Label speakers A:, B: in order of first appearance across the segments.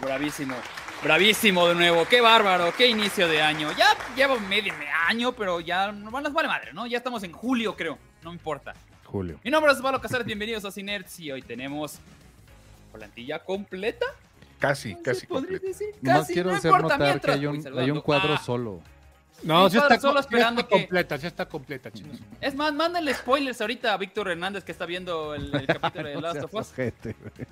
A: bravísimo. Bravísimo de nuevo, qué bárbaro, qué inicio de año. Ya llevo medio año, pero ya no nos vale madre, ¿no? Ya estamos en julio, creo, no importa.
B: Julio.
A: Mi nombre es Valo Casares, bienvenidos a Cinerts y hoy tenemos plantilla completa.
B: Casi,
A: ¿se
B: casi
A: podría
B: completo.
A: decir?
C: Nomás
A: Casi,
C: quiero
A: no
C: hacer
A: importa,
C: notar
A: mientras
C: que hay
A: voy
C: un, hay
A: saludando.
C: un cuadro
A: Ah,
C: solo.
A: Sí,
D: No, sí
A: ahora
D: está,
A: solo
D: co- sí
A: esperando
D: está
A: que-
D: completa, sí está completa, chingas.
A: Es más, mándenle spoilers ahorita a Víctor Hernández que está viendo el, el capítulo de
C: No
A: Last
C: seas
A: of Us.
C: ojete, güey.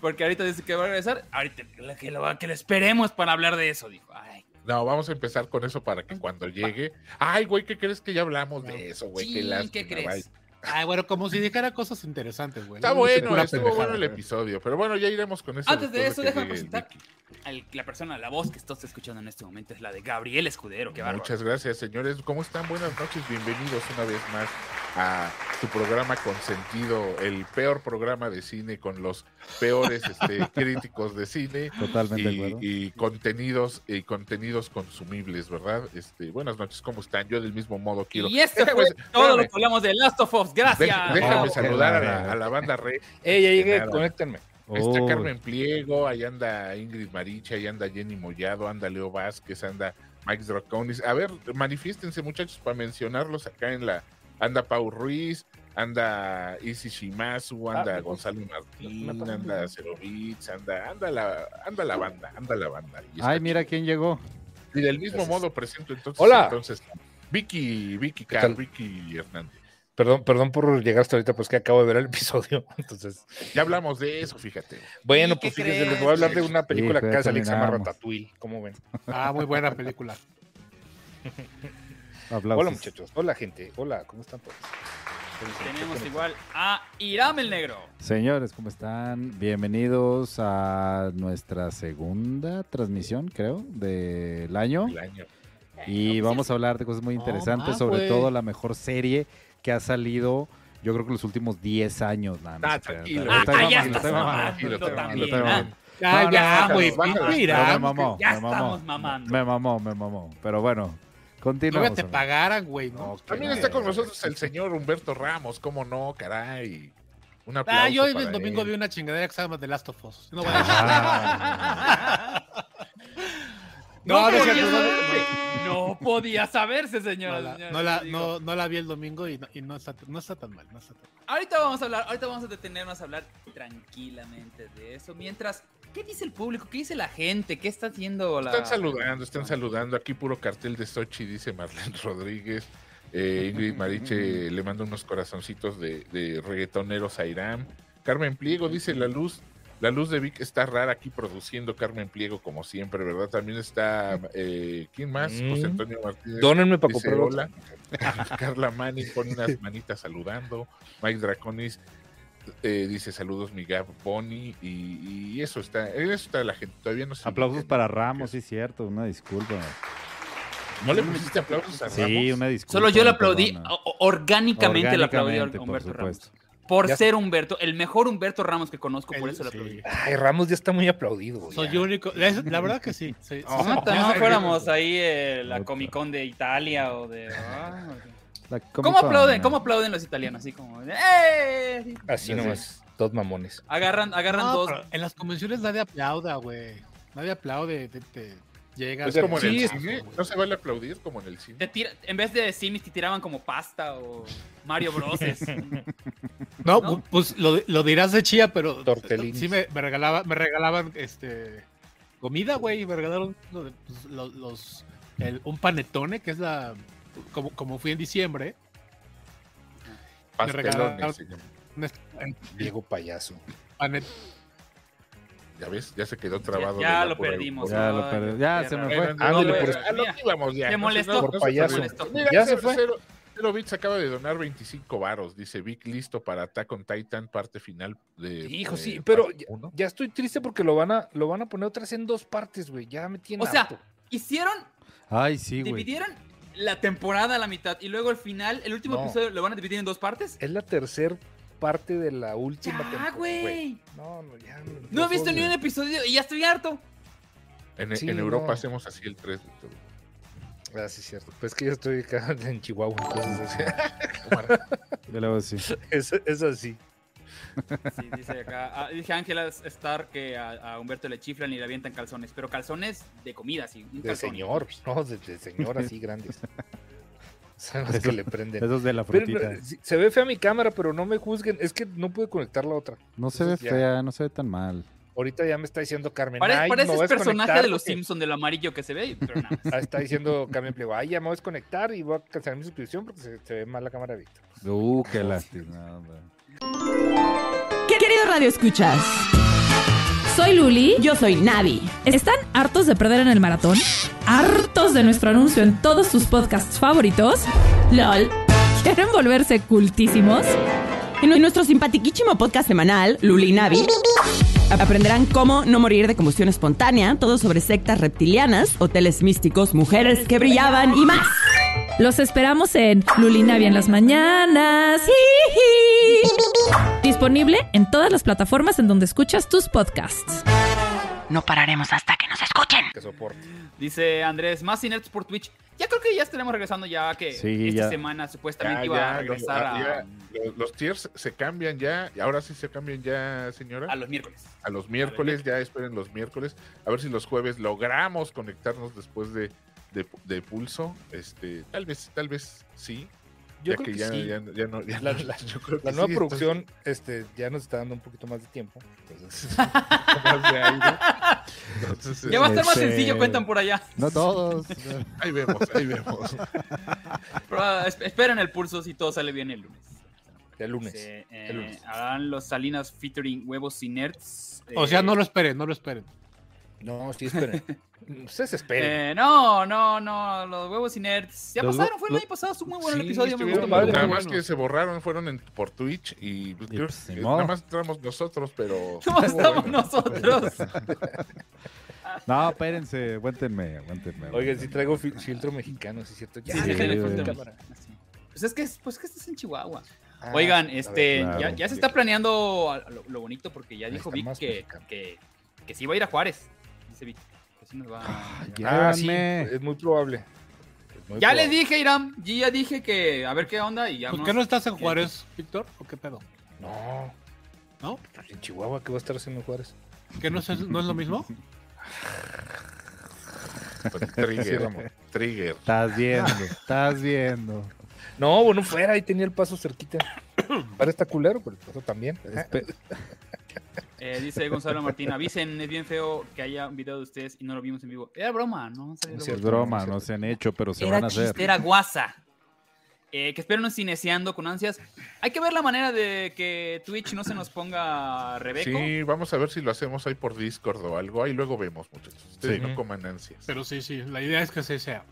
A: Porque ahorita dice que va a regresar. Ahorita que lo- que lo, que lo esperemos para hablar de eso, dijo. Ay,
B: No, vamos a empezar con eso para que cuando llegue. Ay, güey, ¿qué crees que ya hablamos de eso, güey?
A: sí,
B: qué lástima,
A: ¿qué crees?
B: vaya.
D: Ay, Ah, bueno, como si dijera cosas interesantes, güey.
B: Está
D: No,
B: bueno,
C: pura
B: estuvo
C: pendejada,
B: bueno el
C: güey.
B: episodio, pero bueno, ya iremos con eso.
A: ¿eh? Antes de
B: después
A: eso,
B: que
A: déjame
B: llegue el
A: presentar
B: Vicky.
A: al- la persona, la voz que estás escuchando en este momento es la de Gabriel Escudero. Qué bárbaro.
B: Muchas gracias, señores. ¿Cómo están? Buenas noches, bienvenidos una vez más a tu programa consentido, el peor programa de cine con los peores este, críticos de cine
C: Totalmente de
B: y,
C: acuerdo.
B: y contenidos y contenidos consumibles, ¿verdad? Este, buenas noches, ¿cómo están? Yo del mismo modo quiero.
A: Y esto
B: Déjame-
A: fue todo lo
B: espérame.
A: que hablamos de Last of Us.
B: Dej-
A: Gracias.
C: Oh,
B: déjame saludar a
C: qué
B: la,
C: bárbaro.
B: a la banda red.
D: Ey, ey,
B: De
D: ey,
B: nada.
D: conéctenme.
B: Ahí Está
C: Uy,
B: eh, este Carmen Pliego, ahí anda Ingrid Maricha, ahí anda Jenny Mollado, anda Leo Vázquez, anda Max Draconis. A ver, manifiéstense muchachos para mencionarlos acá en la... Anda Pau Ruiz, anda Isi Shimazu, anda
D: me-
B: Gonzalo
D: me
B: Martín,
D: pasó.
B: anda Cerovitz, anda, anda la, anda la banda, anda la banda. Y este está
C: Ay, mira quién llegó.
B: chido. Y del mismo modo presento entonces,
E: Hola.
B: entonces Vicky, Vicky
E: ¿Qué
B: Carr,
E: tal?
B: Vicky Hernández.
E: Perdón, perdón por llegar hasta ahorita, pues que acabo de ver el episodio. Entonces,
B: Ya hablamos de eso, fíjate.
E: bueno,
A: ¿Y qué
E: pues fíjense,
A: crees?
E: les voy a hablar de una película
C: pero
E: que acaba de salir que se llama
C: terminamos.
E: Ratatouille. ¿Cómo ven?
D: Ah, muy buena película.
C: Aplausos.
E: Hola, muchachos. Hola, gente. Hola, ¿cómo están todos?
A: Pues Tenemos igual a Iram el Negro.
C: Señores, ¿cómo están? Bienvenidos a nuestra segunda transmisión, creo, del año.
B: El año. pues
C: Y vamos a hablar de
A: Oh,
C: cosas muy
D: No
C: interesantes,
A: ah,
D: más,
C: sobre
A: pues.
D: güey.
C: todo la mejor serie que ha salido, yo creo que los últimos 10 años. Nada, no
B: Ah,
C: se crean,
B: tranquilo.
C: nada, estoy
A: Ah, ya
C: mamando,
A: estás
C: estoy mamando,
A: mamando
C: estoy mamando,
A: también,
C: estoy mamando.
D: Ah, Ya,
C: No,
D: ya,
C: no,
D: güey.
B: bájala,
D: pinche
C: Pero me
D: Irán.
C: mamó,
A: ya
C: me mamó.
A: estamos mamando.
C: Me mamó, me mamó. Pero bueno,
D: Todavía
C: continuamos.
D: te
C: amigo.
D: pagaran, güey, ¿no?
C: Ok,
B: También
C: no,
B: está
C: no,
B: con
C: no,
B: nosotros el señor Humberto Ramos, cómo no, caray. Un aplauso.
D: Ah, yo
B: para
D: el domingo
B: él.
D: vi una chingadera que se llama The Last of Us. No, voy a decir-
C: Ah,
D: no, no,
A: podía
D: es cierto, no,
A: saberse. No podía saberse, señora.
D: no la-
A: señora,
D: no la-
A: les digo.
D: no- no la vi el domingo y no, y no está, no está tan mal. No está tan mal.
A: Ahorita vamos a hablar, ahorita vamos a detenernos a hablar tranquilamente de eso. Mientras, ¿qué dice el público? ¿Qué dice la gente? ¿Qué está haciendo la...
B: Están saludando, están saludando. Aquí puro cartel de Sochi, dice Marlene Rodríguez. Eh, Ingrid Mariche le manda unos corazoncitos de, de reggaetoneros a Irán. Carmen Pliego dice la luz. La luz de Vic está rara aquí produciendo Carmen Pliego como siempre, ¿verdad? También está, eh, ¿quién más? José
E: Mm.
B: Antonio Martínez.
E: Dónenme para
B: Dice,
E: comprar
B: "Hola". Carla Manning pone unas manitas saludando. Mike Draconis eh, dice saludos, mi Gab Bonnie. Y, y eso está, en eso está la gente. Todavía no se.
C: Aplausos para Ramos, sí, cierto. Una disculpa.
B: ¿No le pusiste aplausos a Ramos?
C: Sí, una disculpa.
A: Solo yo le
C: me
A: aplaudí,
C: perdona.
A: o- o- orgánicamente, le aplaudí a
C: Orgánicamente, por
A: Humberto Ramos.
C: supuesto.
A: Por
E: Ya-
A: ser Humberto, el mejor Humberto Ramos que conozco, por
D: El-
A: eso le
D: sí.
A: aplaudí.
E: Ay, Ramos ya está muy aplaudido. güey,
D: Soy
E: ya.
D: yo único. La, la verdad que sí. sí, sí,
E: Oh,
D: sí.
A: Nota,
D: Ya
A: no
D: sé.
A: fuéramos ahí eh, la
C: Nota.
A: Comic Con de Italia o de... Ah, ok.
C: La
A: ¿Cómo
C: Comic-Con,
A: aplauden?
C: ¿no?
A: ¿Cómo aplauden los italianos? Así como... ¡Eh!
E: Así
C: Ya sé.
E: nomás, dos mamones.
A: Agarran, agarran
D: No,
A: dos...
D: pero en las convenciones nadie aplauda, güey. Nadie aplaude, te, te llega.
B: Pues Es como en
E: Sí,
B: el
E: es-
B: cine. No se vale aplaudir como en el cine.
A: Te tira- en vez de Simis te tiraban como pasta o Mario Broses.
D: No,
A: ¿no?
D: pues lo, lo dirás de chía, pero
E: Tortellinis.
D: sí me, me regalaba, me regalaban este comida, güey. Me regalaron lo de, pues, lo- los el- un panetone, que es la como, como fui en diciembre,
B: Pastelones.
D: regalaron-
B: se llama.
E: Diego Payaso.
D: panet-
B: Ya ves, ya se quedó trabado.
A: ya
B: de la
A: lo
B: pura
A: perdimos.
C: Ya lo
A: Ay,
C: perdí.
A: qué
C: Ya se me
A: raro.
C: fue.
B: Bueno,
E: Ándale,
B: no,
E: por
B: a lo que íbamos
A: Te
B: ya. No se- no-
A: molestó.
B: no se
E: Por payaso.
B: molestó.
A: Te
B: Mira,
E: Ya se
B: cero-
E: fue.
B: Cero, Cero Bits acaba de donar 25 varos. Dice Vic, listo para Attack on Titan, parte final de.
E: Hijo,
B: eh,
E: sí, pero
B: parte
E: ya,
B: uno.
E: ya estoy triste porque lo van a, lo van a poner otra vez en dos partes, güey. Ya me tiene
A: O sea,
E: harto.
A: Hicieron,
C: Ay, sí, güey.
A: dividieron la temporada a la mitad y luego el final, el último
E: No.
A: episodio, ¿lo van a dividir en dos partes?
E: es la tercera parte de la última
A: Ya,
E: temporada,
A: güey.
E: No, no, ya.
A: No he visto
E: puedo,
A: ni un
E: güey.
A: episodio y ya estoy harto.
B: En,
E: Sí,
B: en Europa
E: no.
B: hacemos así el 3 de todo.
E: Ah, sí, cierto. Pues que yo estoy acá en Chihuahua, entonces
C: Yo le voy a decir.
E: es, es así.
A: Sí, dice acá. ah, dice Ángela Star que a, a Humberto le chiflan y le avientan calzones, pero calzones de comida, sí. Un
E: De
A: calzón.
E: señor, no, de, de señor así grandes. Son los que le prenden.
C: Esos de la
E: Pero,
C: frutita.
E: no, sí, se ve fea mi cámara, pero no me juzguen. Es que no pude conectar la otra.
C: No se ve
E: entonces ya.
C: fea, no se ve tan mal.
E: Ahorita ya me está diciendo Carmen.
A: Pare-
E: "Ay, me voy
A: pareces
E: a
A: personaje
E: desconectar
A: de los
E: porque-"
A: Simpsons, del amarillo que se ve, pero nada.
E: Ah, está diciendo Carmen Pliego. Ay, ya me voy a desconectar y voy a cancelar mi suscripción porque se, se ve mal la cámara de Víctor.
C: Uh, qué lástima. hombre.
F: Querido Radio Escuchas, soy Luli, yo soy Navi.
G: ¿Están hartos de perder en el maratón?
F: ¿Hartos de nuestro anuncio en todos sus podcasts favoritos? LOL.
G: ¿Quieren volverse cultísimos?
H: En nuestro simpatiquísimo podcast semanal, Luli y Navi, aprenderán cómo no morir de combustión espontánea, todo sobre sectas reptilianas, hoteles místicos, mujeres que brillaban y más.
G: Los esperamos en Lulinavia en las mañanas. Disponible en todas las plataformas en donde escuchas tus podcasts.
H: No pararemos hasta que nos escuchen.
E: Que soporte.
A: Dice Andrés, más inertes por Twitch. Ya creo que ya estaremos regresando ya que
C: Sí,
A: esta
C: ya.
A: semana supuestamente
B: Ya,
A: iba a
B: ya, lo-
A: regresar
B: ah,
A: a,
B: ya, lo- los, tiers se cambian ya. y Ahora sí se cambian ya, señora.
A: a los miércoles.
B: a los miércoles, ya esperen los miércoles, a ver si los jueves logramos conectarnos después de, de- de pulso, este, tal vez, tal vez sí,
E: Yo
B: ya
E: creo
B: que,
E: que
B: ya,
E: sí.
B: ya, ya no, ya
E: La-
B: no-
E: la-
B: yo creo
E: La
B: que
E: nueva
B: sí,
E: producción este, ya nos está dando un poquito más de tiempo. Entonces,
B: entonces- más de aire. Entonces,
A: Ya va a estar más
C: Este-
A: sencillo, cuentan por allá.
C: No todos.
B: ahí vemos, ahí vemos.
A: Pero, ah, esp- esperen el pulso si todo sale bien el lunes.
E: el lunes.
A: Dice,
E: el
A: eh,
E: lunes.
A: harán los Salinas featuring huevos inertes.
D: O sea, no lo esperen, no lo esperen.
E: No, sí, esperen. Ustedes esperen.
A: Eh, no, no, no, los huevos inertes. Ya
C: Los
A: pasaron,
C: hue-
A: fue el año
C: los-
A: pasado, estuvo muy bueno el
E: sí,
A: episodio. Me gustó
E: estuvieron
A: mucho.
E: padres.
B: Nada
E: bueno.
B: más que se borraron, fueron en- por Twitch y, pues, creo
C: pues, ni
B: que
C: modo.
B: nada más entramos nosotros, pero
A: ¿Cómo
B: estuvo
A: estamos
B: bueno.
A: nosotros?
C: No, espérense, aguántenme, aguántenme.
E: Oigan, si
C: aguántenme.
E: traigo fi- filtro mexicano, sí es cierto. Ya,
A: Sí, déjenme
E: déjenme
C: sí,
E: poner
A: contar.
C: sí.
E: cámara.
A: Pues es que, pues que estás en Chihuahua.
E: Ah,
A: Oigan,
E: a ver,
A: este,
C: claro.
A: ya, ya se está planeando a- lo, lo bonito porque ya
E: Ahí
A: dijo
E: está
A: Vic
E: más
A: que,
E: mexicano.
A: que, que sí va a ir a Juárez. Dice Vic. que sí nos va a-
E: Ah, sí,
C: Llévenme.
E: es muy probable. Es muy
A: Ya le
E: probable.
A: dije, Irán. y ya dije que a ver qué onda y ya
D: ¿Por
A: nos-
D: Pues, qué no estás en Juárez, Víctor? ¿O qué pedo?
E: No.
D: ¿No?
E: Pues En Chihuahua, ¿qué va a estar haciendo en Juárez?
D: ¿Que no es, no es lo mismo?
E: Sí,
B: pues, Trigger,
E: Ramón.
B: Trigger.
C: Estás viendo, estás viendo.
E: No, bueno, fuera, ahí tenía el paso cerquita. Ahora está culero, pero el paso también.
A: Eh, dice Gonzalo Martín, avisen, es bien feo que haya un video de ustedes y no lo vimos en vivo. Era broma, ¿no? Salió
E: No es
A: luego.
C: Es
E: Cierto,
C: broma,
E: cierto.
C: no se han hecho, pero se van a
A: Era
C: hacer.
A: chiste, era guasa. Eh, que esperen un cineceando con ansias. Hay que ver la manera de que Twitch no se nos ponga Rebeco.
B: Sí, vamos a ver si lo hacemos ahí por Discord o algo. Ahí luego vemos, muchachos. Ustedes
C: Sí.
B: no coman ansias.
D: Pero sí, sí, la idea es que se sea.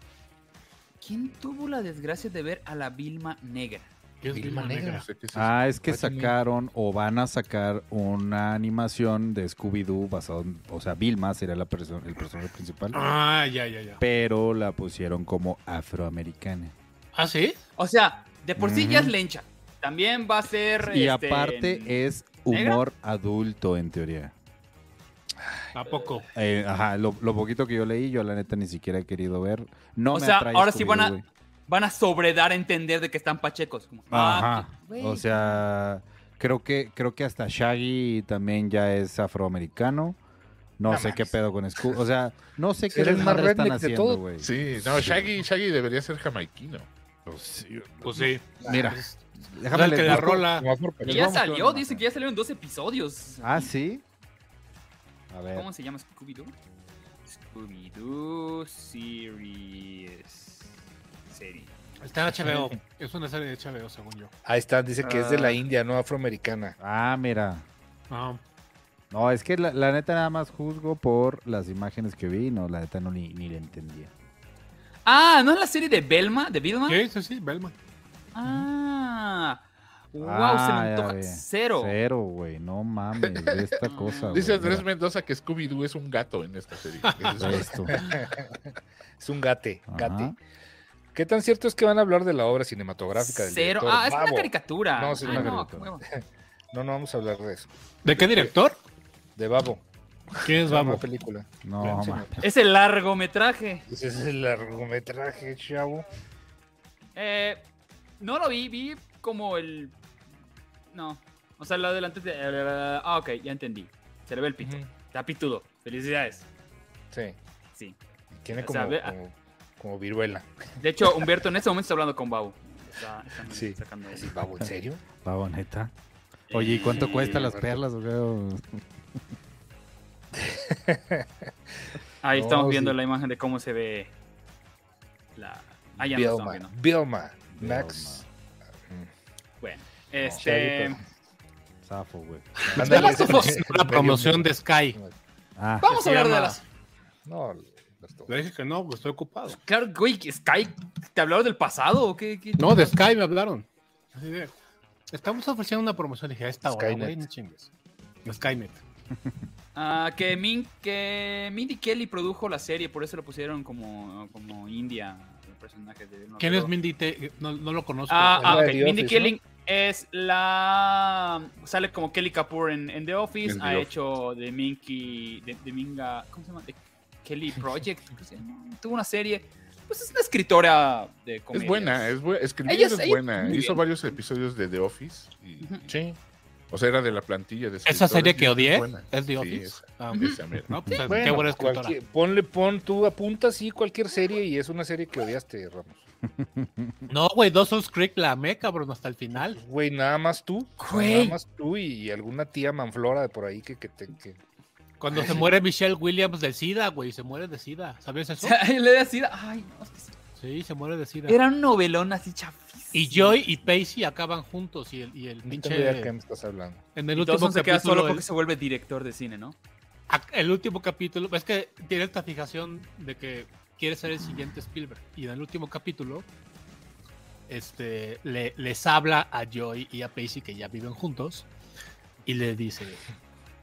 A: ¿Quién tuvo la desgracia de ver a la Vilma Negra?
D: Que es Vilma
E: Vilma
D: Negra.
E: Negra.
B: No sé qué es eso.
C: Ah, es que
E: Ah, también.
C: sacaron o van a sacar una animación de Scooby-Doo basado en, o sea, Vilma sería la perso- el personaje principal,
D: Ah, ya, ya, ya.
C: pero la pusieron como afroamericana.
D: ¿Ah, sí?
A: O sea, de por sí ya es
C: Ujú.
A: lencha. También va a ser.
C: Y
A: este, en-
C: aparte eh, es humor adulto en teoría.
D: ¿A poco?
C: Eh, ajá, lo, lo poquito que yo leí, yo la neta ni siquiera he querido ver. No
A: O
C: me
A: sea,
C: atrae
A: ahora sí van a-
C: Scooby-Doo, güey.
A: Van a sobredar a entender de que están pachecos. Como, ah,
C: Ajá. O sea, creo que creo que hasta Shaggy también ya es afroamericano. No,
E: No
C: sé qué
E: mames.
C: pedo con Scooby. O sea, no sé qué
E: Eres más
C: desmadre están
E: redneck de
C: haciendo,
E: todo.
C: güey.
B: Sí, no, Shaggy, Shaggy debería ser jamaiquino.
D: Pues sí.
C: Mira,
D: Es-
C: déjame
D: es el que
C: les
D: la
C: busco.
D: rola.
E: Como por
A: que
E: peligro.
A: ya
C: vamos con
A: salió,
C: la
A: dicen que ya salieron dos episodios.
C: Ah, sí. A ver.
A: ¿Cómo se llama Scooby-Doo? Scooby-Doo Series. Serie.
D: Está en HBO. Es una serie de HBO, según yo.
E: Eh, Ahí está, dice que es de
A: Ah.
E: la India, no afroamericana.
C: Ah, mira.
D: Ah,
C: No, es que la, la neta nada más juzgo por las imágenes que vi, no, la neta no ni, ni le entendía.
A: Ah, ¿no es la serie de Belma? ¿De Vilma?
D: sí, sí, sí, Belma.
A: Ah. Wow, se me
C: Ah, ya
A: antoja
C: vi.
A: cero.
C: Cero, güey, no mames, de esta cosa.
B: Dice
C: güey,
B: Andrés
C: mira,
B: Mendoza que Scooby-Doo es un gato en esta serie.
C: ve esto.
E: Es un gate,
C: Ajá.
E: gate. ¿Qué tan cierto es que van a hablar de la obra cinematográfica del
A: Cero.
E: director?
A: Ah, es una
E: Babo.
A: caricatura.
E: No, sí, es
A: Ah,
E: una
A: no,
C: caricatura.
A: qué hueva.
E: No, no vamos a hablar de eso.
D: ¿De qué director?
E: De Babo.
D: ¿Quién es
E: Babo.
D: Babo?
E: película.
C: No,
E: Sí,
C: mames.
A: Es el largometraje.
E: Ese es el largometraje, chavo.
A: Eh, no lo vi, vi como el. No. O sea, la delante. de- Ah, ok, ya entendí. Se le ve el pito.
B: Ujú.
A: Está pitudo. Felicidades.
E: Sí.
A: Sí.
E: Tiene
A: O
E: como,
A: sea, ve-
E: como, como viruela.
A: De hecho, Humberto en este momento está hablando con Babu. Está, está
E: Sí.
A: sacando
E: Sí, babo, ¿en serio?
C: Va bonita. Oye, ¿y cuánto
A: Eh,
C: cuestan las
E: Roberto.
C: perlas, güey?
A: Ahí
E: No,
A: estamos viendo
E: sí.
A: la imagen de cómo se ve la. Ah, ya no estamos
E: Vilma,
A: viendo.
E: Vilma, Max.
A: Bueno,
E: Chevy,
A: este.
E: pero-
C: Zafo, güey.
E: Ándale,
D: Velas
E: ese-
D: Ojos,
E: ese-
D: la promoción de Sky.
C: Ah,
A: Vamos
D: Se
A: a hablar de
D: llama-
A: las.
E: No, los
D: Le dije que no, pues estoy ocupado.
A: Claro, güey, que Sky, ¿te hablaron del pasado o qué? qué?
D: No, de Sky me hablaron. Así de, estamos ofreciendo una promoción. Le dije, a esta hora,
E: Skynet.
D: güey, no chingues. De Skynet.
A: Ah, que, Min, que Mindy Kelly produjo la serie, por eso lo pusieron como, como India, el personaje de... no
D: ¿Quién
A: recuerdo.
D: es Mindy? pues, Te- Eh, No, no lo conozco.
A: Ah, ah,
E: La
A: ok,
E: de The
A: Mindy
E: Office,
A: Kelly es la... Sale como Kelly Kapoor en, en The Office,
B: En The
A: ha
B: Office.
A: hecho de Minky, de, de Minga, ¿cómo se llama? The Kelly Project, creo que se llama. tuvo una serie, pues es una escritora de comedia.
B: Es buena, es buena.
A: Ella
B: Escribiendo
A: es-
B: es,
A: ella-
B: buena.
A: muy
B: Hizo
A: bien.
B: varios episodios de The Office. y-
A: Ujú.
B: Sí. O sea, era de la plantilla de
D: Esa
B: escritores
D: serie
B: y
D: que
B: es
D: odié
B: buena.
D: es
B: Sí,
D: The Office.
B: esa-
D: Ah,
B: esa mera.
D: no, pues, qué
E: Bueno,
D: buena escritora.
E: cualquier- ponle, pon, tú apunta así cualquier serie y es una serie que odiaste, Ramos.
D: No, güey, Dawson's Creek la amé, cabrón, hasta el final.
E: Pues, Güey, nada más tú. Nada
A: Güey.
E: más tú y alguna tía manflora de por ahí que, que te. Que...
D: Cuando se muere Michelle Williams del SIDA, güey, se muere de SIDA. ¿Sabías
A: O
D: eso?
A: sea, le decía, ay, no, es que sí.
D: Sí, se muere de SIDA.
A: era un novelón así chafísimo.
D: Y Joy y Pacey acaban juntos y el, y el
E: No
D: pinche-
E: tengo idea de qué me estás hablando.
D: En el
A: Y
D: último
A: Dawson se queda solo
D: capítulo.
A: porque
D: El,
A: se vuelve director de cine, ¿no?
D: ac- el último capítulo. Es que tiene esta fijación de que quiere ser el siguiente Spielberg. Y en el último capítulo. Este, le, les habla a Joy y a Pacey que ya viven juntos. Y le dice: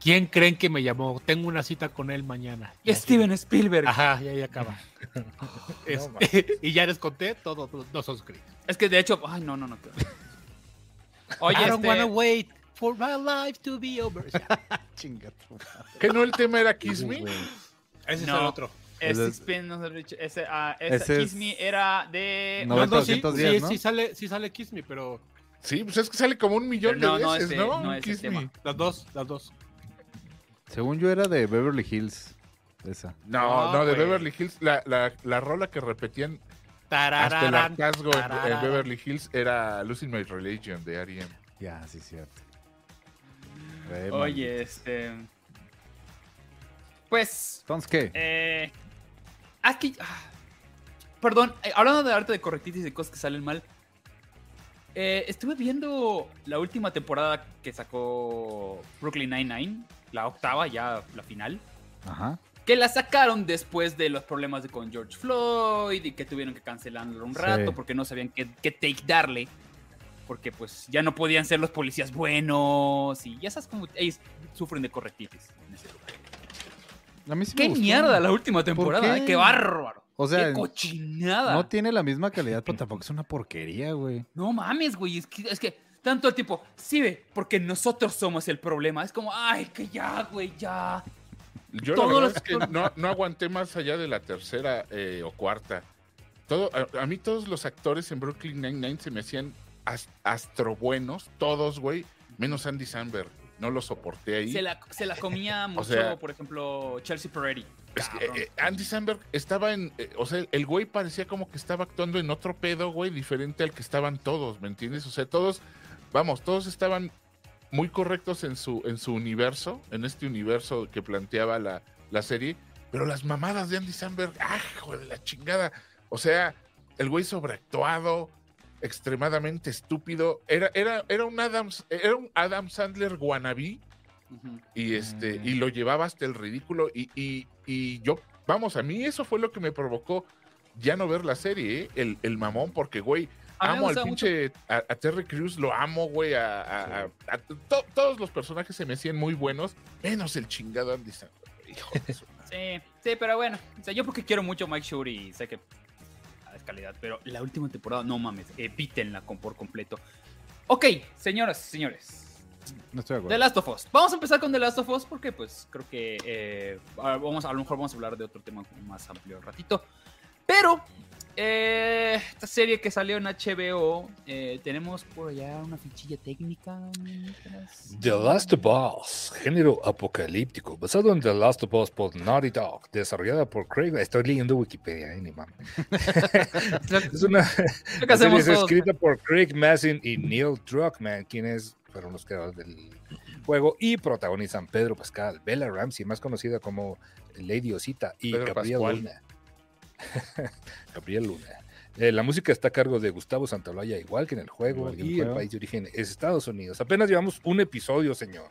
D: ¿Quién creen que me llamó? Tengo una cita con él mañana. Y así-
A: Steven Spielberg.
D: Ajá, y ahí acaba. Es-
E: No,
D: y ya les conté todo. No son Creek.
A: Es que de hecho, ay, no, no, no. qué horror. Oye,
D: I don't
A: este,
D: wanna wait for my life to be over.
B: Que no el tema era Kiss Me.
D: Ese
A: No.
D: es el otro.
A: ese
C: Ese-
A: Spin, no sé, Rich, ese, ah, ese
C: Ese
A: Kiss
C: es-
A: Me era de
C: No,
D: No,
A: no,
D: no, sí,
C: 910,
D: sí,
C: ¿no?
D: sí sale, sí sale Kiss Me, pero
B: Sí, pues es que sale como un millón
A: Pero no,
B: de
A: no,
B: veces,
A: ese-
B: ¿no?
A: no,
B: Un
A: ese
B: Kiss
A: tema.
B: Me.
D: las dos, las dos.
C: Según yo era de Beverly Hills. Esa.
B: No,
D: No,
B: no, de
D: güey.
B: Beverly Hills. La, la, la rola que repetían hasta el
D: Tarararán.
B: hartazgo en- en,
D: tararán.
B: Beverly Hills era Losing My Religion de R.E.M.
C: Ya, sí, cierto. Re mal.
A: Oye, este. Pues.
C: Entonces, ¿qué?
A: Eh, es que- ah, perdón, eh, hablando de arte de correctitis y de cosas que salen mal. eh, estuve viendo la última temporada que sacó Brooklyn Nine-Nine, la octava, ya la final.
C: Ajá.
A: que la sacaron después de los problemas de con George Floyd y que tuvieron que cancelarlo un
C: Sí.
A: rato porque no sabían qué, qué take darle. Porque pues ya no podían ser los policías buenos y ya sabes cómo ellos sufren de correctitis. en ese lugar.
C: A mí sí Este me
A: ¡Qué
C: gustó.
A: mierda la última temporada!
C: qué?
A: ¿eh? ¡Qué bárbaro!
C: O sea,
A: ¡Qué cochinada!
C: no tiene la misma calidad, pero tampoco es una porquería, güey.
A: No mames, güey. Es que, es que tanto el tipo, sí, ve, porque nosotros somos el problema. Es como, ay, que ya, güey, ya.
B: Yo
A: Todos
B: la verdad
A: los-
B: es que no, no aguanté más allá de la tercera eh, o cuarta. Todo, a, a mí todos los actores en Brooklyn Nine-Nine se me hacían as- astrobuenos, todos, güey, menos Andy Samberg. No lo soporté ahí.
A: Se la, se la comía mucho,
B: sea-
A: por ejemplo, Chelsea Peretti.
B: Es que,
A: Cabrón.
B: eh, Andy Samberg estaba en. eh, o sea, el güey parecía como que estaba actuando en otro pedo, güey, diferente al que estaban todos, ¿me entiendes? O sea, todos. Vamos, todos estaban muy correctos en su, en su universo, en este universo que planteaba la, la serie, pero las mamadas de Andy Samberg, ¡ah, hijo de la chingada! O sea, el güey sobreactuado, extremadamente estúpido. Era, era, era, un, Adam, era un Adam Sandler wannabe
A: Ujú.
B: y este y lo llevaba hasta el ridículo y, y- y yo vamos a mí eso fue lo que me provocó ya no ver la serie ¿eh? el, el mamón porque güey
A: A mí me
B: amo al
A: gustaba mucho.
B: pinche a, a Terry Crews lo amo güey a, a- a- a- to- todos los personajes se me hacían muy buenos menos el chingado Andy Samberg hijo de su-
A: Sí, sí, pero bueno. O sea, yo porque quiero mucho a Mike Shuri y sé que es calidad, pero la última temporada, no mames, evítenla con, por completo. Ok, señoras y señores.
C: No estoy de
A: The
C: acuerdo.
A: Last of Us. Vamos a empezar con The Last of Us porque pues creo que eh, a- vamos, a lo mejor vamos a hablar de otro tema más amplio al ratito. Pero eh, esta serie que salió en HBO, eh, tenemos por allá una fichilla técnica. mientras?
E: The Last of Us, género apocalíptico, basado en The Last of Us por Naughty Dog, desarrollada por Craig. Estoy leyendo Wikipedia, eh, ni mames. Es una
A: Lo que hacemos
E: serie
A: todos.
E: escrita por Craig Massin y Neil Druckmann, quienes fueron los creadores del juego y protagonizan Pedro Pascal, Bella Ramsey, más conocida como Lady Osita, y
B: Pedro
E: Gabriel
B: Pascual.
E: Luna. Gabriel Luna. Eh, la música está a cargo de Gustavo Santaolalla, igual que en el juego,
C: Igual que en el
E: y el
C: juego.
E: país de origen es Estados Unidos. Apenas llevamos un episodio, señor.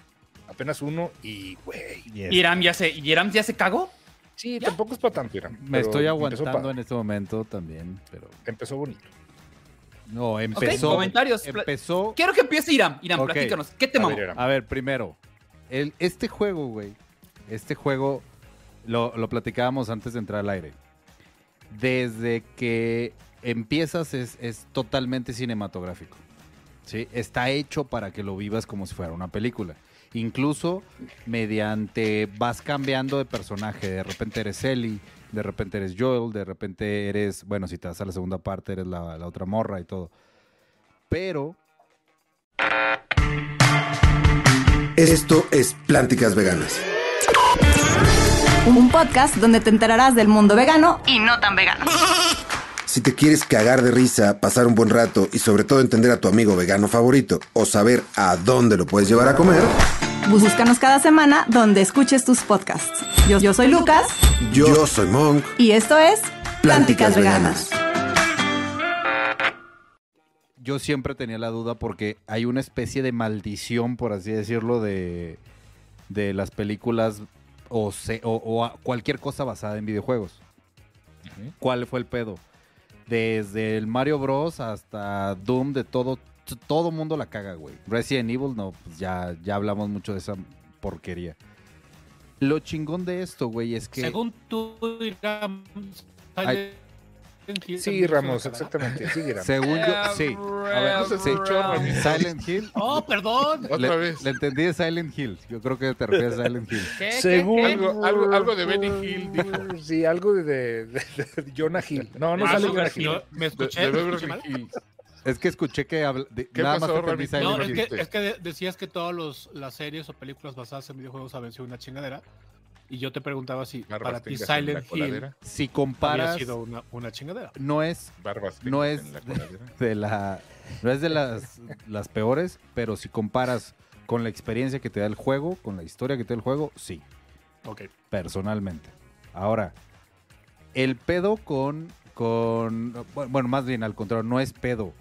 E: Apenas uno y, güey.
A: Iram ya se, Iram ya se cagó.
E: Sí, tampoco es para tanto, Irán.
C: Me estoy aguantando
E: Empezó,
C: en este momento también, pero...
E: pa- empezó bonito.
C: No,
A: empezó-
C: empezó...
A: comentarios, pla-
C: Empezó...
A: Quiero que empiece Iram. Iram,
C: Ok.
A: platícanos. ¿Qué te
E: A
A: mamó?
E: ver, Irán.
C: A ver, primero, el, este juego, güey, este juego lo, lo platicábamos antes de entrar al aire. Desde que empiezas es, es totalmente cinematográfico. ¿sí? Está hecho para que lo vivas como si fuera una película. Incluso mediante vas cambiando de personaje. De repente eres Ellie, de repente eres Joel, de repente eres, bueno, si te vas a la segunda parte, eres la, la otra morra y todo. Pero
I: Esto es Plánticas Veganas.
H: Un podcast donde te enterarás del mundo vegano y no tan vegano.
I: Si te quieres cagar de risa, pasar un buen rato y sobre todo entender a tu amigo vegano favorito o saber a dónde lo puedes llevar a comer,
J: Búscanos cada semana donde escuches tus podcasts. Yo, yo soy Lucas
I: yo, soy Monk.
J: y esto es
I: Plánticas Veganas.
C: yo siempre tenía la duda porque hay una especie de maldición, por así decirlo, de, de las películas o, se- o- o a- cualquier cosa basada en videojuegos.
B: Ujú.
C: ¿Cuál fue el pedo? Desde el Mario Bros. hasta Doom, de todo, t- todo mundo la caga, güey. Resident Evil, no, pues ya, ya hablamos mucho de esa porquería. Lo chingón de esto, güey, es que...
D: Según tú, Irán,
C: Ay.
D: Silent Hill
E: Sí,
D: también es una
E: Ramos,
D: cagada.
E: exactamente. Sí, Irán.
C: Según yo, sí.
A: A
B: ver, no se escuchó, mami.
C: Silent Hill.
D: Oh, perdón.
B: Otra
C: le,
B: vez.
C: le entendí de Silent Hill. Yo creo que te refieres a Silent Hill.
A: Según.
B: qué? Algo- algo- algo de Benny Hill, dijo.
E: Sí, algo de, de- de- de Jonah Hill. No, no
D: Ah,
E: sale
D: sí,
E: Jonah
D: sí,
E: Hill.
D: yo- me
B: De,
D: escuché.
B: de
D: ¿Me
B: Beverly
D: escuché mal?
B: Hills.
C: Es que escuché que habla- de-
B: ¿Qué
C: nada
B: pasó,
C: más entendí
B: Rami?
C: Silent
D: No, es
C: Hill.
B: dijiste.
D: que, es que de- decías que todas los- las series o películas basadas en videojuegos habían sido una chingadera. Y yo te preguntaba si para
B: Barbas
D: ti
B: tengas en la
D: Silent Hill
B: coladera,
C: Si
D: había
C: comparas,
D: sido una, una chingadera.
C: no es
B: Barbas
C: No
B: tengas
C: es-
B: en la coladera.
C: de la no es de las, las peores, pero si comparas con la experiencia que te da el juego, con la historia que te da el juego, sí,
D: Ok.
C: personalmente. Ahora, el pedo con con bu- bueno, más bien al contrario, no es pedo.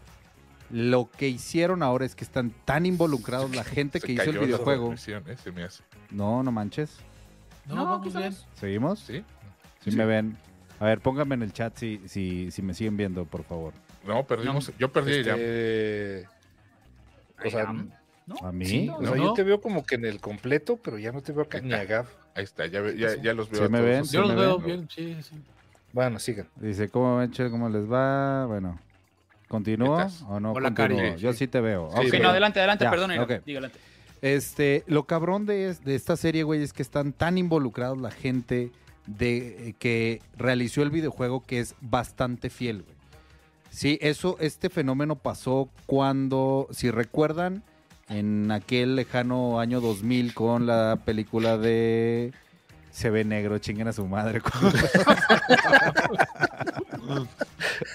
C: Lo que hicieron ahora es que están tan involucrados la gente
B: Se
C: que hizo el
B: cayó la
C: videojuego.
B: transmisión, eh, se me hace.
C: No, no manches.
D: No, vamos bien.
C: ¿Seguimos?
B: ¿Sí?
C: Si me ven. A ver, pónganme en el chat si, si, si me siguen viendo, por favor.
B: No, perdimos. Yo perdí ya.
E: Este, o sea,
A: Irán.
C: A mí.
E: sí, o sea,
D: No,
E: yo
D: no.
E: te veo como que en el completo, pero ya no te veo acá ni a Gav.
B: Ahí está, ya, ve- ya, ya los veo.
C: ¿Sí
B: a
C: me
B: todos.
C: ven?
D: Yo
C: ¿Sí
D: los
C: me
D: veo
C: ven?
D: bien, sí, sí.
E: Bueno, sigan.
C: Dice, ¿cómo ven, Che? ¿Cómo les va? Bueno. ¿Continúo
B: ¿Estás?
C: o no
D: Hola,
C: continúo?
B: Cari.
C: Yo sí te veo.
B: Sí,
C: Ok.
A: Ok, no, adelante, adelante,
C: Ya,
A: perdón, Iram.
C: ok.
A: Diga, adelante.
C: Este, lo cabrón de, es- de esta serie, güey, es que están tan involucrados la gente de eh, que realizó el videojuego que es bastante fiel, güey. Sí, eso, este fenómeno pasó cuando, si recuerdan, en aquel lejano año 2000 con la película de Se ve negro, chinguen a su madre.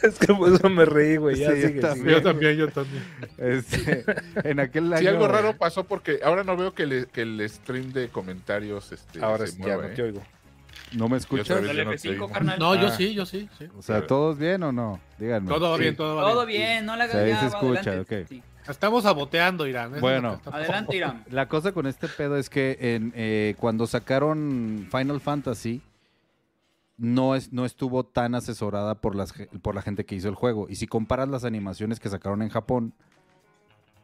E: Es que por eso me reí, güey. Ya
C: Sí,
E: sigue,
C: está
E: sigue.
C: bien.
D: también, yo también.
C: Este, en aquel año.
B: Sí, algo raro pasó porque ahora no veo que, le- que el stream de comentarios este,
E: Ahora
B: se
E: sí, ya
B: mueva,
E: no
B: ¿eh?
E: te oigo.
C: ¿No me
B: Otra
C: escuchas?
B: vez
A: Dale
B: ya no te
A: F5,
B: oigo.
A: carnal.
D: No, yo
B: Ah.
D: sí, yo sí. sí.
C: O sea, ¿todos bien o no? Díganme.
D: Todo va
B: Sí.
D: bien, todo va
A: Todo
D: bien.
A: bien, no la hagas
C: Se
A: ya,
C: se
A: va,
C: escucha,
A: adelante.
C: ok.
A: Sí.
D: Estamos saboteando, Irán. es
C: Bueno.
D: lo que está-
A: Adelante, Iram.
C: La cosa con este pedo es que en, eh, cuando sacaron Final Fantasy, no, es, no estuvo tan asesorada por, las, ge- por la gente que hizo el juego. Y si comparas las animaciones que sacaron en Japón,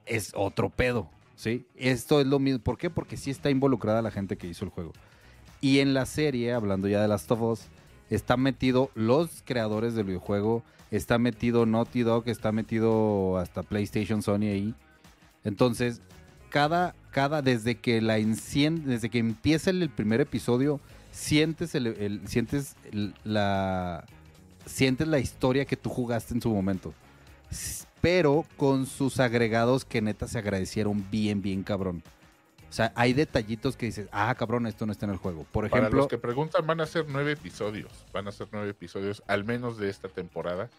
C: es otro pedo, ¿sí? Esto es lo mismo. ¿Por qué? Porque sí está involucrada la gente que hizo el juego. Y en la serie, hablando ya de Last of Us, están metido los creadores del videojuego, está metido Naughty Dog, está metido hasta PlayStation, Sony ahí. Entonces, cada, cada, desde que la encien- desde que empieza el, el primer episodio, sientes el, el- sientes el- la, sientes la historia que tú jugaste en su momento. S- Pero con sus agregados que neta se agradecieron bien, bien cabrón. O sea, hay detallitos que dices, ah, cabrón, esto no está en el juego. Por
B: Para
C: ejemplo,
B: los que preguntan, van a ser nueve episodios. Van a ser nueve episodios, al menos de esta temporada.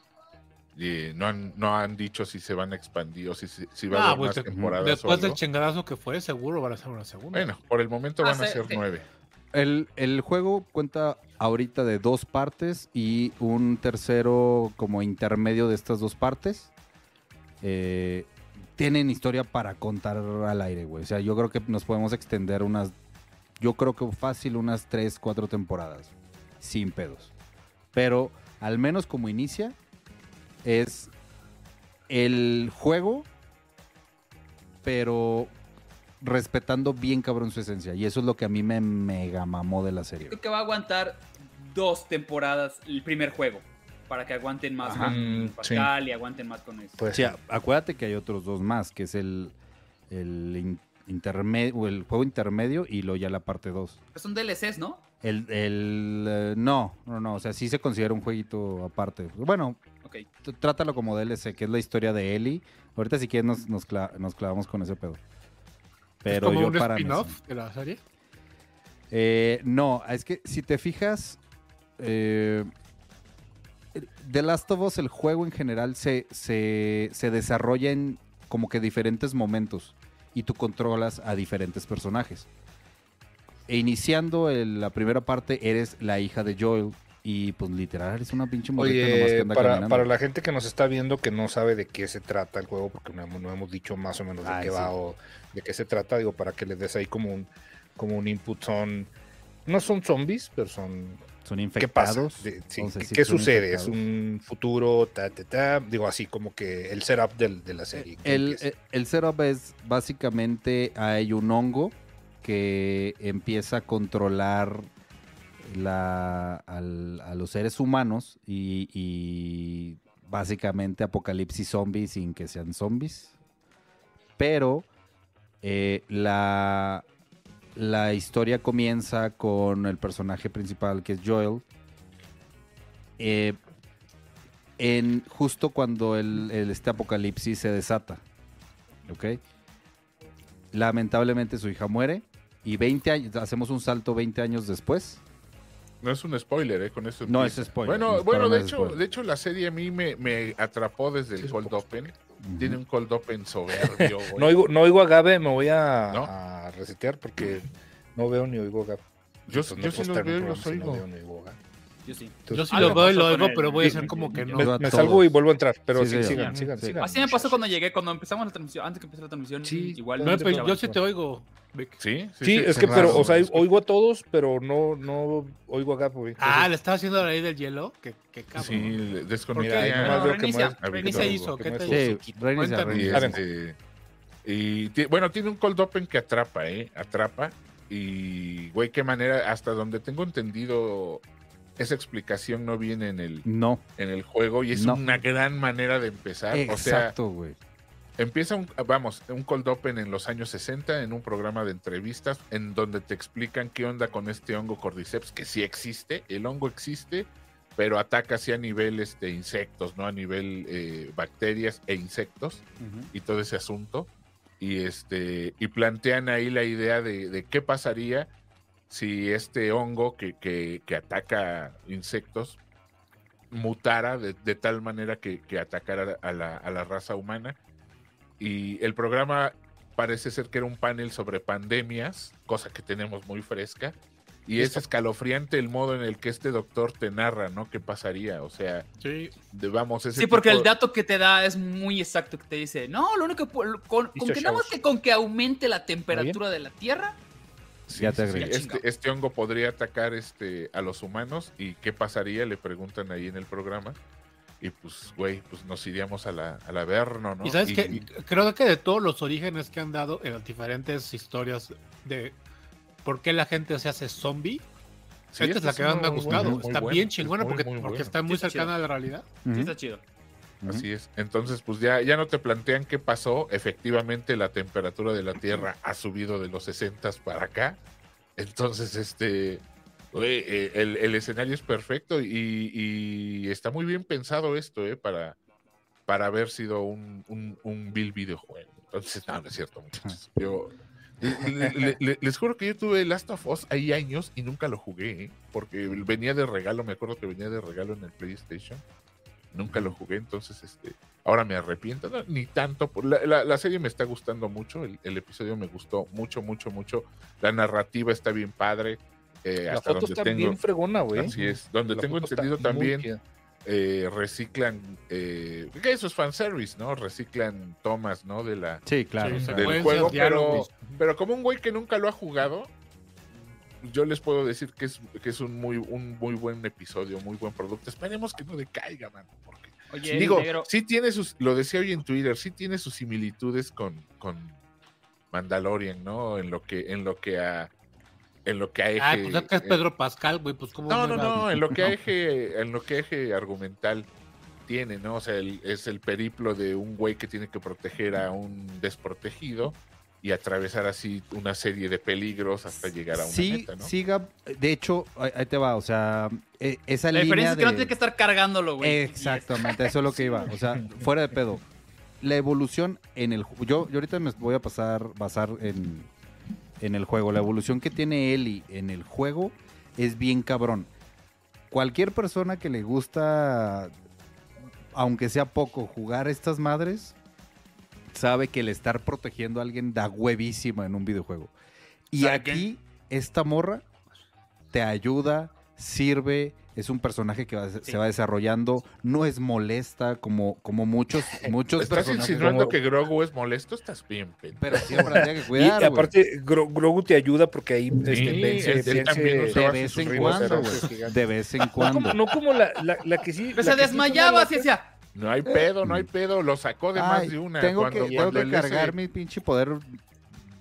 B: Y no, han, no han dicho si se van a expandir o si, se- si va a
D: Ah,
B: haber
D: pues,
B: más temporadas. o
D: Después del
B: algo.
D: chingadazo que fue, seguro van a hacer una segunda.
B: Bueno, por el momento
D: Ah,
B: van a
D: sí,
B: ser
D: sí.
B: nueve.
C: el, el juego cuenta ahorita de dos partes y un tercero como intermedio de estas dos partes. Eh, tienen historia para contar al aire, güey. O sea, yo creo que nos podemos extender unas, yo creo que fácil unas tres, cuatro temporadas, sin pedos. Pero al menos como inicia, es el juego, pero respetando bien cabrón su esencia. Y eso es lo que a mí me mega mamó de la serie.
A: Creo que va a aguantar dos temporadas el primer juego. Para que aguanten más
C: Ajá.
A: con
C: Mm,
A: Pascal y aguanten más con eso.
E: Pues,
C: Sí, a- acuérdate que hay otros dos más, que es el, el, in- interme- o el juego intermedio y luego ya la parte 2.
A: Pero son DLCs, ¿no?
C: El, el, eh, no, no, no, o sea, sí se considera un jueguito aparte. Bueno,
A: Ok.
C: t- trátalo como DLC, que es la historia de Ellie. Ahorita si quieres nos, nos, cla- nos clavamos con ese pedo.
D: ¿Es
C: Pero
D: como
C: yo
D: un
C: para mí sí.
D: spin-off de la serie.
C: Eh, no, es que si te fijas, eh, The Last of Us, el juego en general, se, se, se desarrolla en como que diferentes momentos y tú controlas a diferentes personajes. E iniciando el- la primera parte, eres la hija de Joel y pues literal eres una pinche morrita nomás que
E: Oye,
C: anda
E: para,
C: caminando.
E: para la gente que nos está viendo que no sabe de qué se trata el juego, porque no hemos, no hemos dicho más o menos de
C: Ay,
E: qué
C: sí.
E: va o de qué se trata, digo, para que les des ahí como un, como un input, son, no son zombies, pero son...
C: Son
E: ¿Qué pasa?
C: infectados.
E: De- sí,
C: Entonces,
E: ¿Qué,
C: sí,
E: qué
C: son
E: sucede? ¿Es
C: infectados.
E: un futuro? Ta, ta, ta, digo, así como que el setup del- de la serie. ¿qué
C: Eh, El,
E: empieza?
C: el- el setup es básicamente hay un hongo que empieza a controlar la- al- a los seres humanos y, y básicamente apocalipsis zombies sin que sean zombies. Pero eh, la, la historia comienza con el personaje principal que es Joel. eh, en justo cuando el, el- este apocalipsis se desata. ¿Ok? Lamentablemente su hija muere. Y 20 años, hacemos un salto 20 años después.
B: No es un spoiler, ¿eh? Con eso
C: No
B: empiezo.
C: es spoiler,
B: Bueno,
C: no,
B: bueno
C: para nada
B: de,
C: es
B: hecho,
C: spoiler.
B: de hecho, la serie a mí me, me atrapó desde el Cold Open. Tiene un Cold Open soberbio. güey.
E: No oigo, no oigo a Gabe, me voy a,
B: ¿No?
E: a resetear porque no veo ni oigo a Gabe.
B: Yo-
E: Entonces, no
B: yo
E: puedo
B: sí los
E: estar en un
B: veo y
E: programa
B: los
E: si
B: oigo.
E: no veo ni oigo a Gabe.
A: Yo sí.
E: Entonces,
D: Yo sí
A: Algo
D: lo veo y
A: pasó
D: lo
A: con
D: oigo,
A: el-
D: pero voy a
A: sí,
D: hacer como
A: sí,
D: que
A: sí.
D: no.
E: Me,
C: Yo a
E: me
C: todos.
E: salgo y vuelvo a entrar, pero
C: Sí,
E: sí,
C: sí,
E: sigan,
C: ajá.
E: sigan,
C: Sí.
E: sigan.
A: Así me pasó cuando llegué, cuando empezamos la transmisión. Antes que empezara la transmisión,
E: Sí.
A: igual.
D: No, pero
A: escuchaba.
D: yo sí te oigo, Vic.
B: Sí, sí,
E: Sí,
B: sí,
E: es
B: qué
E: que, pero,
B: raro,
E: o sea,
B: es que-
E: oigo a todos, pero no, no oigo a Gabe. güey.
D: Ah, le estaba haciendo la ley del hielo. Que, que cabrón.
B: Sí, pues le- desconecté
E: Mira, ahí
B: a-
E: nomás
A: No,
E: veo que
A: reinicia,
B: Ah,
E: mueves-
A: reinicia
E: que
D: hizo, ¿qué
E: mueves
D: te-
E: tu
C: Sí,
E: hociquito.
C: reinicia,
D: Cuéntame.
B: Y,
C: reinicia.
E: A ver.
B: este, y ti- bueno, tiene un cold open que atrapa, ¿eh? Atrapa. Y, güey, qué manera, hasta donde tengo entendido, esa explicación no viene en el,
C: No,
B: en el juego y es
C: No.
B: una gran manera de empezar. Ah, O
C: exacto, güey.
B: sea, empieza, un, vamos, un cold open en los años 60 en un programa de entrevistas en donde te explican qué onda con este hongo cordyceps, que sí existe, el hongo existe, pero ataca sí a nivel este, insectos, ¿no? A nivel eh, bacterias e insectos y todo ese asunto. Y este, y plantean ahí la idea de, de qué pasaría si este hongo que, que- que ataca insectos mutara de, de tal manera que, que atacara a la, a la raza humana. Y el programa parece ser que era un panel sobre pandemias, cosa que tenemos muy fresca. Y es escalofriante el modo en el que este doctor te narra, ¿no? ¿Qué pasaría? O sea,
D: Sí.
B: de- vamos, ese
A: Sí, porque
B: tipo-
A: el dato que te da es muy exacto, que te dice, no, lo único que... pu- lo- Con, con
E: Mr.
A: que nada más
E: Shows.
A: que con que aumente la temperatura de la Tierra,
B: Sí,
C: Ya te
B: sí, sí.
C: agregué.
B: Este, este hongo podría atacar este, a los humanos y qué pasaría, le preguntan ahí en el programa. Y pues, güey, pues nos iríamos a la, al averno, ¿no?
D: Y sabes que
B: y-
D: creo que de todos los orígenes que han dado en las diferentes historias de por qué la gente se hace zombie,
B: sí, este
D: esta es la
B: sí
D: que más me ha
B: muy
D: gustado.
B: bueno, muy
D: está
B: bueno,
D: bien
B: es
D: chingona
B: muy,
D: porque,
B: muy
D: porque
B: bueno.
D: está muy
A: Sí, está
D: cercana a la realidad.
A: sí
C: Ujú.
A: está chido.
B: Así es. Entonces, pues ya, ya no te plantean qué pasó. Efectivamente, la temperatura de la Tierra ha subido de los 60 para acá. Entonces, este, Oye, eh, el, el escenario es perfecto y, y está muy bien pensado esto, ¿eh? Para, para haber sido un, un, un vil videojuego. Entonces, no, no es cierto, muchachos. Yo, le- le- le- les juro que yo tuve Last of Us ahí años y nunca lo jugué, ¿eh? porque venía de regalo, me acuerdo que venía de regalo en el PlayStation. Nunca lo jugué, entonces este, ahora me arrepiento, no, ni tanto. por- La, la- la serie me está gustando mucho, el, el episodio me gustó mucho, mucho, mucho. La narrativa está bien padre. eh,
E: La
B: hasta
E: foto
B: donde
E: está
B: tengo,
E: bien fregona, güey.
B: Así es, donde
E: La
B: tengo
E: foto está
B: entendido
E: muy
B: también
E: chida.
B: eh, reciclan, eh, que eso es fanservice, ¿no? Reciclan tomas, ¿no? De la,
C: Sí, claro.
B: del
C: claro.
B: juego, pero,
C: diálogos.
B: pero como un güey que nunca lo ha jugado, yo les puedo decir que es, que es un, muy, un muy buen episodio, muy buen producto. Esperemos que no decaiga, mano. Porque,
A: Oye,
B: digo,
A: negro.
B: sí tiene sus, lo decía hoy en Twitter, sí tiene sus similitudes con, con Mandalorian, ¿no? En lo que, en lo que a en lo que a
D: Ah,
B: eje-
D: pues es que es
B: eh,
D: Pedro Pascal, güey, pues cómo
B: no, no,
D: era?
B: no, en lo que eje, en lo que eje argumental tiene, ¿no? O sea, el- es el periplo de un güey que tiene que proteger a un desprotegido y atravesar así una serie de peligros hasta llegar a una
C: Sí,
B: meta, ¿no?
C: sí, Gab, de hecho, ahí ahí te va, o sea, e- esa
A: La
C: línea
A: diferencia es que no
C: de-
A: tiene que estar cargándolo, güey.
C: Exactamente, eso es lo que iba. O sea, fuera de pedo. La evolución en el ju- yo, yo ahorita me voy a pasar basar en, en el juego. La evolución que tiene Eli en el juego es bien cabrón. Cualquier persona que le gusta, aunque sea poco, jugar estas madres, sabe que el estar protegiendo a alguien da huevísima en un videojuego. Y
A: ¿Sabe qué?
C: aquí, esta morra te ayuda, sirve, es un personaje que va- se va desarrollando, no es molesta como, como muchos, muchos
B: Estás
C: personajes.
B: insinuando
C: Como-
B: que Grogu es molesto, estás bien, pendejo.
C: Pero siempre la tiene que
E: Y
C: cuidar, güey.
E: aparte, Gro- Grogu te ayuda porque ahí este,
B: él-
E: vence,
B: él
E: vence-
B: también usa
C: De
B: sus
C: vez en
B: rinocerontes
C: cuando, güey.
E: gigantes.
C: De vez en
E: No como,
C: cuando.
E: no como la, la- la que sí.
A: Pero
E: la
A: se
E: que sí
A: desmayaba, así
E: tiene la-
A: decía.
B: No hay pedo, no hay pedo, lo sacó de
C: Eh, Ay,
B: más de una.
C: tengo
B: Cuando-
C: que, tengo
B: cuando
C: que
B: el ese-
C: cargar mi pinche poder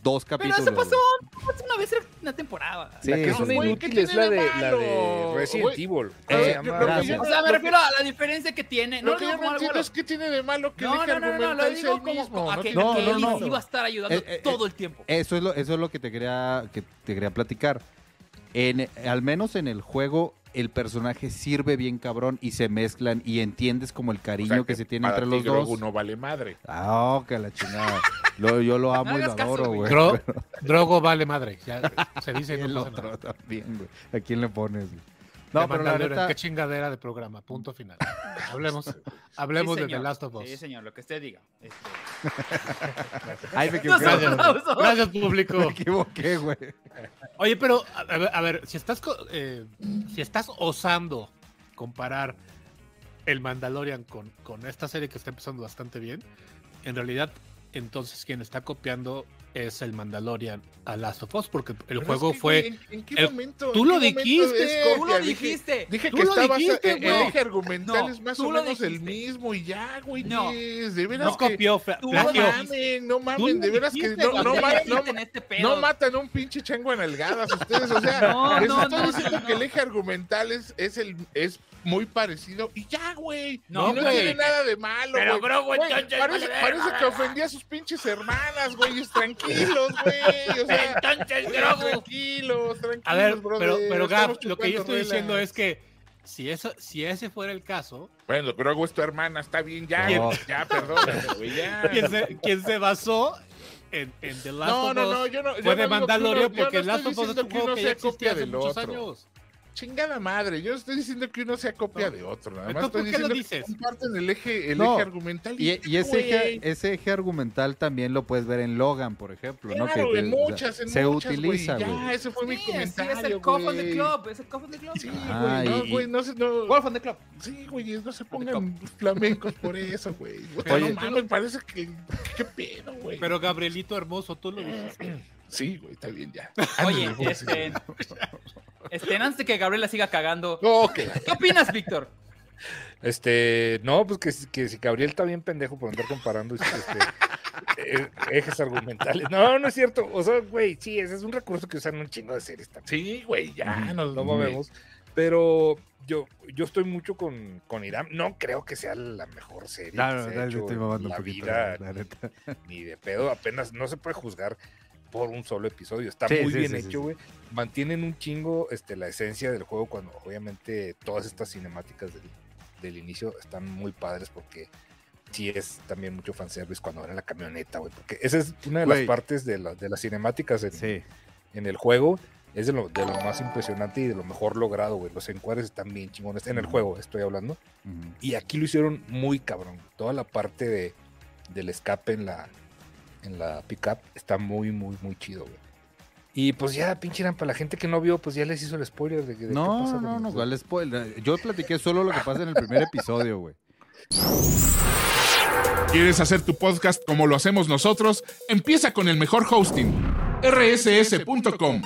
C: dos
A: Pero
C: capítulos.
A: eso pasó
C: güey.
A: hace una vez en una temporada.
C: Sí,
E: La que es
C: eso
E: una
C: sí.
A: güey,
E: inútil
A: ¿qué
E: es la
A: tiene
E: de,
A: de
E: la de
A: malo?
E: Resident
B: Güey,
E: Evil.
C: Eh,
E: Se
B: yo creo
E: llama-
B: que
C: gracias.
B: yo-
A: O sea, me refiero a la diferencia que tiene. No,
B: Lo
A: lo
B: que
A: digo
B: yo
A: como
B: no
A: algo
B: entiendo
A: malo.
B: es que tiene de malo que
A: No,
B: deje
A: no, no, no, lo
B: argumentarse
A: digo
B: él
A: como
B: mismo.
A: a
B: no
A: que,
B: tiene-
C: no,
A: que
C: no,
A: él
C: no.
A: iba a estar ayudando
C: Eh, eh,
A: todo el tiempo.
C: Eso es lo, eso es lo que te quería, que te quería platicar. En, al menos en el juego, el personaje sirve bien cabrón y se mezclan y entiendes como el
B: O
C: cariño
B: sea,
C: que, se tiene
B: para
C: entre
B: ti
C: los
B: Grogu
C: dos.
B: no vale madre.
C: Ah, que la chingada. Lo- yo lo amo y lo
A: hagas caso,
C: adoro,
A: güey.
C: güey.
D: Dro- Drogo vale madre, ya se dice.
C: Y el
D: No pasa
C: otro
D: nada.
C: también, güey. ¿A quién le pones? güey?
D: De
C: No, pero la
D: Mandalorian,
C: neta,
D: Qué chingadera de programa, punto final. Hablemos, hablemos
A: Sí,
D: de The
A: señor.
D: Last of Us.
A: Sí, señor, lo que usted diga. Este,
C: ay, me
A: No,
C: equivoqué.
A: no, no,
C: güey.
A: no, no.
D: Gracias,
C: Me
D: público.
C: equivoqué, güey.
D: Oye, pero a a ver, a ver, si estás co- eh, si estás osando comparar el Mandalorian con, con esta serie que está empezando bastante bien, en realidad entonces quien está copiando es el Mandalorian a Last of Us porque el
B: Pero
D: juego
B: es que,
D: fue
B: güey, ¿en- en qué
D: el-
B: momento-
D: tú
B: en
D: lo
B: qué momento
D: dijiste,
B: es
A: Tú
B: copia?
A: lo
B: Dije-
A: dijiste.
B: Dije
D: Tú
B: que
D: lo
B: estaba
D: dijiste,
B: el
D: güey.
B: eje argumental
A: No,
B: es más
A: tú
B: o
A: lo
B: menos el
A: dijiste.
B: mismo y ya, güey.
A: No.
B: yes, de veras
D: no
B: que
D: copió, fla-
A: tú
B: no
A: lo
D: plagió.
B: mamen, no
D: Tú
B: mamen,
D: lo
B: de veras que
D: dijiste,
B: no, no,
D: güey, tú
A: Ustedes
D: ma-
B: ma- no,
A: existen en este pedo.
B: no matan un pinche chango en algadas ustedes, o sea,
A: No,
B: les
A: no,
B: estoy
A: no,
B: diciendo
A: no,
B: que
A: no.
B: el eje argumental es, es el es muy parecido y ya, güey.
A: No,
B: No, no
A: güey.
B: tiene nada de malo,
A: Pero,
B: güey.
A: bro, güey,
B: Güey,
A: entonces,
B: Parece,
A: vale,
B: parece
A: vale,
B: que
A: vale.
B: ofendí a sus pinches hermanas, güey. Tranquilos, güey. O sea,
A: Entonces,
B: Oye,
A: Grogu.
B: Tranquilos, tranquilos.
D: A ver, pero,
B: brother,
D: pero Gab,
B: estamos
D: lo que yo
B: chupando
D: estoy diciendo
B: relax.
D: es que si eso, si ese fuera el caso,
B: Bueno, Grogu es tu hermana, está bien, ya.
C: No.
B: Ya, perdóname, güey, ya.
D: quien se, quien se basó en, en The Last
B: No,
D: of
B: no,
D: Us
B: no, yo no. yo no digo
D: fue de
B: que
D: Mandalorian
B: uno- yo
D: porque
B: no
D: The Last
B: estoy
D: of Us es
B: diciendo
D: un
B: que uno
D: juego que ya
B: sea
D: existía
B: copia
D: hace
B: del
D: muchos
B: otro.
D: años.
B: Chingada madre, yo no estoy diciendo que uno sea copia de otro. Nada más
D: Entonces, ¿por
B: estoy
D: qué
B: diciendo
D: lo
B: que
D: dices?
B: comparten el eje, el
C: No.
B: eje argumental.
C: Y, y
B: ya,
C: ese,
B: güey.
C: eje, ese eje argumental también lo puedes ver en Logan, por ejemplo. ¿no?
B: Claro,
C: Que-
B: en
C: que- o sea,
B: muchas, en
C: Se
B: muchas, güey,
C: utiliza, güey.
B: Ya, ese fue mi
A: Sí, es- sí,
B: comentario,
A: es el Cough on the
B: güey.
A: Club. Es el Cough on the Club.
B: Sí, güey,
C: Ah,
B: no,
C: y-
B: güey, no, se- no,
A: Wolf on the Club.
B: Sí, güey, no se pongan flamencos por eso, güey. O sea,
C: Oye.
B: no mames, parece que. ¿Qué pedo, güey?
D: Pero Gabrielito hermoso, tú lo dijiste.
B: Sí, güey, está bien ya.
A: Oye,
B: Ándale, güey, sí.
A: este. Este, antes de que Gabriela siga cagando.
B: No, que
A: ¿Qué opinas, Víctor?
E: Este, no, pues que, si- que si Gabriel está bien pendejo por andar comparando este, eh, ejes argumentales. No, no es cierto. O sea, güey, sí, ese es un recurso que usan un chingo de series también.
B: Sí, güey, ya nos
E: No movemos. Pero yo, yo estoy mucho con, con Irán. No creo que sea la mejor serie. que
C: Claro,
E: se ha
C: claro,
E: hecho
C: yo estoy
E: en
C: mamando un
E: la
C: poquito.
E: vida,
C: la neta.
E: ni de pedo, apenas no se puede juzgar por un solo episodio. Está
C: Sí,
E: muy
C: sí,
E: bien
C: sí, sí, sí.
E: hecho, güey. Mantienen un chingo este, la esencia del juego cuando obviamente todas estas cinemáticas del, del inicio están muy padres porque sí es también mucho fanservice cuando van en la camioneta, güey. Porque esa es una de
C: Güey.
E: las partes de, la- de las cinemáticas en,
C: Sí.
E: en el juego. Es de lo, de lo más impresionante y de lo mejor logrado, güey. Los encuadres están bien chingones. En el
C: Ujú.
E: juego estoy hablando.
C: Ujú.
E: Y aquí lo hicieron muy cabrón. Toda la parte de, del escape en la, en la pickup está muy, muy, muy chido, güey. Y pues ya, pinche eran para la gente que no vio, pues ya les hizo el spoiler de que. de qué
C: No, no,
E: pasa con
C: no,
E: el-
C: no, ¿cuál spoiler? Yo platiqué solo lo que pasa en el primer episodio, güey.
B: ¿Quieres hacer tu podcast como lo hacemos nosotros? Empieza con el mejor hosting, rss.com.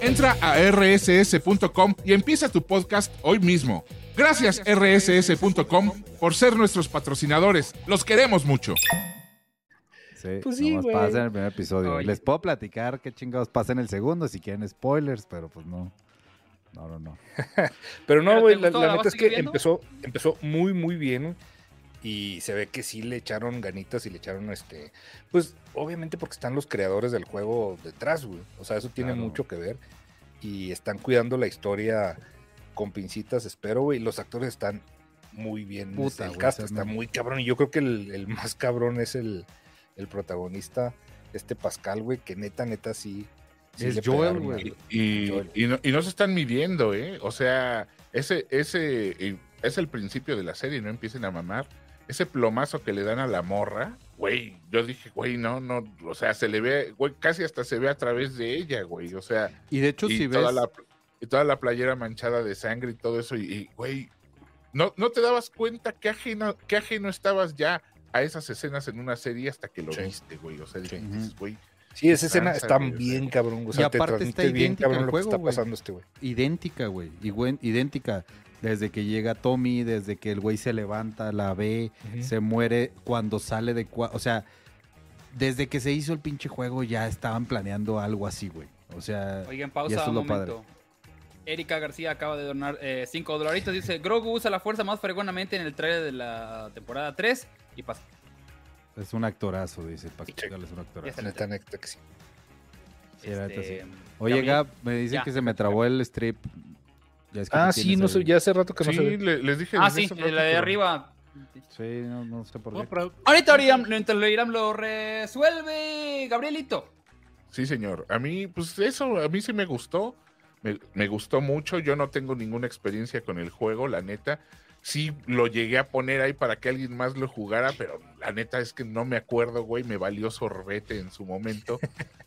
B: Entra a rss.com y empieza tu podcast hoy mismo. Gracias rss.com por ser nuestros patrocinadores. Los queremos mucho.
C: Sí,
E: Pues sí,
C: nomás
E: güey.
C: pasa en el primer episodio.
A: Oye.
C: Les puedo platicar qué chingados pasa en el segundo si quieren spoilers, pero pues no. No, no, no.
E: Pero
A: ¿Pero
E: no,
A: te
E: güey, la,
A: gustó?
E: la
A: ¿La vas a
E: neta es
A: seguir
E: que
A: viendo?
E: empezó, empezó muy, muy bien. Y se ve que sí le echaron ganitas y le echaron este. Pues obviamente porque están los creadores del juego detrás, güey. O sea, eso tiene
C: Claro.
E: mucho que ver. Y están cuidando la historia con pincitas, espero, güey. Los actores están muy bien.
C: Puta,
E: el
C: güey,
E: cast
C: se
E: está
C: me-
E: muy cabrón. Y yo creo que el, el más cabrón es el, el protagonista, este Pascal, güey, que neta, neta sí. sí
C: Es
E: le
C: Joel,
E: pegaron
C: güey.
E: al-
B: Y,
E: Joel.
B: y no, y no se están midiendo, ¿eh? O sea, ese, ese y es el principio de la serie, no empiecen a mamar. Ese plomazo que le dan a la morra, güey, yo dije, güey, no, no, o sea, se le ve, güey, casi hasta se ve a través de ella, güey, o sea,
C: Y de hecho,
B: y,
C: si ves.
B: toda la, y toda la playera manchada de sangre y todo eso, y, y, güey, no, no te dabas cuenta que ajeno, qué ajeno estabas ya a esas escenas en una serie hasta que lo
E: Sí.
B: viste, güey, o sea, dije,
C: Ujú.
B: dices, güey,
E: Sí, esa escena
B: Tranza,
E: está
B: güey, o sea.
E: bien cabrón, o sea, te
C: aparte
E: transmite
C: está
E: bien
C: idéntica
E: cabrón
C: al
E: lo que
C: juego,
E: está
C: güey.
E: pasando este güey.
C: idéntica, güey. Igüen- Idéntica. Desde que llega Tommy, desde que el güey se levanta, la ve, se muere cuando sale de. cua- O sea, desde que se hizo el pinche juego ya estaban planeando algo así, güey. O sea,
A: Oigan,
C: Y
A: pausa
C: eso
A: un
C: es lo
A: momento. Erika García acaba de donar 5 dolaritos. Dice, Grogu usa la fuerza más fregonamente en el trailer de la temporada 3. Y pasa.
C: es un actorazo, dice Paco. Chacala Es un actorazo.
A: Ya se
E: Neta, neta que sí.
C: Sí, la neta, sí.
A: Este,
C: Oye,
A: Gabriel,
C: Gab, me dicen
A: Ya.
C: que se me trabó el strip. Ya es que
E: Ah,
C: tú
E: sí,
C: tienes
E: no
C: el-
E: sé, ya hace rato que no
B: sí,
E: se ve.
B: le- les dije.
A: Ah,
B: desde
A: sí,
B: hace rato,
A: la de
B: pero-
A: arriba.
C: Sí, no, no sé por qué.
D: Bueno, pero
A: Ahorita Oriam, lo, inter- lo Iram lo resuelve, Gabrielito.
B: Sí, señor. A mí, pues eso, a mí sí me gustó. Me, me gustó mucho. Yo no tengo ninguna experiencia con el juego, la neta. Sí lo llegué a poner ahí para que alguien más lo jugara, pero la neta es que no me acuerdo, güey. Me valió sorbete en su momento.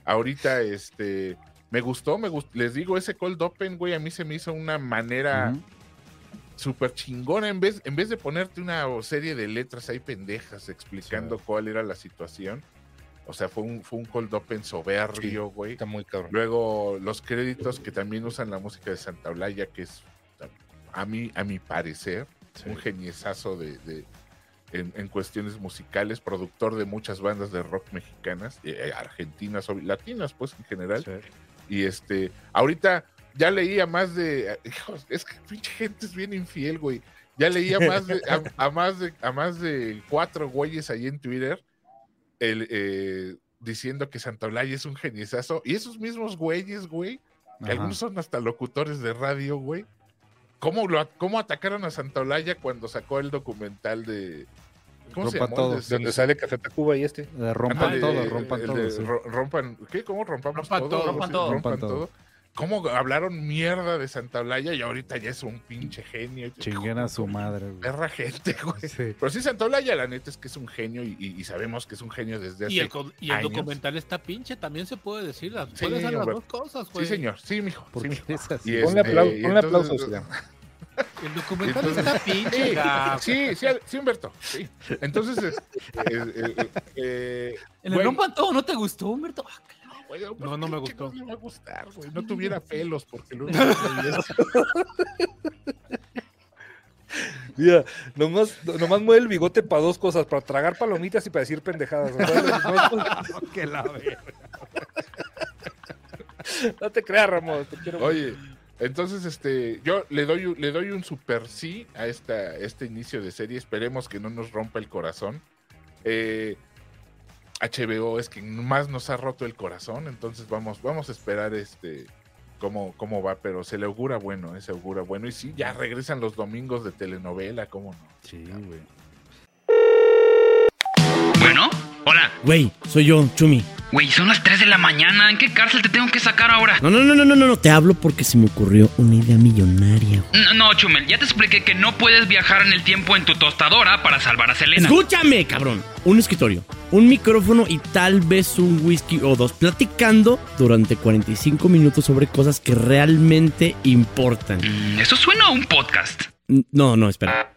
B: Ahorita, este, me gustó, me gustó. Les digo, ese cold open, güey, a mí se me hizo una manera
C: Ujú.
B: súper chingona. En vez, en vez de ponerte una serie de letras ahí pendejas explicando cuál era la situación, o sea, fue un, fue un cold open soberbio, güey.
E: Está muy cabrón.
B: Luego los créditos que también usan la música de Santa Olaya, que es a mí, a mi parecer, un geniezazo de, de- en, en cuestiones musicales, productor de muchas bandas de rock mexicanas, eh, argentinas o latinas, pues en general. Y este, ahorita ya leía más de. eh, hijos, es que pinche gente es bien infiel, güey. Ya leía más de, a, a más de, a más de cuatro güeyes ahí en Twitter el, eh, diciendo que Santaolalla es un geniezazo. Y esos mismos güeyes, güey, que
C: Ajá.
B: algunos son hasta locutores de radio, güey. ¿Cómo, lo, ¿Cómo atacaron a Santaolalla cuando sacó el documental de. ¿Cómo se
C: Rompa
B: llamó?
C: todo.
B: El de-
E: Donde sale Café Tacuba y este.
C: Eh, Rompan
B: Ándale,
C: todo,
B: el-
C: rompan
B: el
C: todo.
B: de
C: sí.
B: ro- Rompan, ¿qué? ¿Cómo rompamos
D: Rompan
B: todo?
D: todo,
B: Algo
A: rompan
B: así,
A: todo.
B: rompan
C: Rompan todo.
B: todo. ¿Cómo hablaron mierda de Santa Olaya y ahorita ya es un pinche genio?
C: Chinguen a su madre, güey.
B: Perra gente, güey.
C: Sí.
B: Pero sí, Santa Olaya, la neta es que es un genio y, y- y sabemos que es un genio desde hace.
D: y el, co- y el
B: años.
D: documental está pinche, también se puede decir. Las,
B: Sí,
D: puede ser las
B: hombre.
D: dos cosas,
B: Sí,
D: güey.
B: señor, sí, mijo.
C: ¿Por
B: sí,
C: qué
B: mijo.
C: es así?
B: Y
E: Ponle
B: este,
E: aplauso,
B: y
E: ponle
B: entonces-
E: aplauso. Zidane.
D: El documental
B: Entonces-
D: está pinche, Gab.
B: Sí, sí, sí, Humberto. Sí. Entonces, es- eh, eh, eh,
A: El de
B: Güey.
A: rompan todo, ¿no te gustó, Humberto? Ah, claro.
B: Güey, ¿por
D: No, no
B: qué
D: me
B: chingos
D: gustó.
B: le va a gustar, güey? No tuviera pelos, porque luego. Pero
E: Mira, nomás, nomás mueve el bigote para dos cosas, para tragar palomitas y para decir pendejadas. o sea, no,
C: Que la ve.
E: no te creas, Ramón, te quiero.
B: Oye, entonces este, yo le doy un- le doy un super sí a esta este inicio de serie. Esperemos que no nos rompa el corazón. Eh, HBO es quien más nos ha roto el corazón, entonces vamos, vamos a esperar este cómo, cómo va, pero se le augura bueno, eh, se augura bueno. Y sí, ya regresan los domingos de telenovela, cómo no.
C: Sí,
B: güey.
K: Bueno, hola.
L: Güey, soy yo, Chumi.
K: Güey, son las 3 de la mañana. ¿En qué cárcel te tengo que sacar ahora?
L: No, no, no, no, no, no, no. Te hablo porque se me ocurrió una idea millonaria.
K: No, no, Chumel, ya te expliqué que no puedes viajar en el tiempo en tu tostadora para salvar a Selena.
L: Escúchame, cabrón. Un escritorio, un micrófono y tal vez un whisky o dos platicando durante 45 minutos sobre cosas que realmente importan.
K: Eso suena a un podcast.
L: No, no, espera.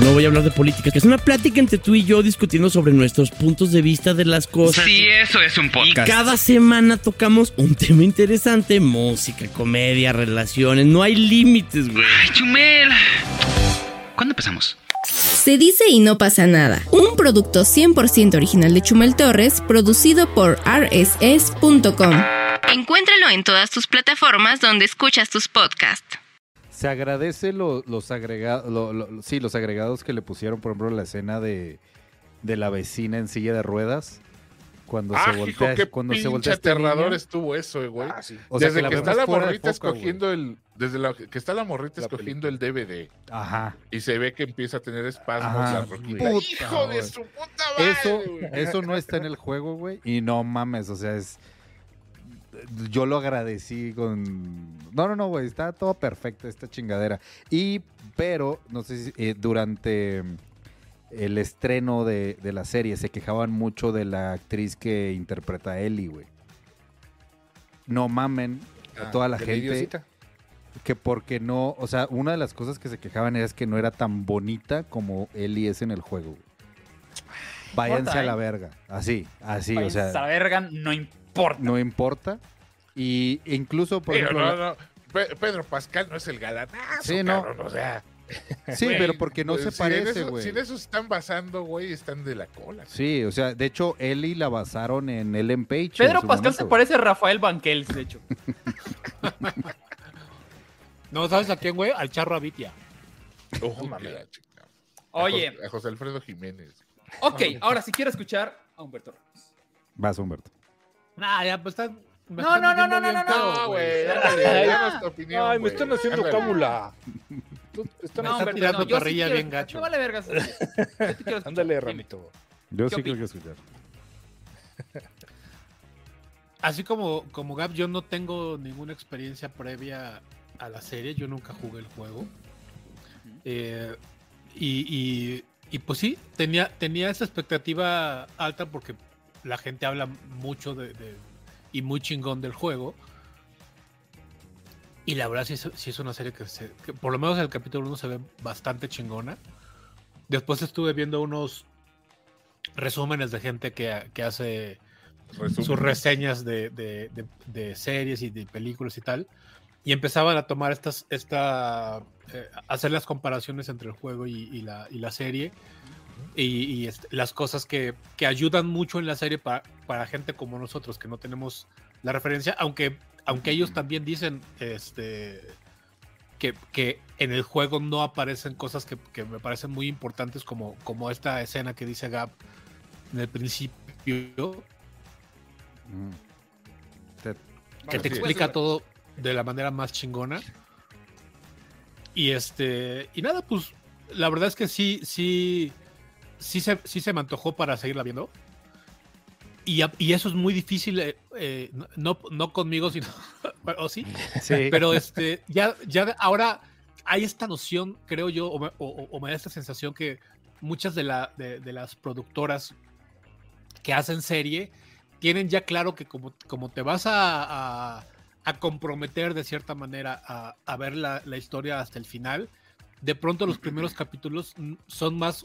L: No voy a hablar de política, que es una plática entre tú y yo discutiendo sobre nuestros puntos de vista de las cosas.
K: Sí, eso es un
L: Y
K: podcast.
L: cada semana tocamos un tema interesante, música, comedia, relaciones, no hay límites, güey.
K: Chumel. ¿Cuándo empezamos?
M: Se dice y no pasa nada. Un producto 100% original de Chumel Torres, producido por rss.com. Encuéntralo en todas tus plataformas donde escuchas tus podcasts.
C: Se agradece lo- los agregados, sí, los agregados que le pusieron, por ejemplo, la escena de, de la vecina en silla de ruedas. Cuando
B: Ah,
C: se
B: hijo,
C: voltea,
B: qué
C: cuando se
B: pinche
C: voltea este
B: aterrador
C: niño. Ah,
B: estuvo eso, eh, güey.
C: O sea,
B: desde
C: que
B: que,
C: la
B: está
C: vemos
B: la
C: fuera de
B: morrita
C: foco, güey.
B: escogiendo el... Desde la, que está la morrita escogiendo el DVD.
C: Ajá.
B: Y se ve que empieza a tener espasmos
C: Ajá,
B: la
C: güey.
B: roquita.
C: Puta,
B: ¡Hijo de
C: güey.
B: su puta
C: Eso,
B: madre, güey!
C: eso no está en el juego, güey. Y no mames, o sea, es. Yo lo agradecí con. No, no, no, güey. Está todo perfecto esta chingadera. Y, pero, no sé si eh, durante el estreno de, de la serie se quejaban mucho de la actriz que interpreta a Ellie, güey. No mamen a
E: Ah,
C: toda la
E: de la
C: gente.
E: idiocita.
C: que porque no, o sea, una de las cosas que se quejaban era es que no era tan bonita como Ellie es en el juego. güey. Váyanse a la
A: ¿eh?
C: verga. Así, así, o sea.
A: Esa verga no importa.
C: No importa. Y e incluso, por
B: Pero
C: ejemplo.
B: no, no, Pe- Pedro Pascal no es el galanazo,
C: Sí, no.
B: cabrón, o sea.
C: Sí,
B: Güey,
C: pero porque no
B: pues,
C: se
B: si en
C: parece,
B: eso-
C: güey.
B: Si en eso se están basando, güey, están de la cola.
C: Sí, o sea, de hecho, Ellie la basaron en Ellen Page.
A: Pedro Pascal se parece a Rafael Banquels, de hecho.
D: No, ¿sabes a quién, güey? Al charro Abitia.
B: Ojo, que la chica. A
A: Oye,
B: Jos- A José Alfredo Jiménez.
A: ok, ahora si quiero escuchar a Humberto.
C: Vas, Humberto.
D: Nah, ya, pues están. me
A: No,
D: están
A: no, no, no,
D: metiendo bien
A: no, no,
D: pedo,
A: no,
B: güey,
A: ándale, danos
B: tu opinión,
N: Ay, me
B: güey.
N: están haciendo
B: Ándale.
N: cámula.
D: Me
N: Están
D: están
N: haciendo-
D: tirando
N: yo sí
D: parrilla
N: quiero-
D: bien gacho.
A: No vale vergas. Yo te quiero escuchar.
N: Ándale, Ramito.
C: Yo
A: sí creo
C: que escuchar.
D: Así como, como Gab, yo no tengo ninguna experiencia previa a la serie, yo nunca jugué el juego. Eh, y, y- y, pues sí, tenía, tenía esa expectativa alta porque la gente habla mucho de, de- y muy chingón del juego. Y la verdad sí es, sí es una serie que, se- que por lo menos en el capítulo 1 se ve bastante chingona. Después estuve viendo unos resúmenes de gente que, que hace
B: Resumen.
D: pues, sus reseñas de, de- de- de series y de películas y tal. Y empezaban a tomar estas, esta, eh, hacer las comparaciones entre el juego y, y la, y la serie. Y, y este, las cosas que, que ayudan mucho en la serie para, para gente como nosotros que no tenemos la referencia, aunque, aunque ellos también dicen este, que, que en el juego no aparecen cosas que, que me parecen muy importantes como, como esta escena que dice Gab en el principio, que te explica todo de la manera más chingona. Y este, y nada, pues la verdad es que sí, sí, sí se, sí se me antojó para seguirla viendo. Y, a- y eso es muy difícil, eh, eh, no- no, no conmigo, sino, o sí,
C: Sí.
D: pero este, ya, ya de- ahora hay esta noción, creo yo, o me, o- o- o me da esta sensación que muchas de, la, de, de las productoras que hacen serie tienen ya claro que como, como te vas a, a- a comprometer de cierta manera a, a ver la, la historia hasta el final, de pronto los primeros capítulos mm, son más,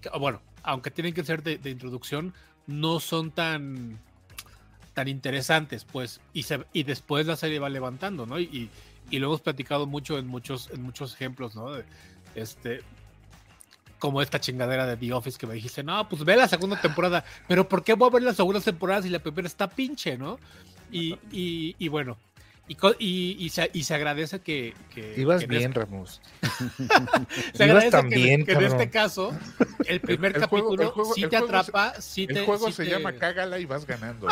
D: que- bueno, aunque tienen que ser de, de introducción, no son tan tan interesantes, pues, y, se- y después la serie va levantando, ¿no? Y, y lo hemos platicado mucho en muchos, en muchos ejemplos, ¿no? De- este, como esta chingadera de The Office que me dijiste, no, pues ve la segunda temporada, pero ¿por qué voy a ver la segunda temporada si la primera está pinche, no? Y, y- y bueno, Y, co- y- y se, y se agradece que. que
E: Ibas
D: que en
E: bien,
D: este-
E: Ramos.
D: se
E: Ibas
D: agradece
E: tan
D: que,
E: bien,
D: que en este
E: cabrón.
D: caso, el primer
B: El
D: capítulo
B: juego- el juego-
D: sí
B: el
D: te
B: juego se-
D: atrapa, sí te.
B: El juego
D: sí
B: se
D: te-
B: llama Cágala y vas ganando.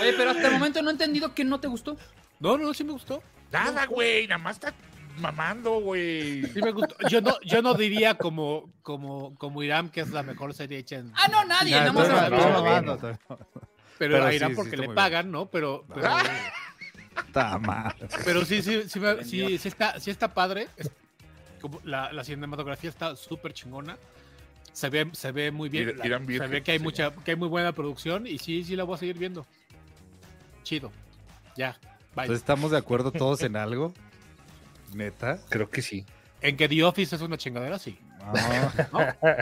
A: Oye, pero hasta el momento no he entendido que no te gustó.
D: No, no, no, sí me gustó.
B: Nada, güey, nada más está mamando, güey.
D: Sí me gustó. Yo no, yo no diría como, como, como Irán, que es la mejor serie hecha en.
A: Ah, no, nadie,
D: nada más
C: estoy-
D: a la
C: estoy
D: persona.
C: mamando, estoy mamando.
D: Pero, a
C: sí,
D: Irán
C: sí,
D: porque
C: está
D: le
C: muy bien.
D: pagan, ¿no? Pero, pero,
B: Ah.
C: Está mal.
D: pero sí, sí, sí, me- sí, sí está, sí está padre. Es- como la, la cinematografía está súper chingona. Se ve, se ve muy bien.
B: Ir-
D: la-
B: Irán
D: se ve
B: virgen,
D: que hay
B: sí.
D: mucha, que hay muy buena producción y sí, sí la voy a seguir viendo. Chido. Ya. Bye.
C: Entonces, ¿estamos de acuerdo todos en algo? ¿Neta?
E: Creo que sí.
D: En que The Office es una chingadera, sí.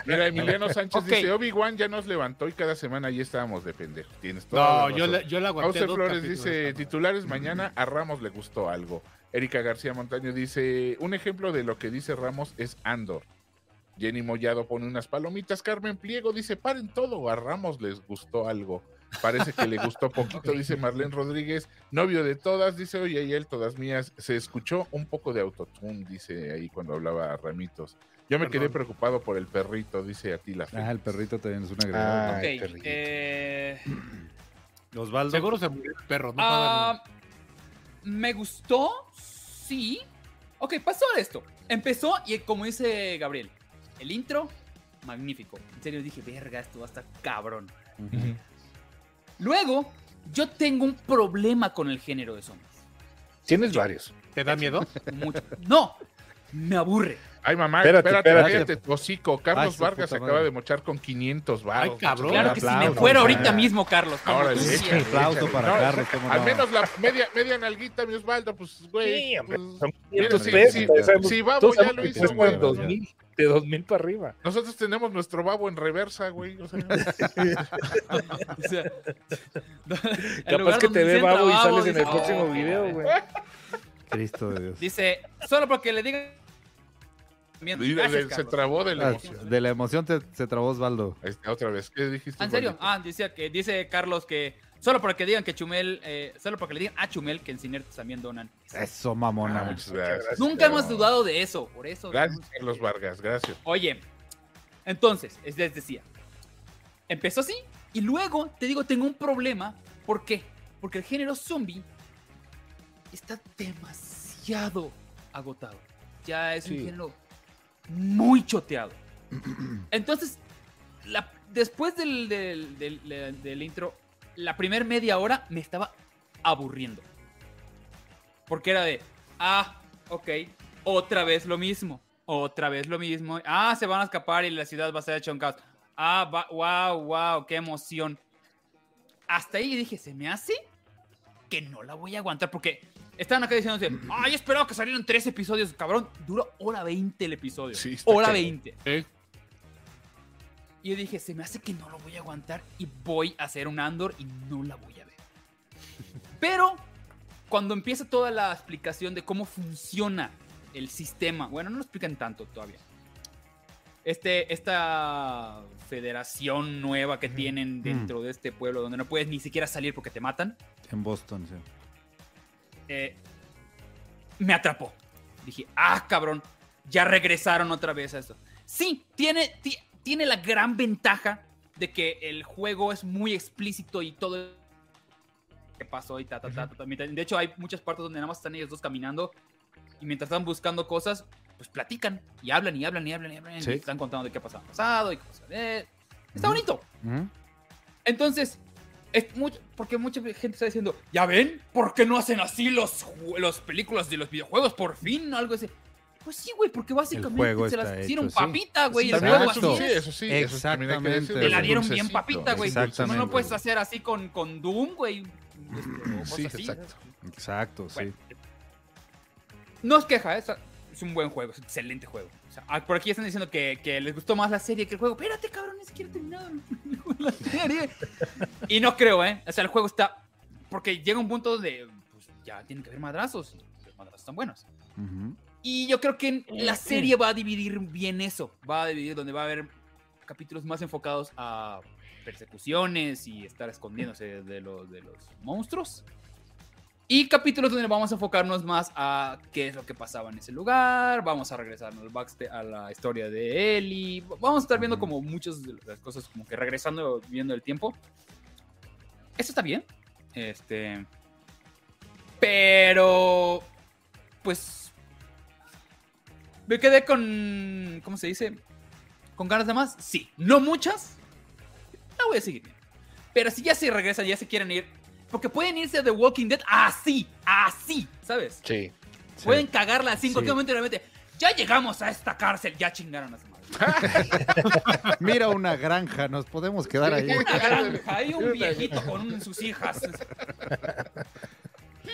B: Mira, Emiliano Sánchez
D: Ok.
B: dice, Obi-Wan ya nos levantó y cada semana ahí estábamos de pendejo. Tienes
D: No,
B: toda la
D: yo
B: razón.
D: le- yo le aguanté
B: Auser
D: dos
B: Flores
D: capítulos
B: dice, titulares mañana, a Ramos le gustó algo. Erika García Montaño dice, un ejemplo de lo que dice Ramos es Andor. Jenny Mollado pone unas palomitas. Carmen Pliego dice, paren todo, a Ramos les gustó algo. Parece que le gustó poquito, dice Marlene Rodríguez. Novio de todas, dice, oye, y él, todas mías. Se escuchó un poco de autotune, dice ahí cuando hablaba Ramitos. Yo me quedé preocupado por el perrito, dice Atila.
C: Ah, el perrito también es una
B: Ah,
C: agregada.
B: Ok,
A: Ok, eh,
C: Osvaldo.
D: Seguro se murió el perro, no
A: ah, me gustó, sí. Ok, pasó esto. Empezó y como dice Gabriel, el intro, magnífico. En serio dije, verga, esto va a estar cabrón. Luego, yo tengo un problema con el género de zombies.
E: Tienes varios.
D: ¿Te da miedo?
A: Mucho. No, me aburre.
B: Ay, mamá,
E: Espérate,
B: espérate,
E: espérate.
B: espérate, tu hocico.
E: Ay,
B: Carlos
E: su
B: Vargas
E: puta
B: se
E: madre.
B: acaba de mochar con 500 varos.
D: Ay,
E: Oh,
D: cabrón.
A: Claro que si me fuera ahorita mismo, Carlos. como
B: Ahora
A: tú
B: le
A: quisieras.
B: No,
C: Carlos,
B: o sea,
C: cómo no.
B: Al menos la media, media nalguita, mi Osvaldo, pues, güey.
E: Sí, hombre,
B: pues,
E: son
B: mira,
E: 500
B: si-
E: pesos,
B: si-
E: ya sabemos,
B: si Babo
E: pues, todos
B: ya
E: sabemos
B: lo
E: que
B: hizo,
E: cuestan
B: güey.
E: 2000, de 2000 para arriba.
B: Nosotros tenemos nuestro babo en reversa, güey. o sea.
A: O sea, el
E: Capaz
A: lugar
E: que te
A: donde
E: dé
A: entra
E: babo y
A: babo,
E: sales en el
A: dices,
E: próximo
A: "Oh,
E: video,
A: madre".
E: güey.
C: Cristo de Dios.
A: Dice, solo porque le digan.
B: Y
A: Gracias,
B: se- se
A: Carlos.
B: trabó de la
C: Ah,
B: emoción.
C: de la emoción te- se trabó Osvaldo.
B: Ahí está, otra vez. ¿Qué dijiste?
A: Ah, ¿En serio?
B: Osvaldo?
A: Ah, dice, que, dice Carlos que solo porque digan que Chumel, eh, solo porque le digan a Chumel que en Ciner también donan.
C: Eso, mamona.
B: Ah, muchas gracias.
A: Nunca hemos dudado de eso, por eso.
B: Gracias, Carlos Vargas, gracias.
A: Oye, entonces, es- les decía, empezó así y luego te digo, tengo un problema. ¿Por qué? Porque el género zombie está demasiado agotado. Ya es un
K: Sí.
A: género muy choteado. Entonces, la- después del, del- del- del- del intro, la primer media hora me estaba aburriendo. Porque era de, ah, ok, otra vez lo mismo, otra vez lo mismo. Ah, se van a escapar y la ciudad va a ser hecha un caos. Ah, wow, wow, qué emoción. Hasta ahí dije, se me hace que no la voy a aguantar porque estaban acá diciéndose, ay, esperaba que salieran tres episodios, cabrón. Duró hora 20 el episodio.
B: Sí, está
A: hora
B: cabrón.
A: 20. Y yo dije, se me hace que no lo voy a aguantar y voy a hacer un Andor y no la voy a ver. Pero cuando empieza toda la explicación de cómo funciona el sistema, bueno, no lo explican tanto todavía. Este, esta federación nueva que tienen dentro de este pueblo donde no puedes ni siquiera salir porque te matan,
C: En Boston, sí.
A: eh, me atrapó. Dije, ah, cabrón, ya regresaron otra vez a eso. Sí, tiene, ti- tiene la gran ventaja de que el juego es muy explícito y todo el- que pasó y ta, ta, ta, ta, ta. Mientras- De hecho, hay muchas partes donde nada más están ellos dos caminando y mientras están buscando cosas, pues platican y hablan y hablan y hablan y hablan
C: Sí.
A: y están contando de qué ha pasado, pasado y cosas. Eh, está bonito. Entonces, es mucho- porque mucha gente está diciendo, ¿ya ven? ¿Por qué no hacen así los, ju- los películas de los videojuegos? Por fin, algo así. Pues sí, güey, porque básicamente
C: juego
A: se las
C: está
A: hicieron
C: hecho, sí.
A: papita, güey.
C: Sí,
A: el juego
C: exacto.
A: así es.
C: Sí, eso sí, eso también hay que decirlo.
A: Te la dieron bien
B: Dulcecito,
A: papita, güey. No
C: exactamente.
A: lo puedes hacer así con, con Doom, güey. este, o cosas
B: Sí,
A: así.
B: exacto.
C: Exacto, sí.
A: No es queja, es, es un buen juego, es un excelente juego. O sea, ah, por aquí están diciendo que, que les gustó más la serie que el juego. Espérate, cabrón, ni siquiera he terminado el- la serie. Y no creo, ¿eh? O sea, el juego está. Porque llega un punto donde pues, ya tienen que haber madrazos. y Los madrazos están buenos. Y yo creo que la serie va a dividir bien eso. Va a dividir donde va a haber capítulos más enfocados a persecuciones y estar escondiéndose de los, de los monstruos. Y capítulos donde vamos a enfocarnos más a qué es lo que pasaba en ese lugar. Vamos a regresarnos al backsta- a la historia de Ellie. Vamos a estar viendo como muchas de las cosas, como que regresando, viendo el tiempo. Eso está bien. Este. Pero. Pues. Me quedé con. ¿Cómo se dice? ¿Con ganas de más? Sí. No muchas. La voy a seguir viendo. Pero si ya se regresan, ya se quieren ir. Porque pueden irse a The Walking Dead así. Así. ¿Sabes?
E: Sí.
A: Pueden cagarla así en
E: Sí.
A: cualquier momento y realmente. Ya llegamos a esta cárcel. Ya chingaron a su madre.
C: Mira una granja, nos podemos quedar ahí.
A: Una granja. Hay un viejito con un- sus hijas.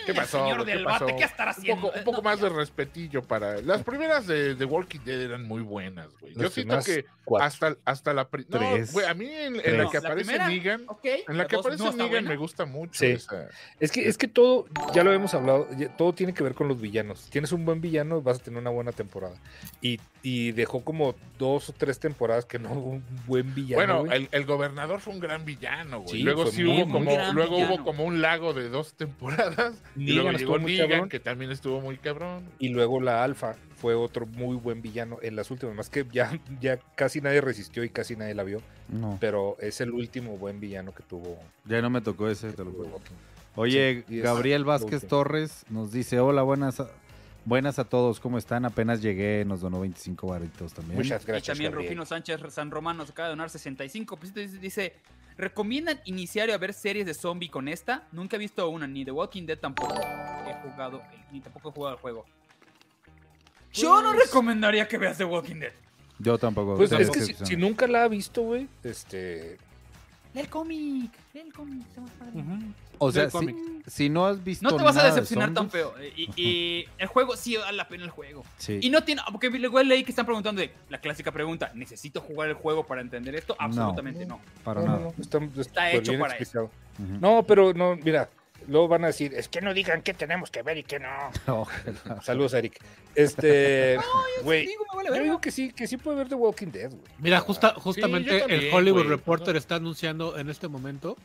B: ¿Qué pasó?
A: señor
B: güey?
A: del
B: pasó?
A: bate, ¿qué estará
B: Un
A: haciendo?
B: poco, un poco más de respetillo para. Las primeras de, de Walking Dead eran muy buenas, güey. Yo
E: Las
B: siento
E: primeras
B: que
E: cuatro.
B: hasta, hasta la. pri- No,
E: Tres.
B: güey, a mí en, en
E: Tres.
B: la que
E: No, la
B: aparece
E: primera,
B: Negan. En la,
E: la
B: que
E: dos
B: aparece
E: no está
B: Negan
E: buena.
B: me gusta mucho.
E: Sí.
B: esa.
E: Es que, es que todo, ya lo hemos hablado, ya- todo tiene que ver con los villanos. Tienes un buen villano, vas a tener una buena temporada. Y, y dejó como dos o tres temporadas que no hubo un buen villano.
B: Bueno,
E: güey.
B: el, el gobernador fue un gran villano, güey.
E: Sí,
B: luego
E: fue
B: sí
E: muy,
B: hubo
E: muy
B: como,
E: gran
B: luego
E: villano.
B: hubo como un lago de dos temporadas. y
E: Negan
B: luego
E: estuvo
B: llegó
E: muy
B: Negan,
E: cabrón.
B: que también estuvo muy cabrón.
E: Y luego la Alfa fue otro muy buen villano en las últimas. Más que ya, ya casi nadie resistió y casi nadie la vio.
C: No.
E: Pero es el último buen villano que tuvo.
C: Ya no me tocó ese, te lo juro. Oye,
E: Sí, y es
C: Gabriel Vázquez
E: lo que-
C: Torres nos dice, hola, buenas a, buenas a todos, ¿cómo están? Apenas llegué, nos donó 25 varitos también.
A: Y también Rufino Sánchez San Román nos acaba de donar 65 pesitos y dice, ¿recomiendan iniciar a ver series de zombie con esta? Nunca he visto una, ni The Walking Dead tampoco he jugado, eh, ni tampoco he jugado al juego. Yo no
D: Pues,
A: recomendaría que veas The Walking Dead.
C: Yo tampoco.
E: Pues
C: tengo
E: es que si,
C: excepción.
E: si nunca la ha visto, güey, este.
A: Lee el cómic, lee el cómic, está más padre.
C: o sea,
A: del
C: si,
A: cómic.
C: si no has visto
A: No te vas a
C: nada de
A: decepcionar tan
C: zombies,
A: feo. eh, Y, y el juego sí vale la pena el juego.
C: Sí.
A: Y no tiene. Porque luego leí que están preguntando de la clásica pregunta: ¿necesito jugar el juego para entender esto? Absolutamente no.
C: Para
E: No,
C: nada.
E: no, no, Está, súper
A: hecho
E: bien
A: para
E: explicado. No, pero no, mira, luego van a decir, es que no digan qué tenemos que ver y qué no. Saludos, Eric. Este, güey, yo digo que sí, que sí puede ver The Walking Dead, güey.
D: Mira, justa,
E: Sí,
D: justamente
E: yo también,
D: el Hollywood
E: güey.
D: Reporter está anunciando en este momento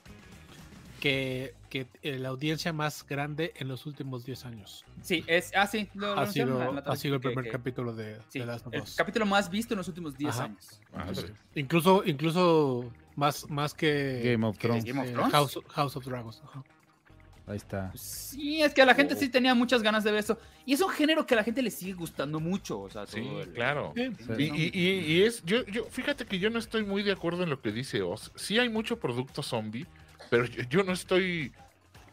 D: que, que, eh, la audiencia más grande en los últimos 10 años.
A: Sí, es. Ah, sí. lo- lo
D: Ha
A: anunciaron en la- en
D: sido,
A: la
D: ha sido el
A: que-
D: primer
A: que-
D: capítulo de,
A: sí,
D: de Last of
A: el
D: Us.
A: capítulo más visto en los últimos 10
D: Ajá.
A: años.
E: Ah,
D: Entonces, Incluso, incluso más, más que
C: Game of
D: que,
C: Thrones.
D: eh,
C: Game of Thrones.
D: House, House of Dragons. ajá.
C: Ahí está.
A: Pues Sí, es que a la
B: Oh.
A: gente sí tenía muchas ganas de ver eso. Y es un género que a la gente le sigue gustando mucho. O sea,
B: Sí,
A: todo el-
B: claro.
A: Sí.
B: Y, y- y- y es, yo, yo, fíjate que yo no estoy muy de acuerdo en lo que dice Oz. Sí hay mucho producto zombie, pero yo, yo no estoy,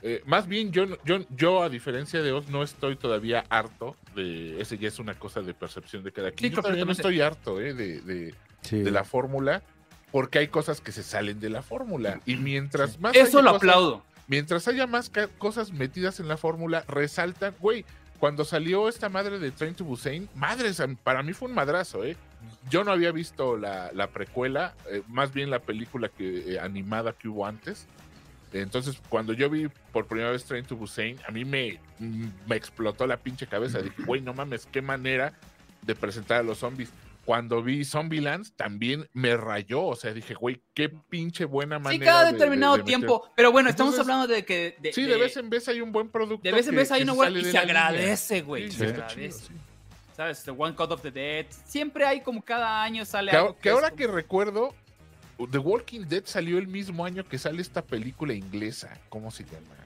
B: eh, más bien yo, no- yo, yo a diferencia de Oz no estoy todavía harto de, ese ya es una cosa de percepción de cada quien. yo todavía no estoy harto eh, de, de- de la fórmula, porque hay cosas que se salen de la fórmula. Y mientras más...
A: Eso
B: haya
A: lo
B: cosas-
A: aplaudo.
B: Mientras haya más ca- cosas metidas en la fórmula, resaltan, güey, cuando salió esta madre de Train to Busan, madres, am- para mí fue un madrazo, ¿eh? Yo no había visto la, la precuela, eh, más bien la película que, eh, animada que hubo antes. Entonces, cuando yo vi por primera vez Train to Busan, a mí me, mm, me explotó la pinche cabeza. Dije, güey, no mames, qué manera de presentar a los zombies. Cuando vi Zombieland, también me rayó. O sea, dije, güey, qué pinche buena
A: Sí,
B: manera.
A: cada
B: de- de-
A: determinado
B: de meter".
A: tiempo. Pero bueno, estamos
B: Entonces,
A: hablando de que. De,
B: sí, de vez en vez hay un buen producto.
A: De vez en
B: que-
A: vez hay
B: que
A: una
B: se
A: buena.
B: sale
A: Y
B: de
A: se
B: la línea.
A: agradece, güey.
B: Sí,
A: se
B: está
A: agradece.
B: chido, sí.
A: ¿Sabes? The One Cut of the Dead. Siempre hay como cada año sale
B: Que,
A: algo.
B: que
A: es
B: ahora
A: como-
B: que recuerdo, The Walking Dead salió el mismo año que sale esta película inglesa. ¿Cómo se llama?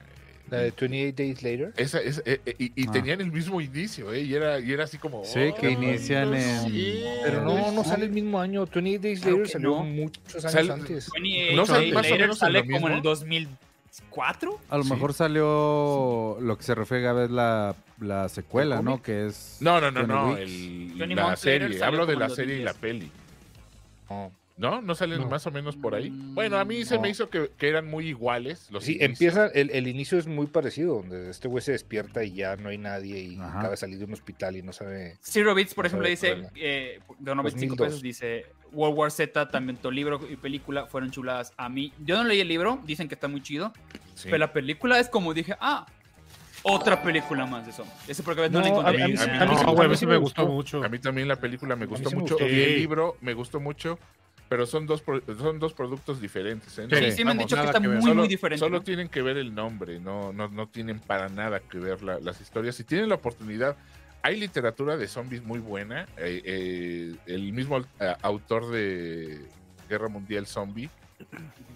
E: La de 28 Days Later.
B: Esa, esa- eh, eh, y y
E: Ah.
B: tenían el mismo inicio, ¿eh? Y era, y era así como. "Oh,
C: Sí, que inician en-
E: Pero no, no sale el mismo año. 28 Days
A: Claro
E: Later
A: que
E: salió
A: no.
E: muchos años
B: Sale-
E: antes.
A: 28
B: No sale
A: Days
B: más o
A: Later
B: menos en
A: sale
B: lo
A: como en el
B: mismo.
A: 2004.
C: A lo mejor salió lo que se refiere a ver la, la secuela, ¿no? Que es...
B: No, no, no,
C: Johnny
B: no.
C: Wick.
B: el-
A: Johnny
B: la
A: Monk Slater
B: serie.
A: salió
B: Hablo
A: como
B: de
A: en
B: la
A: los
B: serie y la
A: 2010.
B: peli. ¿No? ¿No salen más o menos por ahí?
A: Mm,
B: Bueno, a mí se
E: no.
B: me hizo que, que eran muy iguales. Los
E: Sí,
B: inicios.
E: empieza, el, el inicio es muy parecido, donde este güey se despierta y ya no hay nadie y acaba de salir de un hospital y no sabe.
A: Zero Beats, por
E: no
A: ejemplo,
E: sabe
A: dice.
E: nada.
A: Eh, donó 25
E: 2002.
A: pesos. Dice. World War Z, también tu libro y película fueron chuladas a mí. Yo no leí el libro, dicen que está muy chido.
B: Sí.
A: Pero la película es como dije, ah, otra película más de eso. Ese porque no,
E: No,
A: le
E: a
A: encontré. Ah,
E: mí- a mí-
B: A mí,
E: No,
B: sí-
E: güey,
B: a mí
E: sí
B: sí
E: me gustó
B: mucho. A mí también la película me gustó
E: sí me
B: mucho.
E: gustó.
B: Y el
E: Sí.
B: libro me gustó mucho. Pero son dos, pro- son dos productos diferentes. ¿eh?
A: Sí,
B: No,
A: sí me han dicho que
B: nada
A: están
B: ver.
A: muy,
B: Solo-
A: muy diferentes,
B: Solo
A: ¿no?
B: tienen que ver el nombre, no, no, no tienen para nada que ver la- las historias. Si tienen la oportunidad, hay literatura de zombies muy buena. eh, eh, el mismo eh, autor de Guerra Mundial Zombie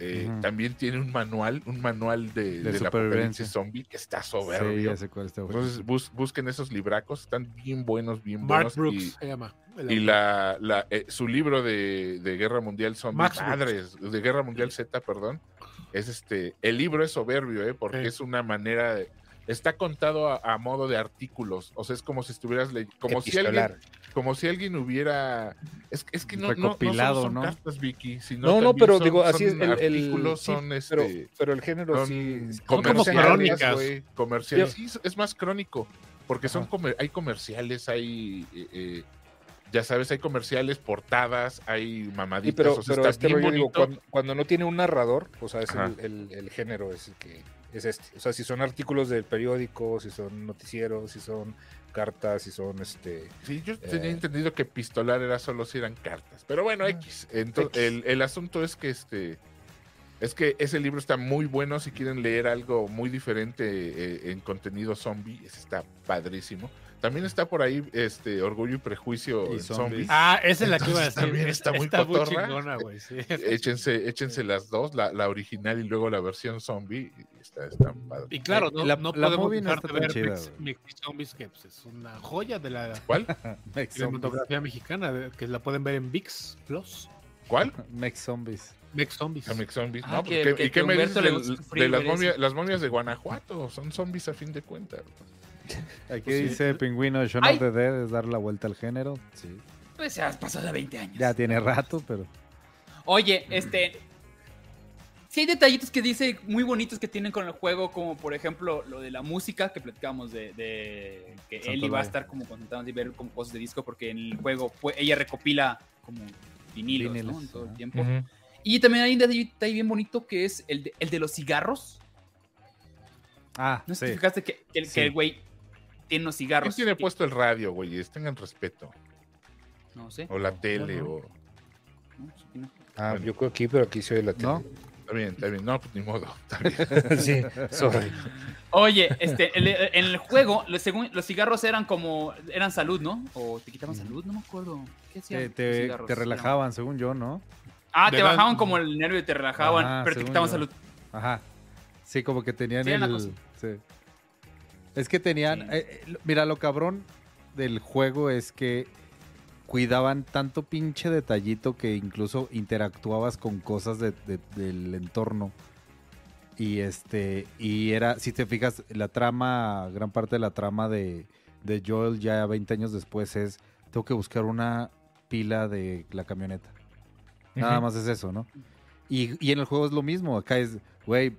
B: eh,
C: Ujú.
B: también tiene un manual, un manual de,
C: De
B: del
C: supervivencia.
B: apocalipsis zombie que está
C: Sí,
B: soberbio.
C: ya sé cuál está bueno.
B: Entonces bus- busquen esos libracos, están bien buenos, bien
D: Mark
B: buenos.
D: Brooks
B: y-
D: se llama. el
B: y
D: autor.
B: la, la- eh, su libro de, de Guerra Mundial Zombie,
D: Max Brooks.
B: madres, de Guerra Mundial Z, perdón, es este, el libro es soberbio, ¿eh? porque es una manera de- está contado a, a modo de artículos, o sea, es como si estuvieras leyendo, como si alguien,
E: Epistolar.
B: como si alguien hubiera, es, es que no, no- no solo
E: Recopilado,
B: son
E: ¿no?
B: cartas, Vicky, sino
E: No, no,
B: también
E: pero
B: son-
E: digo, así
B: son
E: es el, el-
B: artículos,
E: sí,
B: son
E: pero,
B: este,
E: pero el género
B: son
E: sí
B: comerciales,
E: crónicas.
B: güey, comerciales. Sí, es- es más crónico, porque son comer- hay comerciales, hay, eh, eh, ya sabes, hay comerciales, portadas, hay
E: Sí,
B: mamaditas,
E: pero,
B: o sea,
E: pero
B: está
E: este
B: bien
E: rollo, digo,
B: bonito.
E: cuando, cuando no tiene un narrador, o sea, es
B: Ajá.
E: el, el- el género es el que es este. O sea, si son artículos del periódico, si son noticieros, si son cartas, si son este.
B: Sí, yo
E: eh, Ah,
B: tenía entendido que pistolar era solo si eran cartas, pero bueno, X. Ento- El, el asunto es que este... Es que ese libro está muy bueno si quieren leer algo muy diferente eh, en contenido zombie, ese está padrísimo. También está por ahí este Orgullo y Prejuicio
D: Y
B: en
D: zombies.
B: zombies.
D: Ah, esa es la que iba a
B: Entonces,
D: decir.
B: También está, muy
D: Está muy
B: cotorra.
D: chingona, güey, sí.
B: Échense, échense las dos, la, la original y luego la versión zombie. y Está, está padre.
D: Y claro, no,
C: Eh, La-
D: no
C: la
D: podemos
C: movie no
D: dejar
C: está
D: de
C: tan
D: ver
C: chida,
D: Mix- Mix Zombies, que pues, es una joya de la
B: ¿Cuál?
C: Mex Zombies.
D: cinematografía mexicana, de- que la pueden ver en VIX Plus.
B: ¿Cuál?
C: Mex Zombies.
D: Mex Zombies.
B: Mex Zombies.
D: Ah,
B: no, pues,
D: que-
B: ¿qué-
D: que-
B: ¿Y
D: que
B: qué me dices
D: Humberto
B: de,
D: le gusta
B: de
D: sufrir,
B: las,
D: güey,
B: momias,
D: dice.
B: las momias de Guanajuato? Son zombies a fin de cuentas.
C: Aquí
B: Pues sí.
C: dice Pingüino, Shaun
A: Ay.
C: of the Dead es dar la vuelta al género. Sí.
A: Pues ya has pasado de 20 años.
C: Ya tiene rato, pero...
A: Oye, este. Sí hay detallitos que dice muy bonitos que tienen con el juego, como por ejemplo lo de la música que platicamos de, de que
C: Santolaya.
A: Ellie va a estar como concentrada y ver como cosas de disco, porque en el juego pues, ella recopila como vinilos, ¿no?
C: Vinilos,
A: En todo el
C: ajá.
A: tiempo. Y también hay un detalle bien bonito que es el de, el de los cigarros.
C: Ah,
A: ¿No
C: sí.
A: te fijaste que, que el- que
C: Sí.
A: el güey tiene unos
B: ¿Quién
A: cigarros?
B: tiene puesto el radio, güeyes? Tengan respeto.
A: No sé.
B: O la tele,
A: no.
B: o...
A: No, sí, no.
E: Ah, yo creo aquí, pero aquí soy la tele.
C: ¿No?
B: Está bien, está bien. No, pues ni modo. Está bien.
E: sí, sorry.
A: Oye, este, el- en el juego, los, según- los cigarros eran como, eran salud, ¿no? O te quitaban salud, no me acuerdo. ¿Qué hacían?
C: Eh, Te,
A: los
C: te-
A: cigarros?
C: te relajaban, según yo, ¿no?
A: Ah, te
C: Te dan-
A: bajaban como el nervio y te relajaban,
C: Ajá,
A: pero te
C: según
A: quitaban
C: yo.
A: salud.
C: Ajá. Sí, como que tenían
A: Sí, era una
C: el-
A: cosa.
C: sí. Es que tenían... eh, eh, lo- mira, lo cabrón del juego es que cuidaban tanto pinche detallito que incluso interactuabas con cosas de- de- del entorno. Y este, y era, si te fijas, la trama, gran parte de la trama de, de Joel ya 20 años después es, tengo que buscar una pila de la camioneta. Nada
E: Ujú.
C: más es eso, ¿no? Y, y en el juego es lo mismo, acá es, güey,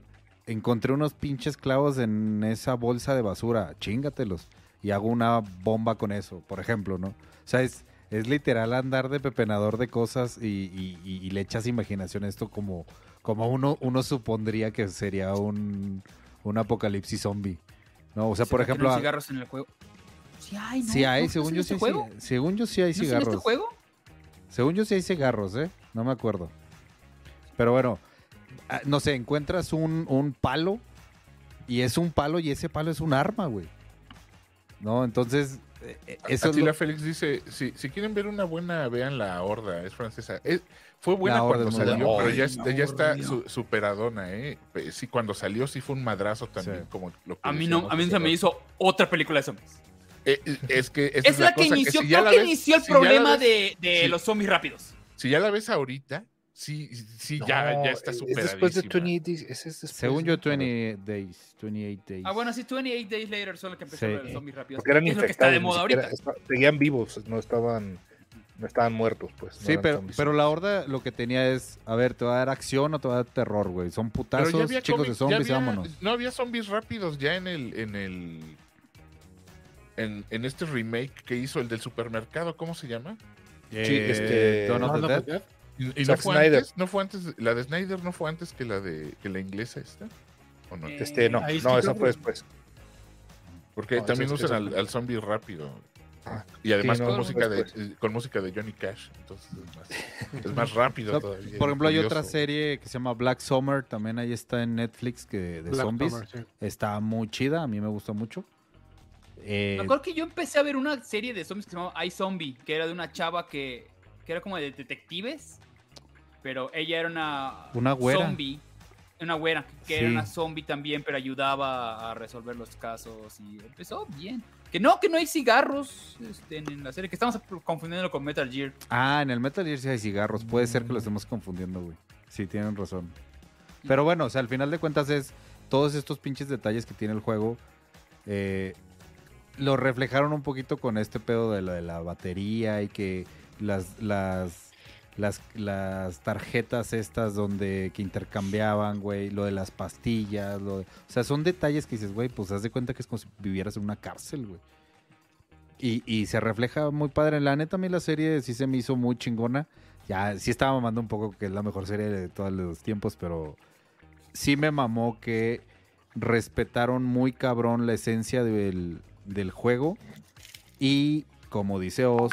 C: encontré unos pinches clavos en esa bolsa de basura, chingatelos. Y hago una bomba con eso, por ejemplo, ¿no? O sea, es, es literal andar de pepenador de cosas y, y- y- y le echas imaginación a esto como, como uno, uno supondría que sería un, un apocalipsis zombie. ¿No? O sea,
A: Se
C: por
A: metieron
C: ejemplo, a-
A: cigarros en el juego. Sí hay, ¿no?
C: sí hay,
A: ¿No es
C: según
A: en
C: yo
A: este
C: sí,
A: juego?
C: sí- según yo sí hay
A: ¿No es en
C: cigarros.
A: este juego?
C: Según yo sí hay cigarros, ¿eh? No me acuerdo. Pero bueno, ah, no sé, encuentras un, un palo y es un palo y ese palo es un arma, güey. ¿No? Entonces, eh, eh, eso es
B: Atila
C: lo-
B: Félix dice, si, si quieren ver una buena, vean La Horda, es francesa. Es- fue
C: La
B: buena
C: Horda
B: cuando
C: es muy buena.
B: salió, pero
C: Ay,
B: ya,
C: La
B: está- ya está
C: Horda.
B: su- superadona, ¿eh? Pe- Sí, cuando salió sí fue un madrazo también, como lo que
A: A mí no,
B: decíamos
A: a mí
B: hace
A: se me
B: rato.
A: hizo otra película de zombies.
B: Eh, eh, es que esa
A: es la, que
B: cosa,
A: inició,
B: si ya
A: creo
B: la
A: que
B: ves-
A: inició el
B: si ya la
A: problema
B: ves-
A: de, de
B: sí.
A: los zombies rápidos.
B: Si ya la ves ahorita, sí, sí, ya,
E: No,
B: ya está
E: es después de
B: superadísima.
E: 28 Days, ese es después
C: Según
E: de-
C: yo, 20 days, 28 days.
A: Ah, bueno, sí, 28 Days Later son los que
C: Sí.
A: empezaron los zombies rápidos.
E: Porque eran
A: es lo que está de
E: infectados, ni
A: moda
E: siquiera
A: ahorita.
E: esta- seguían vivos, no estaban, no estaban muertos, pues. no
C: Sí,
E: eran
C: pero,
E: zombies.
C: pero la horda lo que tenía es, a ver, te va a dar acción o te va a dar terror, güey. Son
B: Pero ya
C: putazos,
B: había
C: chicos de
B: cómic- ya
C: zombies,
B: había-
C: vámonos.
B: No había zombies rápidos ya en el en el en, en este remake que hizo el del supermercado, ¿cómo se llama?
E: Sí, este,
C: Dawn of the
D: pues,
C: Dead.
B: ¿Y, y no
E: Zack
B: fue
E: Snyder.
B: antes? ¿No fue antes? ¿La de Snyder no fue antes que la de que la inglesa esta? ¿O no?
A: Eh,
E: Este, no,
D: Ahí sí
E: no,
D: creo
E: esa
D: que-
E: fue después.
B: Porque
E: No, Ah,
B: también
E: esa-
B: usan
E: esa-
B: al, al zombie rápido. Y además
E: Sí, no,
B: con,
E: no,
B: música de,
E: después.
B: con música de Johnny Cash. Entonces es más, es más rápido
C: No,
B: todavía.
C: Por ejemplo, hay otra
B: curioso.
C: serie que se llama Black Summer, también ahí está en Netflix que de
B: Black
C: zombies.
B: Summer, sí.
C: Está muy chida, a mí me gusta mucho. Eh,
A: Me acuerdo que yo empecé a ver una serie de zombies que se llamaba I Zombie, que era de una chava que, que era como de detectives, pero ella era una,
C: Una güera.
A: zombie, una güera, que era
C: Sí.
A: una zombie también, pero ayudaba a resolver los casos y empezó bien. Que no, que no hay cigarros este, en, en la serie, que estamos confundiéndolo con Metal Gear.
C: Ah, en el Metal Gear sí hay cigarros. Puede ser que lo estemos confundiendo, güey. Sí, tienen razón. Pero bueno, o sea, al final de cuentas es todos estos pinches detalles que tiene el juego. eh, lo reflejaron un poquito con este pedo de la, de la batería y que las, las, las, las tarjetas estas donde que intercambiaban, güey, lo de las pastillas, lo de- o sea, son detalles que dices, güey, pues haz de cuenta que es como si vivieras en una cárcel, güey. Y, y se refleja muy padre. La neta, a mí la serie sí se me hizo muy chingona. Ya, sí estaba mamando un poco que es la mejor serie de todos los tiempos, pero sí me mamó que respetaron muy cabrón la esencia del, del juego. Y como dice Oz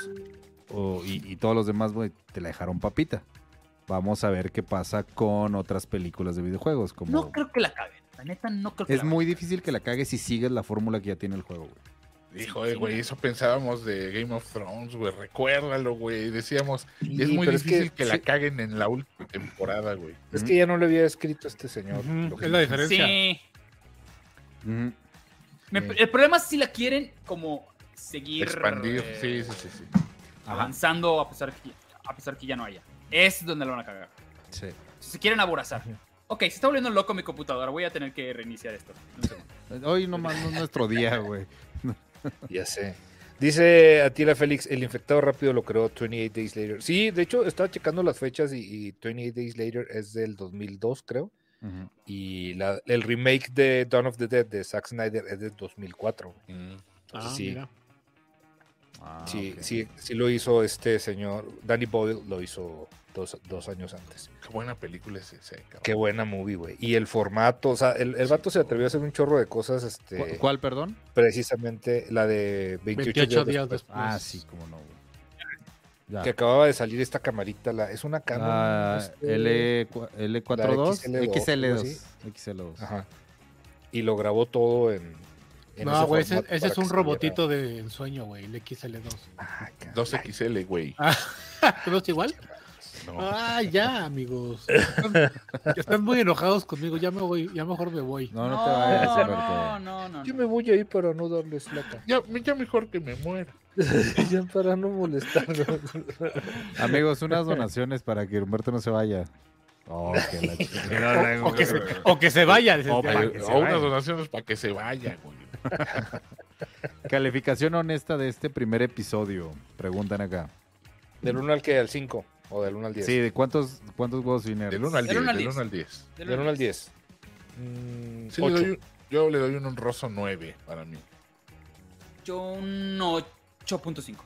C: o- y, y todos los demás, güey, te la dejaron papita. Vamos a ver qué pasa con otras películas de videojuegos. Como
A: No creo que la caguen, la neta no creo que
C: es
A: la
C: muy difícil que la cagues si sigues la fórmula que ya tiene el juego, güey.
B: Hijo de güey, eso pensábamos de Game of Thrones, güey. Recuérdalo, güey. Decíamos, es
E: Sí,
B: muy
E: pero es que-
B: difícil que, la
E: sí.
B: caguen en la última temporada, güey.
E: Es que ya no lo había escrito este señor. lo que-
A: Sí.
C: Ujú.
A: Me- el problema es si la quieren como seguir
B: Expandir,
A: eh,
B: sí, sí, sí, sí.
A: avanzando a pesar, que, a pesar que ya no haya. Es donde lo van a cagar.
C: Sí.
A: Si se quieren aborazar. Ok, se está volviendo loco mi computadora. Voy a tener que reiniciar esto. Un segundo.
C: Hoy nomás no es nuestro día, güey.
E: Ya sé. Dice Atila Félix, el infectado rápido lo creó 28 Days Later. Sí, de hecho, estaba checando las fechas y, y 28 Days Later es del 2002, creo.
C: Ujú.
E: Y la- el remake de Dawn of the Dead de Zack Snyder es del 2004. Entonces,
D: Ah,
E: sí,
D: mira.
C: Ah,
E: sí, sí, sí lo hizo este señor. Danny Boyle lo hizo dos, dos años antes.
B: Qué buena película es esa, cabrón.
E: Qué buena movie, güey. Y el formato, o sea, el, el vato se atrevió a hacer un chorro de cosas. Este,
C: ¿Cu- ¿Cuál, perdón?
E: Precisamente la de 28, días después.
C: Ah, sí, como no, güey. Ya.
E: Que acababa de salir esta camarita, la, es una este,
C: La
E: cámara.
C: Ah, L, E. L42, XL2. XL2.
E: Ajá. Y lo grabó todo en. en
D: No, güey, ese,
E: formato
D: ese
E: para
D: es un
E: que saliera.
D: robotito de ensueño, güey, el XL2.
B: 2XL, güey.
D: ¿Tú no es igual?
B: No.
D: Ah, ya, amigos. Están, están muy enojados conmigo, ya me voy, ya mejor me voy.
C: No, no te No, vayas, no, Alberto.
A: no, no.
E: Yo me voy a ir para no darles lata.
B: Ya, ya mejor que me muera.
E: ya para no molestarlos.
C: Amigos, unas donaciones para que Humberto no se vaya. Oh, que la chingada,
D: O- o que se-
C: güey.
D: o que se vaya, dices,
C: O
D: ya.
C: pa-
D: Para que
B: Eh,
D: se
B: o
D: vaya.
B: unas donaciones para que se vaya, güey.
C: Calificación honesta de este primer episodio. Preguntan acá.
E: Del 1 al que al 5 o del 1 al 10.
C: Sí, ¿de cuántos, cuántos huevos vinieron?
B: Del 1 al 10. Del 1 al 10.
E: Del uno al 10.
B: Sí, le
E: ocho.
B: doy un- yo le doy un honroso 9 para mí.
A: Yo un 8.5.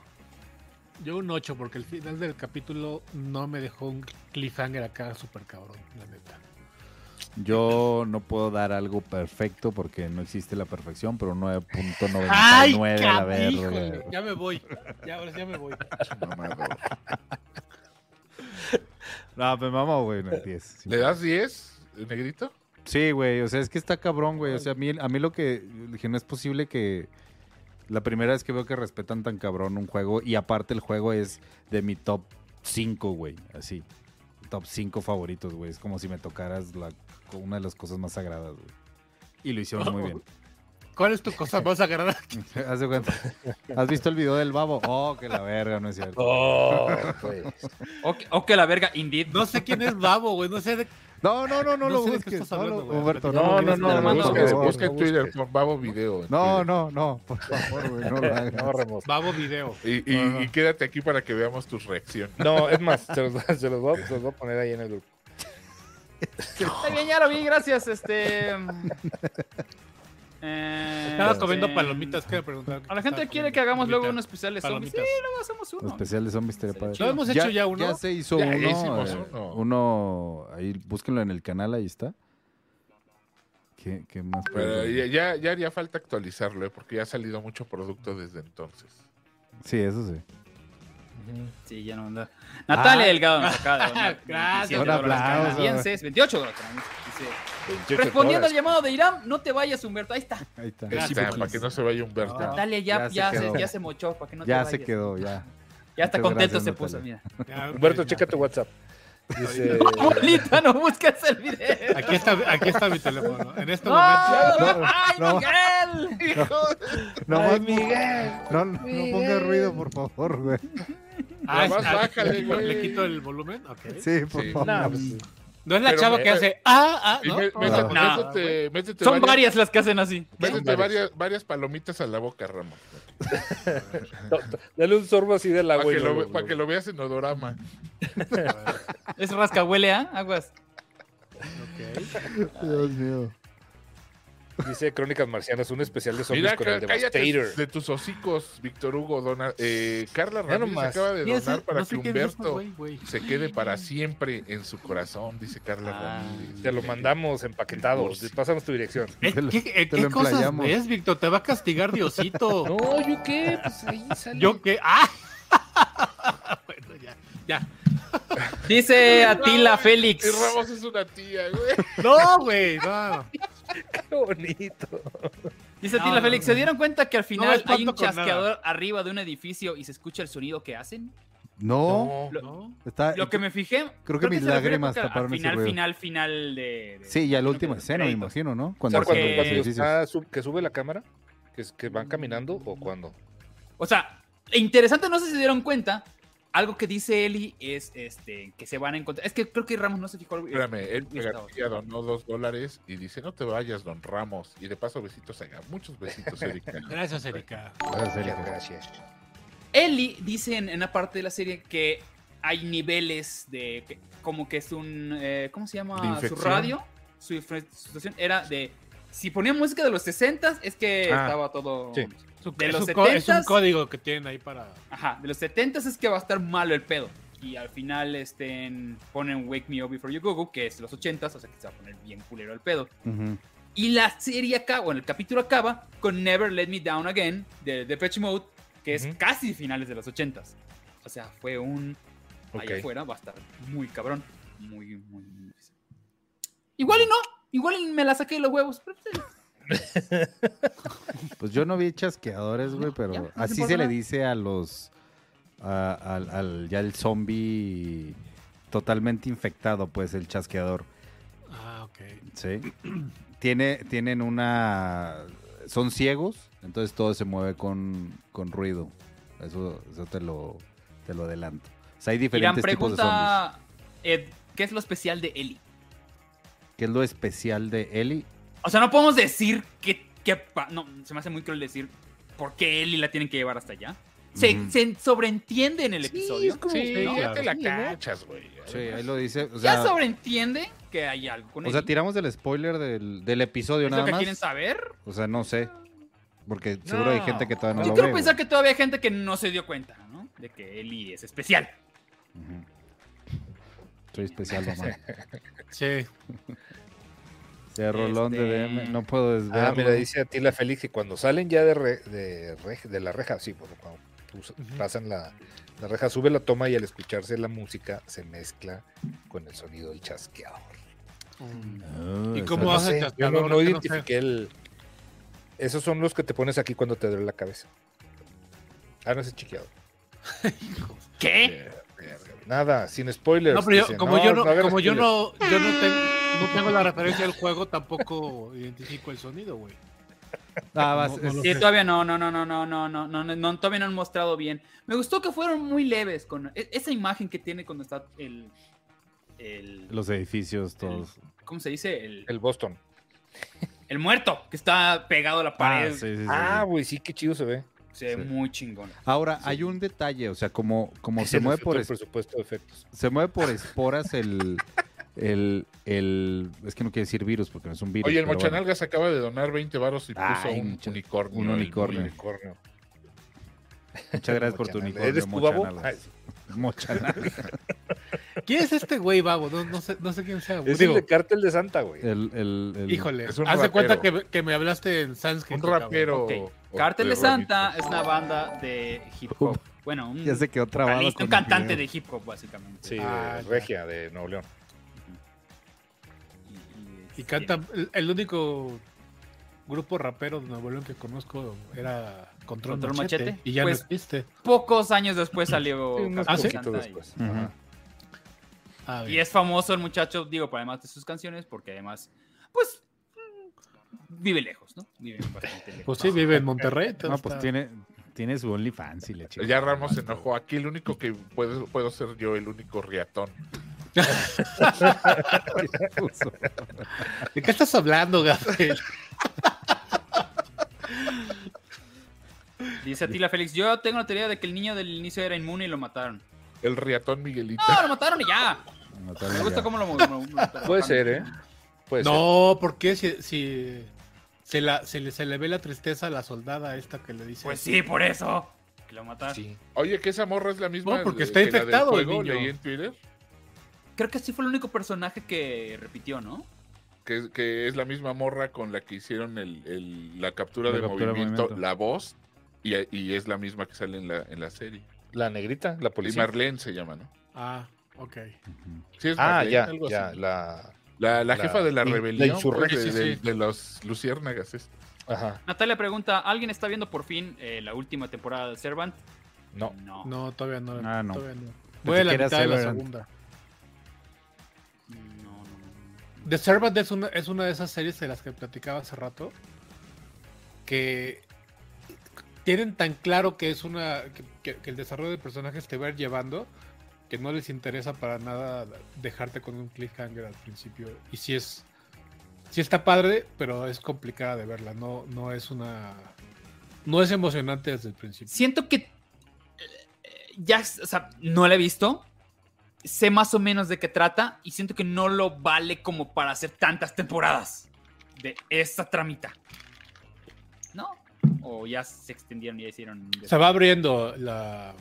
D: Yo un 8, porque el final del capítulo no me dejó un cliffhanger acá súper cabrón, la neta.
C: Yo no puedo dar algo perfecto porque no existe la perfección, pero 9.99
D: ¡Ay,
C: a la
D: cabrón,
C: verga.
D: híjole! Ya me voy. Ya, ahora sí ya me voy.
C: No, me mamó, güey, no, 10. sí.
B: ¿Le das 10, negrito?
C: Sí, güey, o sea, es que está cabrón, güey. O sea, a mí, a mí lo que dije, no es posible que la primera vez que veo que respetan tan cabrón un juego y aparte el juego es de mi top 5, güey, así. Top 5 favoritos, güey. Es como si me tocaras la- una de las cosas más sagradas, güey. Y lo
D: Oh,
C: hicieron muy bien.
D: ¿Cuál es tu cosa más sagrada?
C: Haz de cuenta. ¿Has visto el video del babo? Oh, que la verga, no es cierto.
D: Oh.
A: O que, o que la verga, indeed.
D: No sé quién es Babo, güey, no sé de...
C: No, no, no, no, lo
D: sé de qué
C: busques,
D: estás
C: no
D: hablando,
C: lo-
D: güey.
C: Humberto,
D: Platícame.
C: no, no, no, no, no,
B: Busca,
C: no, no,
B: busca en
C: no,
B: Twitter,
C: busques.
B: pon Babo Video. en
C: No,
B: Twitter.
C: no, no, por favor, güey, no lo hagas.
D: Babo Video.
B: Y, y- y quédate aquí para que veamos tus reacciones.
E: No, es más, se los, va- se los voy, a- se los voy a poner ahí en el grupo.
A: Está bien, ya lo vi, gracias. Este. eh,
D: Estaba
A: sí.
D: comiendo palomitas, quiero preguntar.
A: A la gente quiere que hagamos luego
D: Palomita.
A: unos especiales zombies. Sí,
D: Palomitas.
A: luego hacemos
C: Un
A: uno.
C: especial de zombies estaría padre.
A: chido. ¿Lo hemos hecho ya uno?
C: Ya se hizo
A: Ya
C: uno,
A: hicimos
C: eh,
A: uno.
C: uno. ahí búsquenlo en el canal, ahí está. ¿Qué, qué más?
B: Pero
C: puedo?
B: ya, ya, ya haría falta actualizarlo, ¿eh? porque ya ha salido mucho producto desde entonces.
C: Sí, eso sí.
A: Sí, ya no anda. Natalia
C: Ah.
A: Delgado nos acaba de donar
D: Gracias.
A: 27
D: Un
A: dólares
D: aplauso.
A: canadienses, 28 dólares canadienses, dice.
B: 28
A: Respondiendo
B: dólares.
A: al llamado de Irán, no te vayas, Humberto. Ahí está.
C: Ahí está.
B: Ahí está, para que no se vaya Humberto.
A: Natalia ya, ya,
B: se
A: se,
B: quedó.
A: ya se mochó, para que no te
C: ya
A: vayas.
C: se quedó, ya.
A: Ya está
C: Muchas
A: contento
C: gracias,
A: se puso,
C: Natalia.
A: mira.
E: Humberto, checa tu WhatsApp. Dice,
A: No, abuelita, no busques el video.
D: Aquí está, aquí está mi teléfono. En este
A: No,
D: momento.
A: no, ¡Ay,
C: no.
A: Miguel!
C: No,
D: Ay,
C: más-
D: Miguel.
C: No, no, no ponga
D: Miguel.
C: ruido, por favor, güey.
D: Ah,
B: Nada más
D: está-
B: bájale,
D: le,
B: güey.
D: le quito el volumen. ok.
C: Sí, por favor.
D: No, pues, no es la
B: Pero
D: chava
B: me-
D: que hace. Ah, ah,
B: Y
D: no.
B: me-
D: Ah,
B: métete-
D: no.
B: métete- métete
A: Son varias las que hacen así.
B: Métete varias, varias palomitas a la boca, Ramón.
C: Ah,
E: Dale un sorbo así del agua.
B: Para
E: y
B: que, lo,
E: luego-
B: ve- pa' que lo veas en odorama.
A: Es rascahuele, ¿ah? Aguas.
C: Dios mío.
E: Dice Crónicas Marcianas, un especial de zombies
B: Mira,
E: con el
B: cá- cállate
E: Devastator.
B: de tus hocicos, Víctor Hugo. Dona, eh, Carla
E: Ya
B: Ramírez
E: nomás.
B: acaba de
E: Mira,
B: donar
E: sí,
B: para
E: no sé
B: que
E: qué dijo,
B: Humberto
E: güey, güey.
B: se quede para siempre en su corazón, dice Carla Ramírez.
E: Te lo mandamos empaquetado. Pásanos tu dirección.
D: Eh, ¿Qué, eh, qué cosas ves, Víctor? Te va a castigar Diosito.
E: No, ¿yo qué? Pues ahí sale.
D: Yo qué. ¡Ah! bueno, ya, ya.
A: Dice Atila
B: Ramos-
A: Félix.
B: Y Ramos es una tía, güey.
D: No, güey, no.
E: Qué bonito.
A: Dice
D: No,
A: Tila
D: no,
A: Félix,
D: no.
A: ¿se dieron cuenta que al
D: me
A: final
D: espanto
A: hay un
D: con nada.
A: chasqueador arriba de un edificio y se escucha el sonido que hacen?
C: No,
A: Lo,
C: está-
A: lo que me fijé.
C: Ah, Creo que mis
A: se refiere
C: lágrimas
A: creo que al
C: taparon ese
A: final,
C: ruido.
A: final, final de. de-
C: Sí, ya la última escena, me imagino, ¿no?
E: Cuando,
C: Cuando
E: o sea, cuando,
C: se-
E: cuando
C: los edificios.
E: está sub- Ah, que sube la cámara, que, es- que van caminando o cuando.
A: O sea, interesante, no sé si se dieron cuenta. Algo que dice Eli es este que se van a encontrar. Es que creo que Ramos no se fijó.
B: Espérame, él García donó dos dólares y dice, no te vayas, don Ramos. Y de paso, besitos acá. Muchos besitos, Erika.
D: Gracias, Erika.
C: Gracias, Erika.
E: Gracias.
A: Eli dice en en una parte de la serie que hay niveles de. que- como que es un. eh, ¿Cómo se
B: De
A: llama? Su
B: infección.
A: radio. Su infra- su situación era de. Si ponía música de los 60 es que
D: Ah,
A: estaba todo.
D: sí.
A: De
D: es,
A: los
D: un co- es un
A: 70s.
D: código que tienen ahí para.
A: Ajá, de los 70 es que va a estar malo el pedo. Y al final este, ponen Wake Me Up Before You Go Go, que es los 80 o sea que se va a poner bien culero el pedo.
C: Ujú.
A: Y la serie acaba, bueno, el capítulo acaba con Never Let Me Down Again de Depeche Mode, que es casi finales de los 80 O sea, fue un.
E: Ok.
A: Allá afuera va a estar muy cabrón. Muy, muy, muy. Igual y no, igual y me la saqué de los huevos. pero, pues,
C: Pues yo no vi chasqueadores, güey, pero
A: ya, no se
C: así
A: importa
C: se le
A: nada.
C: dice a los. a- al, al- ya el zombie totalmente infectado, pues el chasqueador.
D: Ah, ok.
C: Sí. Tiene, tienen una. Son ciegos, entonces todo se mueve con, con ruido. Eso, eso te lo, te lo adelanto. O sea, hay
A: Irán
C: diferentes tipos de zombies.
A: pregunta, Ed, ¿qué es lo especial de Ellie?
C: ¿Qué es lo especial de Ellie?
A: O sea, no podemos decir que, que pa- no, se me hace muy cruel decir por qué Ellie la tienen que llevar hasta allá. Se,
C: Ujú.
A: se sobreentiende en el episodio.
B: Sí,
A: ¿no?
B: ya te la cachas, güey.
C: Sí, ahí lo dice. O
A: ya
C: sea,
A: sobreentiende que hay algo con
C: o sea,
A: Ellie.
C: tiramos del spoiler del, del episodio
A: ¿Es
C: nada
A: lo que
C: más.
A: quieren saber?
C: O sea, no sé. Porque seguro hay gente que todavía no
A: Yo
C: lo
A: quiero
C: ve.
A: pensar que todavía hay gente que no se dio cuenta, ¿no? De que Ellie es especial.
C: güey. Soy especial, mamá.
D: Sí.
C: De Rolón de DM. No puedo desverlo.
E: Ah, mira, dice Atila Félix que cuando salen ya de, re- de, re- de la reja, sí, porque cuando pus- pasan la, la reja, sube la toma y al escucharse la música se mezcla con el sonido del chasqueador.
C: Ah,
D: ¿Y
E: No
D: cómo hace
E: sé,
D: el
E: yo
D: chasqueador?
E: No, no
D: Es que no sé.
E: identifiqué el. Esos son los que te pones aquí cuando te duele la cabeza. Ah, no, ese es chiqueado.
A: ¿Qué?
E: Nada, sin spoilers.
D: No, pero yo,
E: dice,
D: como yo no,
E: hagan
D: como yo
E: spoilers.
D: no, yo no, tengo, no tengo la referencia del juego, tampoco identifico el sonido, güey.
C: Ah, vas-
D: No, no lo
A: Sí,
D: sé.
A: todavía no, no, no, no, no, no, no, no, no, no, todavía no han mostrado bien. Me gustó que fueron muy leves con e- esa imagen que tiene cuando está el, el
C: Los edificios, todos. Ah,
A: ¿cómo se dice? El,
E: El Boston.
A: el muerto que está pegado a la
C: Ah,
A: pared.
C: sí, sí, sí.
E: Ah, güey, sí, qué chido se ve.
A: Se ve muy chingón.
C: Ah, Ahora, hay un detalle, o sea, como, como se
E: nos
C: mueve
E: faltó
C: por
E: el
C: es-
E: presupuesto de efectos.
C: se mueve por esporas el, el, el- es que no quiere decir virus porque no es un virus.
B: Oye, el
C: pero bueno.
B: Mochanalgas acaba de donar 20 varos y puso
C: Ay,
B: un
C: mucha-
B: unicornio.
C: un
B: el
C: unicornio.
B: muy-
E: Corneo.
C: Muchas gracias por tu
E: Mochanal-
C: unicornio,
E: ¿Eres tú, babo?
C: Mochanalgas. Mochanalgas.
D: ¿Quién es este güey, babo? No, no sé, no sé quién sea. güey.
E: Es el
D: Digo,
E: de Cártel de Santa, güey.
C: El, el, el-
D: Híjole, haz de cuenta que, que me hablaste en sánscrito.
B: Un
C: Oh,
B: rapero.
D: cabrón.
A: Ok. Cártel de Santa es una banda de hip hop. Bueno, un,
C: Ya se quedó trabado
A: vocalista,
C: con
A: un
C: el
A: cantante de
C: video.
A: hip hop, básicamente.
E: Sí, de
A: Ah,
E: Pues, Regia, de Nuevo León.
D: Y canta, el, el único grupo rapero de Nuevo León que conozco era Control,
A: Control
D: Machete,
A: Machete.
D: Y ya
A: Pues,
D: no existe.
A: Pocos años después salió
D: Sí, unos
A: Cártel de
D: poquitos
A: Santa y-
D: después.
C: Ajá.
D: Ah,
A: Y es famoso el muchacho, digo, por además de sus canciones, porque además, pues, mm, vive lejos, ¿no? Vive bastante lejos.
D: Pues sí, vive en Monterrey.
C: No, pues tiene, tiene su OnlyFans y le chica.
B: Ya Ramos se enojó. Aquí el único que puedo, puedo ser yo, el único riatón.
D: ¿De qué estás hablando, Gabriel?
A: Dice Atila Félix, yo tengo la teoría de que el niño del inicio era inmune y lo mataron.
B: El riatón Miguelito.
A: No, lo mataron y ya. Me gusta cómo lo, mo- mo- mo-
E: Puede ser, ¿eh?
A: Pues
E: Puede
D: no, porque si, si se, la, se, le, se le ve la tristeza a la soldada esta que le dice.
A: Pues sí, por eso. Que lo mataron.
B: Oye, que esa morra es la misma.
D: No,
B: de-
D: porque está
B: que la del
D: infectado el
B: juego,
D: niño.
B: leí en Twitter
A: Creo que sí fue el único personaje que repitió, ¿no?
B: que, que es la misma morra con la que hicieron el- el- la captura
C: La
B: de
C: captura de
B: movimiento,
C: movimiento.
B: la voz, y, y es la misma que sale en la, en la serie.
E: La negrita, la
B: Y
E: policía.
B: Marlene se llama, ¿no?
D: Ah, ok.
B: Sí, es
E: ah,
B: Marlene,
E: ya,
B: algo así.
E: ya. La,
B: La, la
E: la-
B: jefa de la
E: in- la
B: rebelión pues,
E: insurrección.
B: de,
E: Sí, sí,
B: de-
E: sí.
B: de los luciérnagas. es.
E: Ajá.
A: Natalia pregunta, ¿alguien está viendo por fin eh, la última temporada de Servant?
E: No.
A: No.
D: No, todavía no.
C: Ah, no.
D: Todavía no.
C: Pensé
D: Voy a la
C: que era
D: mitad de la
C: Severance.
D: segunda. The Servant es una, es una de esas series de las que platicaba hace rato que tienen tan claro que es una que, que- que el desarrollo de personajes te va a ir llevando que no les interesa para nada dejarte con un cliffhanger al principio y si es si está padre pero es complicada de verla no no es una no es emocionante desde el principio
A: Siento que eh, ya, o sea, no la he visto. Sé más o menos de qué trata y siento que no lo vale como para hacer tantas temporadas de esa tramita. ¿No? O ya se extendieron y ya hicieron.
D: se va abriendo la,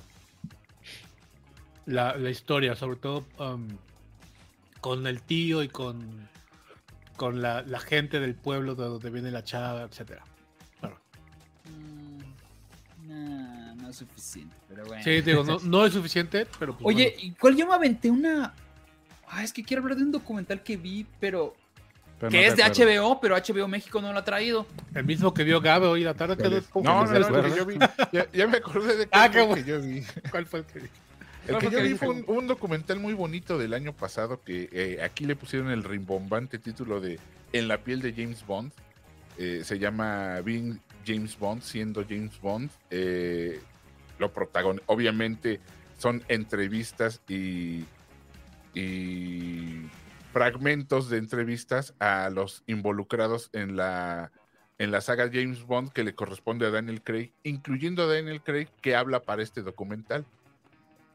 D: la, la historia, sobre todo um, con el tío y con, con la, la gente del pueblo de donde viene la chava, etcétera.
A: Mm, No, no es suficiente, pero bueno.
D: Sí, digo, no, no es suficiente, pero pues,
A: Oye,
D: bueno.
A: ¿y ¿cuál yo me aventé una? Ah, es que quiero hablar de un documental que vi, pero.
C: Pero
A: que
C: no
A: es de
C: te acuerdas.
A: HBO, pero HBO México no lo ha traído.
D: el mismo que vio Gabe hoy la tarde
B: ¿Cuál
D: quedó
B: es?
D: como
B: No,
D: que
B: no,
D: se
B: no, el que
D: acuerda.
B: yo vi. Ya, ya me acordé de
D: Ah,
B: cuál
D: qué
B: fue el
D: bueno.
B: que yo vi.
D: ¿Cuál fue el que vi?
B: El
D: No,
B: que
D: fue
B: yo
D: que
B: vi
D: dije-
B: fue un, un documental muy bonito del año pasado que eh, aquí le pusieron el rimbombante título de En la piel de James Bond. Eh, se llama Being James Bond, siendo James Bond. Eh, lo protagon Obviamente son entrevistas y, y fragmentos de entrevistas a los involucrados en la, en la saga James Bond que le corresponde a Daniel Craig, incluyendo a Daniel Craig que habla para este documental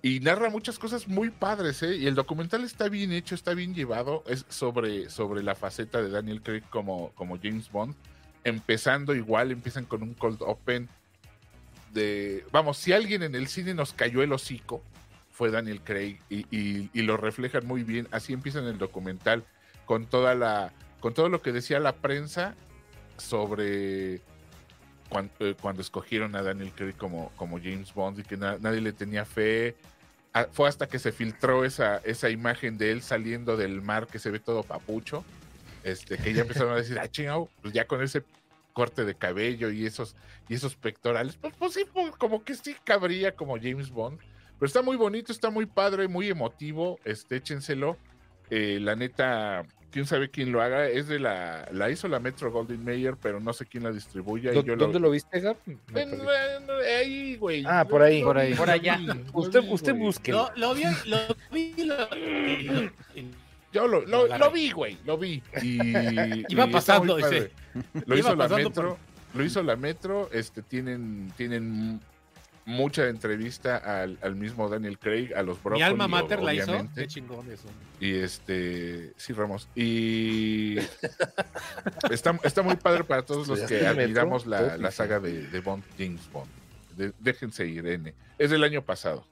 B: y narra muchas cosas muy padres, ¿eh? Y el documental está bien hecho, está bien llevado, es sobre, sobre la faceta de Daniel Craig como, como James Bond. Empezando igual, empiezan con un cold open de... Vamos, si alguien en el cine nos cayó el hocico, fue Daniel Craig y, y- y lo reflejan muy bien. Así empiezan el documental con toda la... con todo lo que decía la prensa sobre cuan- eh, cuando, escogieron a Daniel Craig como, como James Bond y que na- nadie le tenía fe. Ah, Fue hasta que se filtró esa, esa imagen de él saliendo del mar que se ve todo papucho. Este, que ya empezaron a decir, ah, chingado, pues ya con ese corte de cabello y esos, y esos pectorales, pues, pues sí, pues, como que sí cabría como James Bond. Pero está muy bonito, está muy padre, muy emotivo. Este, échenselo. Eh, la neta, quién sabe quién lo haga. Es de la, la hizo la Metro Golden Mayer, pero no sé quién la distribuye. y
E: ¿Dó-
B: yo
E: ¿Dónde lo viste, Gab? Me
B: En-
E: perdí.
B: en- ahí, güey.
E: Ah, por ahí.
B: Por ahí.
A: Por allá.
E: Usted, usted
B: güey.
E: busque.
D: Lo, lo vi, lo vi, lo vi.
B: Yo lo, lo-
D: La-
B: lo vi, güey, lo vi. Y, y
D: Iba
B: está
D: pasando,
B: muy padre.
D: dice.
B: Lo
D: Iba
B: hizo la
D: pasando
B: Metro, lo hizo la Metro, este, tienen, tienen mucha entrevista al, al mismo Daniel Craig, a los
D: Mi
B: Broccoli,
D: alma mater la hizo.
B: obviamente.
D: Qué chingón eso.
B: Y este, sí, Ramos. Y está, está muy padre para todos los que
E: ¿Estudiaste metro?
B: admiramos la,
E: Todo
B: la
E: físico.
B: saga de, de Bond, James Bond. De- déjense ir, N. Es del año pasado.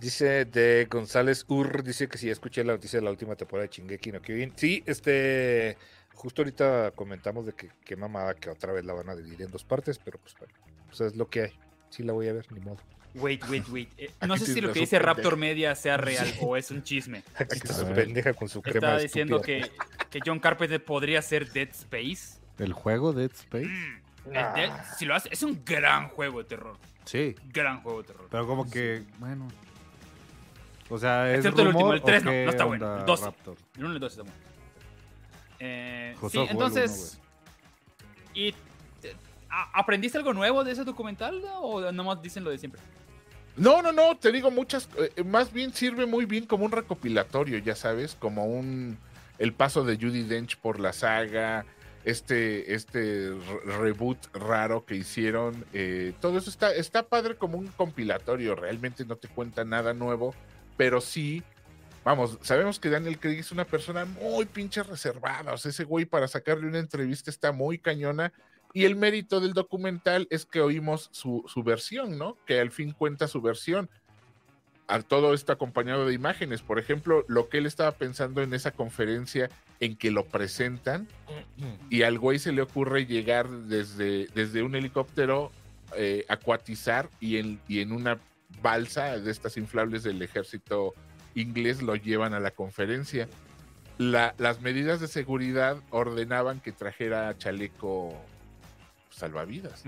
E: Dice de González Ur, dice que sí, escuché la noticia de la última temporada de Chingeki no Kyojin. Sí, este, justo ahorita comentamos de que qué mamada que otra vez la van a dividir en dos partes, pero pues, bueno, pues es lo que hay. Sí la voy a ver, ni modo.
A: Wait, wait, wait. Eh, no
E: Aquí
A: sé si
E: tienes
A: lo que
E: razón,
A: dice
E: pendeja.
A: Raptor Media sea real o es un chisme.
E: Aquí está su pendeja con su crema
A: Está
E: de
A: diciendo que,
E: estúpida.
A: que John Carpenter podría ser Dead Space.
C: ¿El juego Dead Space?
A: El Dead- si lo hace, es un gran juego de terror.
C: Sí.
A: Gran juego de terror.
C: Pero como que, bueno. O sea, es
A: Excepto Este el último,
C: rumor
A: el 3
C: o
A: no,
C: qué
A: no está bueno.
C: onda,
A: El 12.
C: Raptor?
A: El 1 y el 12 está bueno. Eh,
C: José
A: sí,
C: jugó el uno,
A: entonces. ¿Y te- a- aprendiste algo nuevo de ese documental no? o nomás dicen lo de siempre?
B: No, no, no, te digo muchas, eh, más bien sirve muy bien como un recopilatorio, ya sabes, como un el paso de Judy Dench por la saga, este este re- reboot raro que hicieron, eh, todo eso está está padre como un compilatorio, realmente no te cuenta nada nuevo, pero sí Vamos, sabemos que Daniel Craig es una persona muy pinche reservada. O sea, ese güey para sacarle una entrevista está muy cañona. Y el mérito del documental es que oímos su, su versión, ¿no? Que al fin cuenta su versión. A todo esto acompañado de imágenes. Por ejemplo, lo que él estaba pensando en esa conferencia en que lo presentan y al güey se le ocurre llegar desde, desde un helicóptero, eh, acuatizar y en, y en una balsa de estas inflables del ejército inglés lo llevan a la conferencia. La- las medidas de seguridad ordenaban que trajera chaleco salvavidas.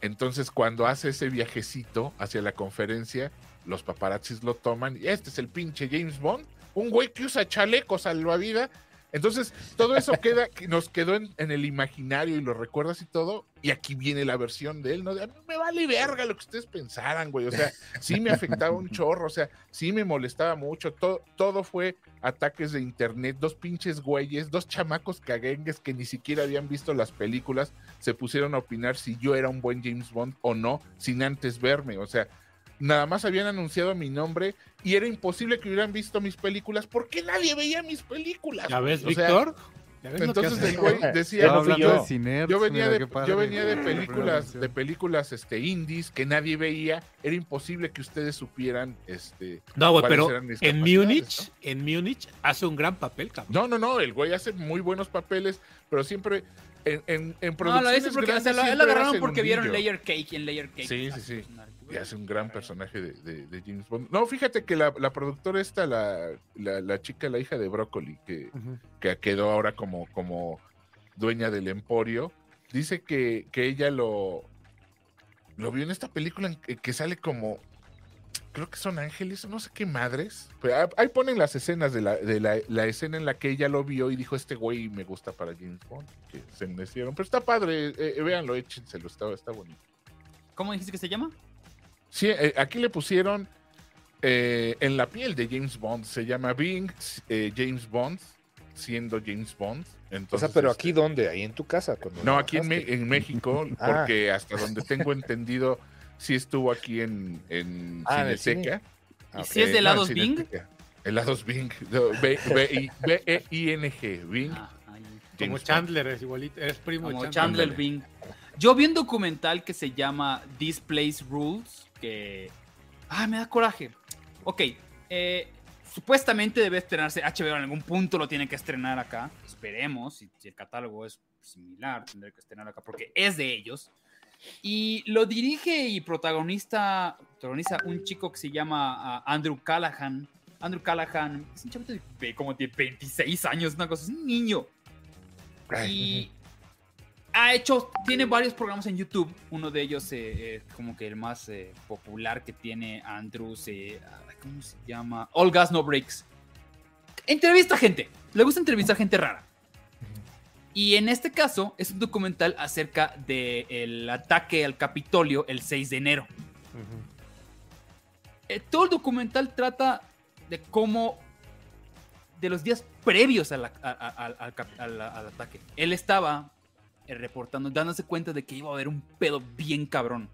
B: Entonces, cuando hace ese viajecito hacia la conferencia, los paparazzis lo toman y este es el pinche James Bond, un güey que usa chaleco salvavidas. Entonces, todo eso queda, que nos quedó en, en el imaginario y lo recuerdas y todo. Y aquí viene la versión de él, ¿no? De, "A mí me vale verga lo que ustedes pensaran, güey. O sea, sí me afectaba un chorro, o sea, sí me molestaba mucho. Todo, todo fue ataques de internet, dos pinches güeyes, dos chamacos caguengues que ni siquiera habían visto las películas, se pusieron a opinar si yo era un buen James Bond o no, sin antes verme. O sea, nada más habían anunciado mi nombre y era imposible que hubieran visto mis películas porque nadie veía mis películas.
D: ¿Ya ves,
B: O sea,
D: Víctor? ¿Ya ves lo que
B: entonces
D: haces,
B: el güey
D: Víctor?
B: decía, pues
D: Ya no fui
B: yo,
D: yo.
B: yo venía
D: Mira,
B: de,
D: qué padre.
B: yo venía de
D: La primera
B: películas,
D: versión.
B: de películas este indies que nadie veía, era imposible que ustedes supieran este
D: No, güey,
B: cuáles
D: pero
B: eran mis
D: en
B: capacidades,
D: Múnich, en Múnich hace un gran papel, cabrón.
B: No, no, no, el güey hace muy buenos papeles, pero siempre en, en,
A: No,
B: en
A: lo
B: producciones
A: dicen porque o
B: grandes
A: sea, lo, él lo
B: siempre
A: agarraron
B: hacen
A: porque
B: un
A: vieron
B: niño.
A: Layer Cake y en Layer Cake.
B: Sí, sí, sí. Y hace un gran personaje de, de- de James Bond. No, fíjate que la, la productora esta, la, la, la chica, la hija de Brócoli, que, que quedó ahora como, como dueña del emporio, dice que, que ella lo, lo vio en esta película en que, que sale como, creo que son ángeles, no sé qué madres. Pero ah, ahí ponen las escenas de, la, de la, la escena en la que ella lo vio y dijo, este güey me gusta para James Bond, que se enmecieron. Pero está padre, eh, eh, véanlo, échenselo, está, está bonito.
A: ¿Cómo dijiste que se llama?
B: Sí, eh, aquí le pusieron eh, en la piel de James Bond. Se llama Being eh, James Bond, siendo James Bond.
E: O
B: Entonces,
E: sea, pero
B: este,
E: aquí dónde, ahí en tu casa. Cuando
B: no, aquí en, eh,
E: trabajaste?
B: Me- en México,
E: Ah.
B: porque hasta donde tengo entendido, sí estuvo aquí en, en
E: Ah, en el
B: Cineteca.
E: cine.
A: ¿Y si es de
B: Eh, no,
A: helados
B: en
A: Bing?
B: Cineteca. Helados Bing. no, B- B- E, I- B-E-I-N-G. Bing.
A: Ah, 啊
D: Como
B: James
D: Chandler, es igualito, eres primo de
A: Como
D: Chandler.
A: Chandler Bing. Yo vi un documental que se llama This Place Rules, que... Ah, me da coraje. Ok, eh, supuestamente debe estrenarse HBO en algún punto, lo tiene que estrenar acá. Esperemos, si, si el catálogo es similar, tendré que estrenar acá, porque es de ellos. Y lo dirige y protagonista, protagoniza un chico que se llama ah, Andrew Callahan. Andrew Callahan es un chavito de ve- como de 26 años, una cosa, es un niño. Y ha hecho, tiene varios programas en YouTube. Uno de ellos, eh, eh, como que el más eh, popular que tiene Andrew, se, ah, ¿cómo se llama? All Gas No Breaks. Entrevista a gente. Le gusta entrevistar gente rara. Y en este caso es un documental acerca del ataque al Capitolio el 6 de enero. Eh, todo el documental trata de cómo, de los días previos a la- a- a- al- al cap- al- al ataque, él estaba eh, reportando, dándose cuenta de que iba a haber un pedo bien cabrón.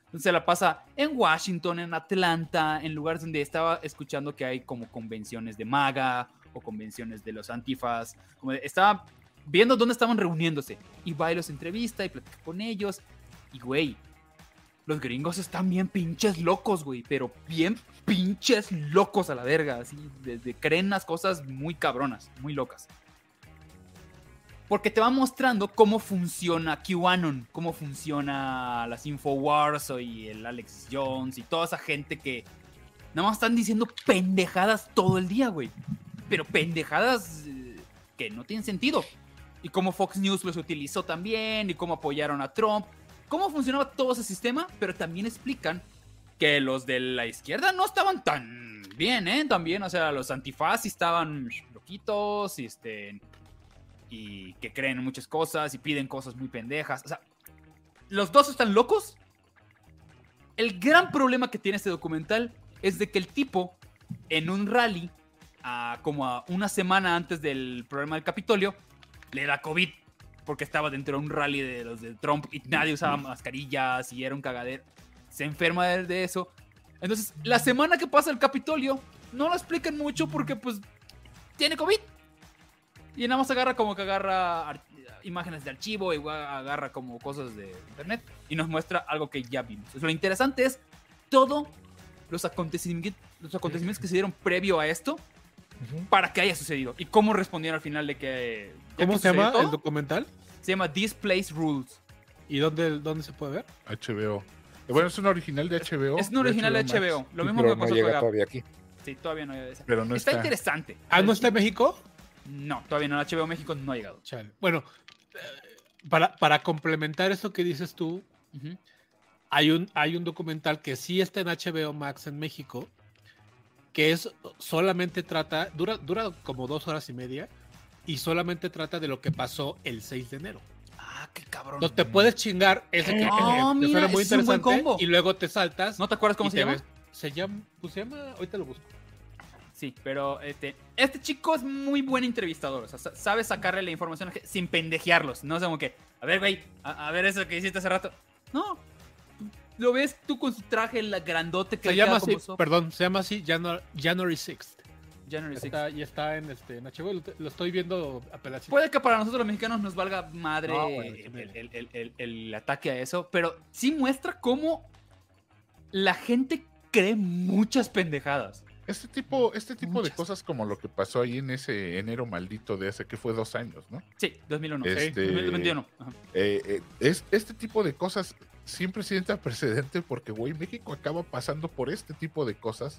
A: Entonces se la pasa en Washington, en Atlanta, en lugares donde estaba escuchando que hay como convenciones de MAGA o convenciones de los antifas. Como de- estaba viendo dónde estaban reuniéndose y va y los entrevista y platica con ellos. Y güey, los gringos están bien pinches locos, güey, pero bien pinches locos a la verga, así, desde creen las cosas muy cabronas, muy locas. Porque te va mostrando cómo funciona QAnon, cómo funciona las Infowars y el Alex Jones y toda esa gente que nada más están diciendo pendejadas todo el día, güey. Pero pendejadas eh, que no tienen sentido. Y cómo Fox News los utilizó también y cómo apoyaron a Trump cómo funcionaba todo ese sistema, pero también explican que los de la izquierda no estaban tan bien, ¿eh? También, o sea, los antifaz sí estaban loquitos y, este, y que creen en muchas cosas y piden cosas muy pendejas. O sea, los dos están locos. El gran problema que tiene este documental es de que el tipo, en un rally, a- como a una semana antes del problema del Capitolio, le da COVID porque estaba dentro de un rally de los de Trump y nadie usaba mascarillas y era un cagadero. Se enferma de, de eso. Entonces, la semana que pasa el Capitolio, no lo explican mucho porque, pues, tiene COVID. Y nada más agarra como que agarra ar- imágenes de archivo y gua- agarra como cosas de internet y nos muestra algo que ya vimos. Entonces, lo interesante es todo los acontecimientos, los acontecimientos que se dieron previo a esto para que haya sucedido y cómo respondieron al final de que... ya
D: ¿Cómo
A: que
D: se
A: sucedió
D: llama
A: todo.
D: el documental?
A: Se llama This Place Rules.
D: ¿Y dónde, dónde se puede ver?
B: HBO. Eh, Bueno, es un original de HBO.
D: Oh,
A: Es un original de
B: Max.
A: HBO. Lo mismo que pasó con Gap. Sí, todavía no llega esa.
B: Pero no
A: está,
B: está.
A: interesante.
D: ¿Ah, no está en México?
A: No, todavía no. HBO México no ha llegado.
D: Bueno, eh, para, para complementar eso que dices tú, hay, un, hay un documental que sí está en HBO Max en México, que es solamente trata, dura, dura como dos horas y media, y solamente trata de lo que pasó el 6 de enero.
A: Ah, Qué cabrón.
D: No te puedes chingar ese que,
A: Ah,
D: que- que
A: mira,
D: suena muy
A: ese es un buen
D: interesante
A: combo.
D: y luego te saltas.
A: ¿No te acuerdas cómo
D: y
A: se
D: te
A: llama?
D: ves- Se llama, pues se llama, ahorita lo busco.
A: Sí, pero este, este chico es muy buen entrevistador. O sea, sa- sabe sacarle la información a la gente sin pendejearlos. No es como que, a ver, güey, a, a ver eso que hiciste hace rato. No. Lo ves tú con su traje la grandote que
D: Se
A: le
D: llama
A: queda
D: así,
A: sopa.
D: perdón, se llama así January, January 6th.
A: January 6th.
D: Está, y está en, este, en HBO, lo, lo estoy viendo a pelacito.
A: Puede que para nosotros los mexicanos nos valga madre
D: No, bueno,
A: el, el- el- el- el ataque a eso, pero sí muestra cómo la gente cree muchas pendejadas.
B: Este tipo, este tipo de cosas como lo que pasó ahí en ese enero maldito de hace que fue dos años, ¿no?
A: Sí, 2001.
B: Este,
A: Sí, 2021. Ajá.
B: eh, eh, es, este tipo de cosas siempre sienta precedente porque, güey, México acaba pasando por este tipo de cosas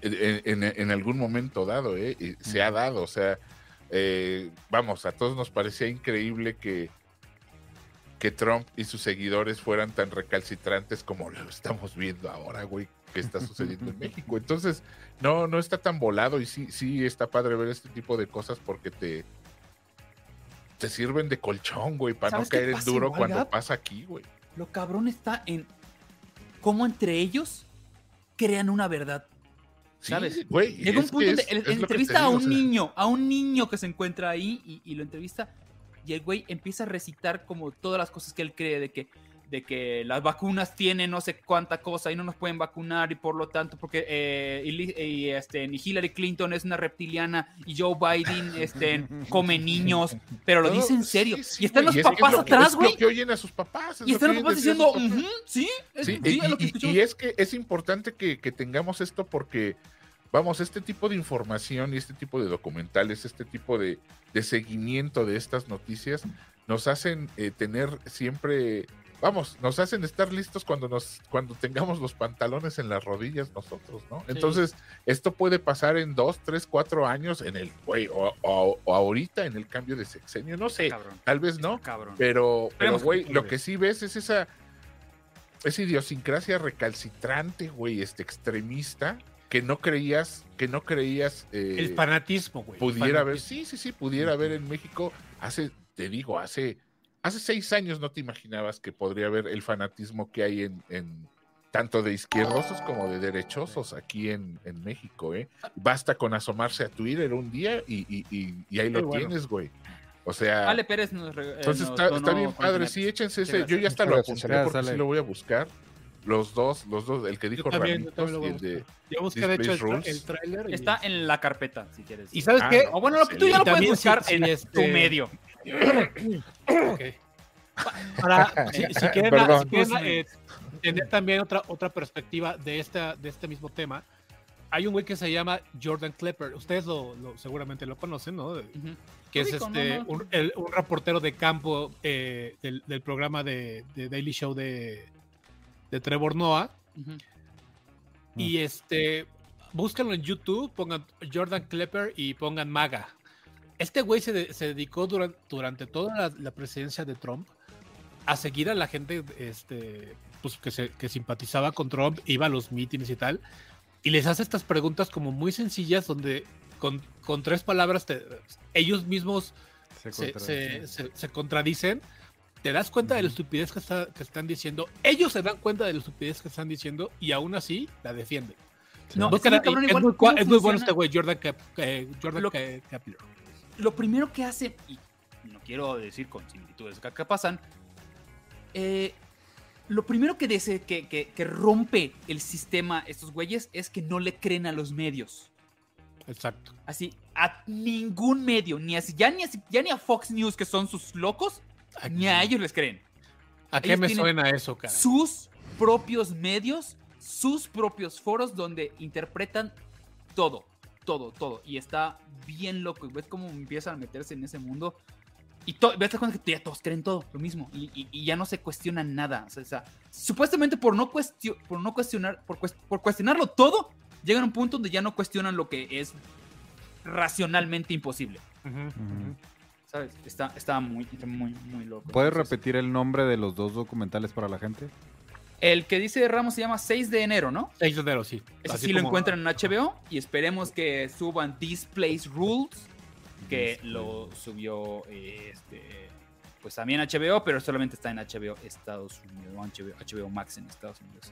B: en, en- en algún momento dado, ¿eh? Y Se ha dado, o sea, eh, vamos, a todos nos parecía increíble que, que Trump y sus seguidores fueran tan recalcitrantes como lo estamos viendo ahora, güey, que está sucediendo en México. Entonces, no, no está tan volado y sí, sí está padre ver este tipo de cosas porque te, te sirven de colchón, güey, para no
A: ¿Sabes qué
B: caer en
A: pasa
B: duro
A: igual,
B: cuando
A: Gab?
B: pasa aquí, güey.
A: Lo cabrón está en cómo entre ellos crean una verdad.
B: Sí,
A: ¿Sabes?
B: güey,
A: Llega un
B: es
A: punto
B: que
A: donde
B: es-
A: el-
B: es lo que te
A: entrevista a
B: digo, o
A: un
B: sea.
A: niño, a un niño que se encuentra ahí y, y lo entrevista y el güey empieza a recitar como todas las cosas que él cree de que de que las vacunas tienen no sé cuánta cosa y no nos pueden vacunar y por lo tanto porque eh, y Li- y, este, ni Hillary Clinton es una reptiliana y Joe Biden este, come niños pero lo
B: No,
A: dice en serio y están
B: güey,
A: los
B: y es que
A: papás
B: es lo- es
A: atrás
B: lo
A: güey
B: que oyen a sus papás. es
A: y
B: lo
A: están
B: que
A: los
B: oyen
A: papás
B: decir a
A: diciendo
B: sus
A: "Ujú, sí es-
B: Sí,
A: sí,
B: y,
A: es lo que
B: y-
A: escuchamos".
B: y es que es importante que, que tengamos esto porque, vamos, este tipo de información y este tipo de documentales, este tipo de, de seguimiento de estas noticias, nos hacen eh, tener siempre, vamos, nos hacen estar listos cuando, nos, cuando tengamos los pantalones en las rodillas nosotros, ¿no? Entonces, esto puede pasar en dos, tres, cuatro años en el, güey, o, o- o ahorita en el cambio de sexenio, no sé, tal vez no, pero, pero,
A: Esperemos que
B: güey,
A: no
B: lo
A: llegue.
B: que sí ves es esa esa idiosincrasia recalcitrante, güey, este extremista que no creías, que no creías eh,
D: El fanatismo, güey. el
B: pudiera haber, sí,
D: fanatismo.
B: sí, sí, pudiera haber en México hace, te digo, hace, hace seis años no te imaginabas que podría haber el fanatismo que hay en, en- tanto de izquierdosos como de derechosos aquí en, en México, ¿eh? Basta con asomarse a Twitter un día y, y- y- y ahí lo
A: Muy bueno.
B: tienes, güey. O sea,
A: Ale Pérez nos re- eh, nos
B: entonces está,
A: donó
B: está bien
A: con
B: padre,
A: Jiménez.
B: sí, échense
A: Muchas
B: ese. Yo
A: gracias.
B: ya hasta lo
A: Muchas
B: apunté
A: gracias,
B: porque
A: Ale.
B: sí lo voy a buscar. Los dos, los dos, el que dijo
D: también, yo
B: Ramitos
D: también lo voy
B: y
D: a
B: el de
D: Yo busqué, de hecho,
B: Displays
D: el, tra-
B: Rules.
D: el tráiler. y-
A: Está en la carpeta, si quieres.
D: ¿Y sabes
A: Ah,
D: qué?
A: no, O bueno, lo- tú ya lo
D: Y también
A: puedes buscar
D: si- si
A: en
D: este-
A: tu medio.
D: Ok. Para, si, si quieren,
A: Perdón.
D: si quieren, eh, tener también otra, otra perspectiva de, esta, de este mismo tema, hay un güey que se llama Jordan Klepper. Ustedes lo, lo- seguramente lo conocen, ¿no? De- Que
A: Lo
D: es
A: ubico,
D: este,
A: no, no.
D: un, el- un reportero de campo eh, del, del programa de, de Daily Show de, de Trevor Noah. Y este, búscalo en YouTube, pongan Jordan Klepper y pongan MAGA. Este güey se, de- se dedicó durante, durante toda la, la presidencia de Trump a seguir a la gente este, pues, que, se- que simpatizaba con Trump, iba a los mítines y tal, y les hace estas preguntas como muy sencillas donde con, con tres palabras te- ellos mismos
C: Se
D: se, se-
C: contradicen.
D: se- se contradicen. Te das cuenta de la estupidez que, está- que están diciendo, ellos se dan cuenta de la estupidez que están diciendo y aún así la defienden.
A: No,
D: Busca
A: sí,
D: la-
A: cabrón,
D: es,
A: igual,
D: muy,
A: ¿cómo
D: cua- es muy bueno
A: funciona?
D: este güey, Jordan, Cap, eh, Jordan Ca- Kapler.
A: lo primero que hacen, y no quiero decir con similitudes que acá pasan, eh, lo primero que, dice, que, que- que rompe el sistema estos güeyes es que no le creen a los medios.
D: Exacto.
A: Así, a ningún medio, ni a, ya, ni a, ya ni a Fox News, que son sus locos, ni a ellos les creen.
D: ¿A qué
A: Ellos
D: me
A: tienen
D: suena eso, cara?
A: Sus propios medios, sus propios foros donde interpretan todo, todo, todo. Y está bien loco. Y ves cómo empiezan a meterse en ese mundo. Y to- ves la cuenta que ya todos creen todo, lo mismo. Y, y- y ya no se cuestiona nada. O sea, o sea, supuestamente por no, cuestio- por no cuestionar, por, cues- por cuestionarlo todo, llegan a un punto donde ya no cuestionan lo que es racionalmente imposible. ¿Sabes? Está, está muy, está muy, muy loco.
C: ¿Puedes
A: Entonces,
C: repetir el nombre de los dos documentales para la gente?
A: El que dice Ramos se llama 6 de enero, ¿no?
D: 6 de enero, sí.
A: Ese
D: Así
A: sí lo
D: como-
A: encuentran en HBO y esperemos que suban This Place Rules, que lo subió eh, este, pues también HBO, pero solamente está en HBO Estados Unidos, o HBO, HBO Max en Estados Unidos.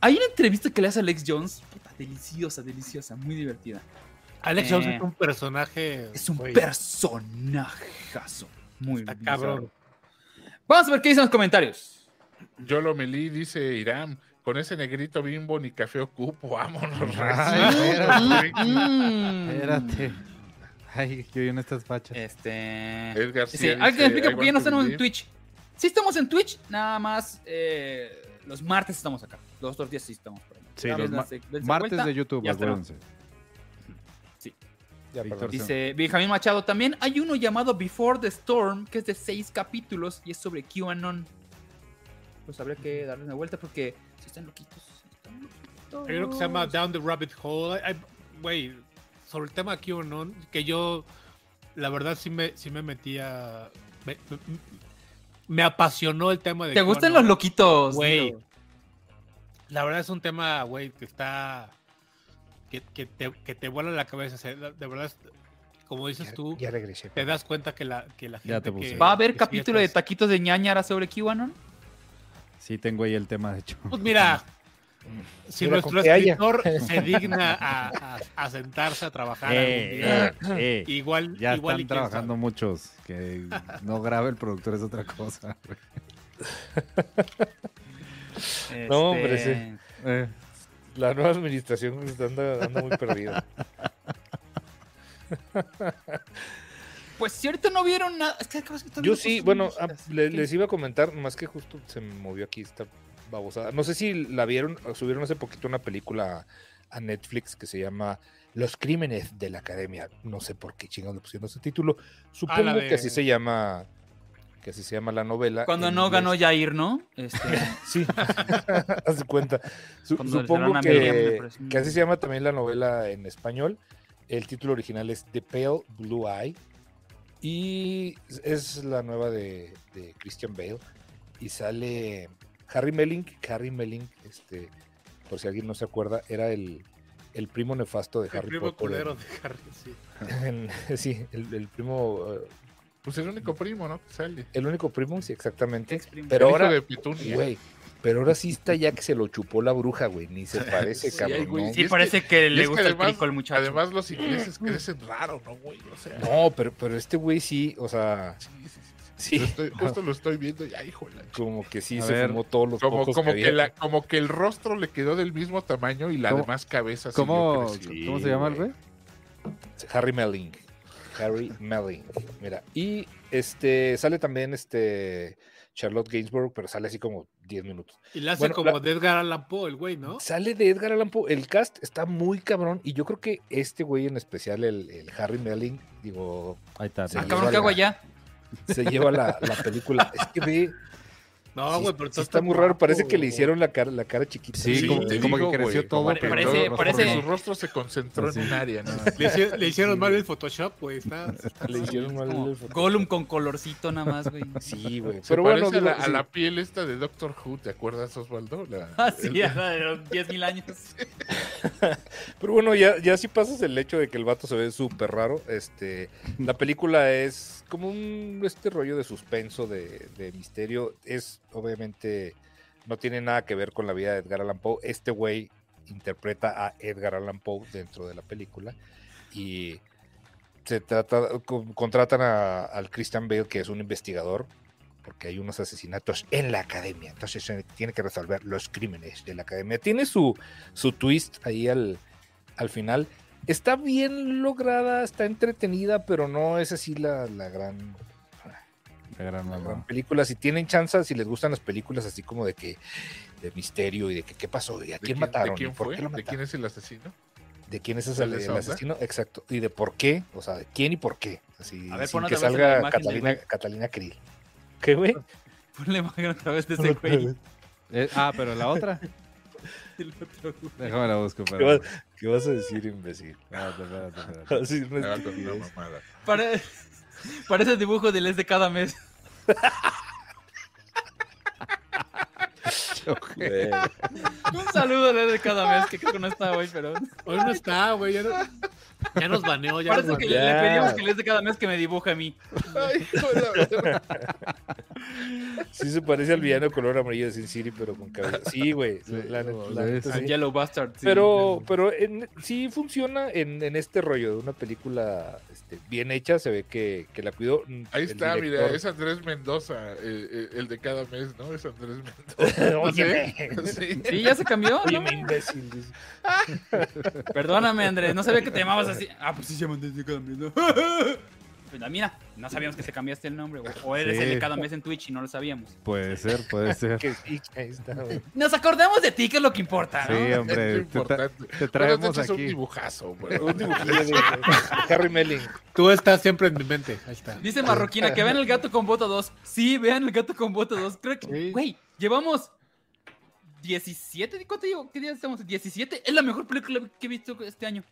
A: Hay una entrevista que le hace a Alex Jones, puta, deliciosa, deliciosa, muy divertida.
D: Alex
A: Eh,
D: Jones es un personaje.
A: es un
D: güey,
A: personajazo. Muy
D: Está
A: bizarro.
D: cabrón.
A: Vamos a ver qué dicen los comentarios.
B: Yo lo melí, dice Irán. Con ese negrito bimbo ni café ocupo, vámonos.
C: Ay, espérate.
A: Mm.
C: Espérate. Ay, yo en estas fachas.
A: Este.
B: Edgar eh,
A: Dice, alguien explica por qué ya no estamos en Twitch. Sí estamos en Twitch, nada más eh, los martes estamos acá. Los otros días sí estamos. por ahí.
C: Sí,
A: Nada
C: los
A: más
C: ma-
A: dense- dense
C: martes
A: vuelta,
C: de YouTube,
A: ya estará.
C: acuérdense.
A: Sí.
C: Víctor Sánchez.
A: Dice Benjamín Machado también. Hay uno llamado Before the Storm, que es de seis capítulos y es sobre QAnon. Pues habrá que darle una vuelta porque si están loquitos.
D: Hay uno que se llama Down the Rabbit Hole. Ay, Güey, sobre el tema aquí o no, que yo, la verdad, sí me, sí me metía. Me, me- me apasionó el tema de.
A: ¿Te
D: QAnon.
A: gustan los loquitos?
D: Güey.
A: Nilo?
D: La verdad es un tema, güey, que está. Que, que te, que te vuela la cabeza. o sea, la- de verdad, es- como dices tú,
E: Ya regresé.
D: te das cuenta que la, que la gente.
C: Ya te
D: que-
C: puse.
A: ¿Va a haber
D: que sigue
A: capítulo de
D: estas-
A: taquitos de ñañara sobre QAnon?
C: Sí, tengo ahí el tema, de hecho. Eh,
D: Pues mira, si
C: Mira,
D: nuestro
C: con que haya.
D: escritor se digna a, a- a sentarse a trabajar
C: Eh,
D: algún día,
C: eh, eh.
D: igual,
C: Ya
D: igual y
C: están
D: quién sabe.
C: trabajando muchos. Que no grabe el productor es otra cosa. güey.
E: No, hombre, sí.
A: Este,
C: Eh.
E: La nueva administración anda, anda muy perdida.
A: Pues cierto, no vieron nada. Es que acabas que todavía
E: Yo
A: no
E: sí,
A: pusimos
E: bueno, ah,
A: listas.
E: le-
A: Ok.
E: les iba a comentar, más que justo se me movió aquí esta babosada. No sé si la vieron, o subieron hace poquito una película a Netflix que se llama Los crímenes de la academia. No sé por qué chingados le pusieron ese título. Supongo
A: de-
E: que así se llama, que así se llama la novela.
A: Cuando
E: Ah, en
A: no ganó
E: inglés.
A: Jair, ¿no? Este,
E: Sí, haz de cuenta. Su-
A: Cuando le
E: supongo
A: cerraron a Miriam, me
E: que,
A: parece.
E: que así se llama también la novela en español. El título original es The Pale Blue Eye. Y es la nueva de, de Christian Bale. Y sale Harry Melling. Harry Melling, este, por si alguien no se acuerda, era el, el primo nefasto de
D: El
E: Harry
D: primo
E: Potter. eh.
D: culero de Harry, sí.
E: en- sí, el, el primo. eh,
B: Pues el único primo, ¿no? Que sale.
E: el único primo, sí, exactamente.
B: primo.
E: Pero
B: El hijo
E: ahora,
B: de Petunia.
E: güey, pero ahora sí está ya que se lo chupó la bruja, güey. Ni se parece,
B: Sí,
E: cabrón.
B: güey,
E: ¿no?
B: y es y es además- Además, los ingleses crecen raro, ¿no, güey? O sea,
E: No, pero, pero este güey sí, o sea. Sí,
B: lo estoy- justo lo estoy viendo ya, hijo de la
E: Como que sí
B: A
E: se
B: ver,
E: fumó todos los
B: como,
E: cocos
B: como que
E: había.
B: la- como que el rostro le quedó del mismo tamaño y la
E: ¿Cómo-
B: demás cabeza siguió
C: ¿Cómo,
B: creciendo.
C: ¿Cómo se llama el güey?
E: Harry Melling. Harry Melling. Mira, y este sale también este Charlotte Gainsbourg, pero sale así como 10 minutos.
D: Y la hace
E: Bueno,
D: como
E: la-
D: de Edgar Allan Poe, el güey, ¿no?
E: Sale de Edgar Allan Poe. El cast está muy cabrón. Y yo creo que este güey en especial, el, el Harry Melling, digo.
C: Ahí está.
E: se
A: Ah,
E: lleva
A: cabrón, ¿qué
E: la-
A: hago allá?
E: Se lleva la, la película. Es que ve.
D: No,
E: sí-
D: Ah, güey, pero
E: sí está muy raro. Parece que le hicieron la cara, la cara chiquita.
C: Sí, como-
B: te
C: como
B: digo,
C: que creció
B: güey,
C: todo,
B: como que
C: pero
B: todo,
C: parece-
B: porque
C: parece-
B: Su rostro se concentró en un área, nada más.
D: Le, hici- le hicieron mal el Photoshop, güey. Está,
E: Le hicieron mal el Photoshop.
A: Gollum con colorcito nada más, güey.
E: Sí, güey.
B: Se
E: Pero
B: parece
E: bueno,
B: a, la,
E: digo,
B: a
E: sí.
B: la piel esta de Doctor Who, ¿te acuerdas, Osvaldo? La-
A: Ah, sí,
B: el-
A: a la de los 10.000 años.
E: Pero bueno, ya, ya sí pasas el hecho de que el vato se ve súper raro. Este, la película es como un este rollo de suspenso, de, de misterio. Es obviamente, no tiene nada que ver con la vida de Edgar Allan Poe. Este güey interpreta a Edgar Allan Poe dentro de la película. Y se trata, con- contratan a- al Christian Bale, que es un investigador, porque hay unos asesinatos en la academia. Entonces eh, tiene que resolver los crímenes de la academia. Tiene su, su twist ahí al, al final. Está bien lograda, está entretenida, pero no es así la, la gran,
C: La gran
E: la gran
C: mamá.
E: película. Si tienen chance, si les gustan las películas así como de que de misterio y de que qué pasó y a
B: ¿De
E: quién
B: quién-
E: mataron,
B: ¿De quién
E: y por
B: fue?
E: qué lo
B: ¿De
E: mataron,
B: quién es el asesino?
E: de quién es ese-
B: ¿Cuál
E: el,
B: es esa onda?
E: asesino, exacto, y de por qué, o sea, de quién y por qué, así
A: A ver,
E: sin
A: pon
E: que
A: otra vez la
E: salga
A: imagen del
E: Catalina,
A: güey.
E: Catalina Krill. ¿Qué güey?
A: Ponle imagen otra vez de ese güey.
C: Eh, ah, pero la otra.
A: El otro, güey.
C: Déjame la busco.
E: ¿Qué,
C: espérame.
E: vas- qué vas a decir, imbécil?
C: Espérate, espérate, espérate.
E: Así
B: Ah,
E: no es
B: con una
E: estupidez.
B: mamada.
A: Pare- Parece el dibujo del es de cada mes.
E: Güey.
A: Un saludo al es de cada mes, que creo que no está hoy, pero.
D: Hoy no está, güey. Ya, no- ya nos baneó. Ya
A: Parece
D: nos
A: que
D: baneó.
A: le, le pedimos que el es de cada mes que me dibuje a mí.
B: Ay, hijo de la verga.
E: Sí se parece al villano color amarillo de Sin City, pero con cabello. Sí, güey. la- la- la neta
A: A
E: sí.
A: Yellow Bastard. sí.
E: Pero, pero en- sí funciona en, en este rollo de una película este, bien hecha, se ve que, que la cuidó. mm,
B: Ahí
E: el
B: está, mira,
E: director.
B: es Andrés Mendoza, eh, eh, el de cada mes, ¿no? Es Andrés Mendoza.
E: Oye,
B: Sí.
A: Sí, ya se cambió.
E: oye,
A: ¿no?
E: mi imbécil. dice.
A: Perdóname, Andrés, no sabía que te llamabas así. Ah, pues sí, se llama Andrés de cada mes, ¿no? Pues la mira, no sabíamos que te cambiaste el nombre, güey. O eres
C: Sí.
A: el de cada mes en Twitch y no lo sabíamos.
C: Puede ser, puede ser.
E: Que pues, sí, ahí está, güey.
A: Nos acordamos de ti, que es lo que importa, ¿no?
C: Sí,
B: Es
C: hombre.
B: lo
C: Te, tra-
B: importante.
C: te
B: Bueno,
C: traemos
B: te echas un
C: aquí.
B: dibujazo, güey.
E: Un dibujillo
B: pues,
E: de- de Harry Melling.
D: Tú estás siempre en mi mente. Ahí está.
A: Dice Marroquina que vean el gato con bota 2. Sí, vean el gato con bota 2. Creo
D: Sí.
A: que, güey, llevamos 17. ¿Cuánto digo? ¿Qué día estamos? 17. Es la mejor película que he visto este año.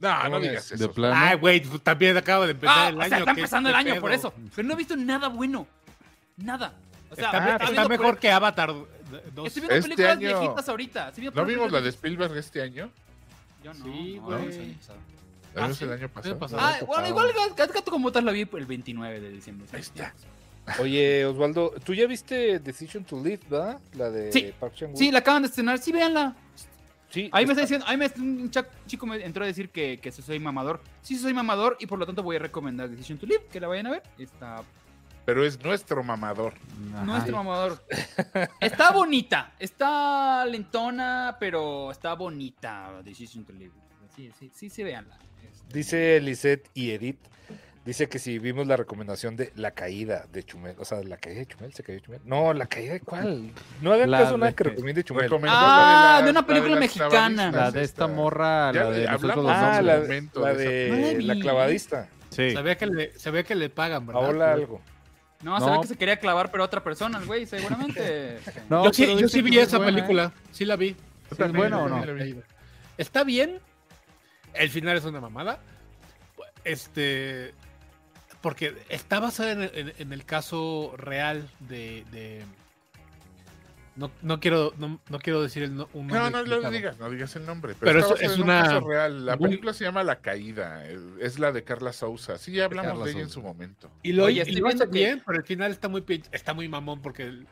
B: No, Ah, no
E: Mames,
B: digas
C: De
B: eso.
C: plano.
D: Ay, güey, pues, también acaba de empezar
A: Ah,
D: el
A: o
D: año.
A: sea, está
D: ¿qué-
A: empezando el
D: qué
A: año por
D: pedo?
A: eso. Pero no he visto nada bueno. Nada. O sea,
D: Está,
A: estoy
D: está
A: Ah, viendo
D: mejor
A: pe-
D: que Avatar 2.
A: Estoy viendo
B: Este
A: películas
B: año-
A: viejitas ahorita. Estoy viendo
B: ¿No vimos la de
A: películas
B: Spielberg este año?
A: viejitas. Yo no.
D: Sí,
A: no,
D: güey.
A: el año pasado.
B: ¿La
A: Ah,
B: vimos
A: sí.
B: el año pasado?
D: pasado.
A: Ah,
E: tocado.
A: bueno, igual Gat- Gat- Gato con Botas la vi el 29 de diciembre.
B: Ahí está.
E: Oye, Osvaldo, tú ya viste Decision to Live, ¿verdad? La de
A: Sí.
E: Park Chan-wook.
A: Sí, la acaban de estrenar. Sí, véanla.
E: Sí,
A: Ahí me está
E: está-
A: diciendo, ahí me, un cha- chico me entró a decir que, que sí soy mamador. Sí soy mamador y por lo tanto voy a recomendar Decision to Live, que la vayan a ver. Está
B: Pero es nuestro mamador.
C: Ajá.
A: nuestro mamador. Está bonita, está lentona, pero está bonita Decision to Live. Sí, sí, sí, sí, véanla. Este,
E: Dice Lisette y Edith. Dice que si vimos la recomendación de la caída de Chumel, o sea, la caída de Chumel, se cayó Chumel. No, la caída de cuál. No hagan
C: La
E: caso a
C: de
E: nada que
C: que-
E: recomiende Chumel.
B: Recomendó
A: Ah,
B: la
A: de una
B: la
A: película
B: las
A: mexicana. Este
B: clavadistas
C: La de esta morra,
B: Ya
C: la de
B: hablamos
C: nosotros los
E: ah, la,
C: hombres.
B: del momento
E: la
B: de
A: esa
E: de
A: película.
E: la clavadista.
C: Sí.
D: Se ve que le, se ve que le pagan, ¿verdad?
E: Paola algo.
A: no, se ve
C: No.
A: que se quería clavar, pero a otra persona, el güey, seguramente.
C: No,
D: yo sí,
C: pero
D: yo
C: dicen
D: sí vi
C: que es
D: esa
C: buena, ¿eh?
D: película. Sí la vi.
C: ¿Es
B: También,
C: buena o
B: yo
C: no?
B: también la vi.
D: Está bien. El final es una mamada. Este. Porque está basada en, en- en el caso real de. de- no, no quiero, no, no quiero decir el no, un
B: No,
D: nombre
B: no lo
D: equivocado.
B: digas, no digas el nombre.
D: Pero
B: está
D: eso
B: basado
D: es
B: en un
D: una-
B: caso real. La
D: un-
B: película se llama La Caída. eh, Es la de Carla Sousa. Sí, ya hablamos
C: Carla
B: de ella en
C: Sousa.
B: su momento.
D: Y lo,
A: Oye,
D: y
A: estoy
D: lo hace
A: viendo que-
D: bien, pero el final está muy, pin- está muy mamón porque el-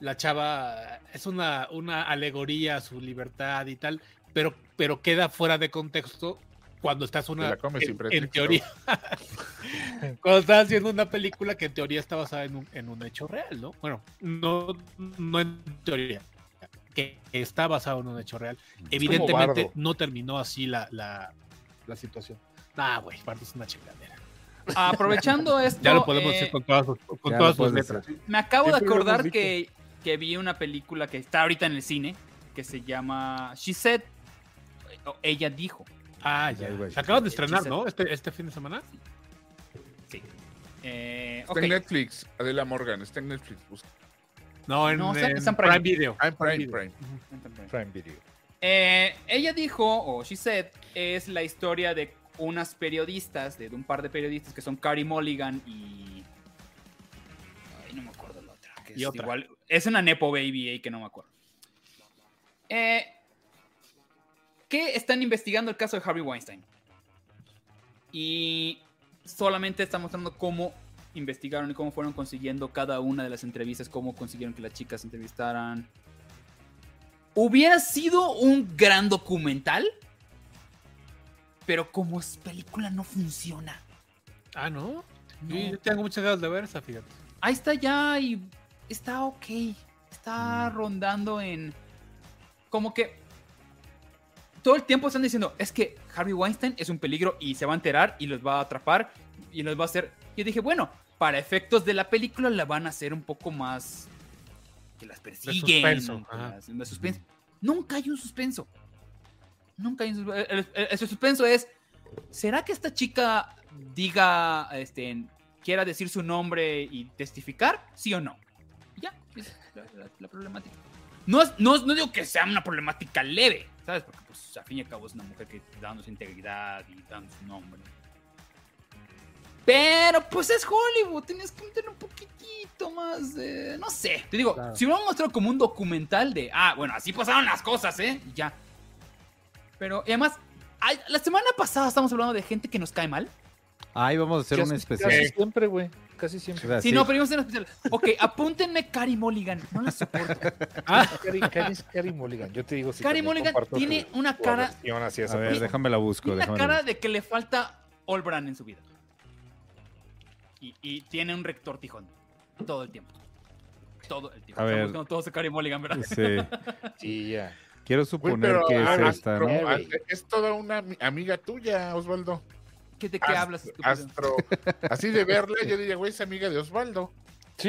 D: la chava es una, una alegoría a su libertad y tal, pero, pero queda fuera de contexto cuando estás una,
B: Te la comes sin
D: en, en
B: pretexto.
D: teoría. cuando estás haciendo una película que en teoría está basada en un, en un hecho real, ¿no? Bueno, no, no en teoría, que está basado en un hecho real. Evidentemente
E: Bardo.
D: no terminó así la, la, la situación. Ah, güey, Bardo es una chingadera.
A: Aprovechando esto.
D: Ya lo podemos
A: eh,
D: decir con todas sus, con
C: Ya
D: todas
C: lo
D: sus
C: puedes
D: letras.
A: Me acabo de
E: Siempre lo hemos
A: acordar
E: dicho.
A: que que vi una película que está ahorita en el cine, que se llama She Said, o Ella Dijo.
D: Ah, ya. Se acaban de estrenar, ¿no? Este, este fin de semana.
A: Sí. Eh,
B: Está
A: ok.
B: en Netflix, Adela Morgan, está en Netflix. busca.
D: No, en,
A: No, está-
D: en
A: está en
D: Prime.
A: Prime.
D: Video.
B: Ah, en Prime,
D: Video.
B: Prime.
E: Prime Video.
A: Eh, ella dijo, o she said, es la historia de unas periodistas, de, de un par de periodistas que son Carrie Mulligan y. Ay, no me acuerdo la otra. que
D: Y
A: es,
D: otra.
A: igual- es una Nepo Baby ahí que no me acuerdo. Eh, que están investigando el caso de Harvey Weinstein. Y solamente está mostrando cómo investigaron y cómo fueron consiguiendo cada una de las entrevistas, cómo consiguieron que las chicas entrevistaran. Hubiera sido un gran documental, pero como es película no funciona.
D: Ah, ¿no?
A: No.
D: Yo, yo tengo muchas ganas de ver esa, fíjate.
A: Ahí está ya y está ok. Está
D: Mm.
A: rondando en... Como que... Todo el tiempo están diciendo, es que Harvey Weinstein es un peligro y se va a enterar y los va a atrapar y los va a hacer... Yo dije, bueno, para efectos de la película la van a hacer un poco más... Que las persiguen.
D: suspenso,
A: que
D: ajá.
A: las- de suspenso. Nunca hay un suspenso. Nunca hay un suspenso. El, el- el suspenso es, ¿será que esta chica diga, este, quiera decir su nombre y testificar? ¿Sí o no? Ya, es la, la- la problemática. No, es- no, es- no digo que sea una problemática leve, ¿sabes? Porque pues a fin y al cabo es una mujer que dando su integridad y dando su nombre. Pero pues es Hollywood, tenías que meter un poquitito más de... No sé, te digo, si lo han mostrado como un documental de... Ah, bueno, así pasaron las cosas, ¿eh? Y ya. Pero, y además, ay, la semana pasada estamos hablando de gente que nos cae mal.
C: Ahí vamos a hacer
E: Casi-
C: un especial.
E: Casi siempre, güey. Casi siempre.
C: Gracias.
A: Sí, no, pero íbamos a hacer un especial. Ok, apúntenme Cari Mulligan, no la soporto.
E: Cari, Cari- Cari Mulligan, yo te digo si
A: Cari
E: también
A: Mulligan
E: comparto
A: tiene
E: tu-
A: una
E: tu
A: cara-
E: aversión hacia
C: A
E: esa
C: ver,
E: persona.
C: déjame la busco.
A: Una
C: déjame
A: cara de que le falta Olbran en su vida. Y, y tiene un rector tijón. Todo el tiempo. Todo el tiempo.
C: A
A: Estamos
C: ver.
A: buscando todos a Cari Mulligan, ¿verdad?
C: Sí.
E: Sí, ya.
C: Quiero
B: Güey,
C: suponer
B: pero
C: que
B: ah, ah,
C: es esta, ¿no?
B: pero, ah, Es toda una ami- amiga tuya, Osvaldo.
A: ¿Qué ¿De
B: qué
A: hablas, estúpido?
B: Astro. Así de verla, yo diría, güey, es amiga de Osvaldo.
E: Sí.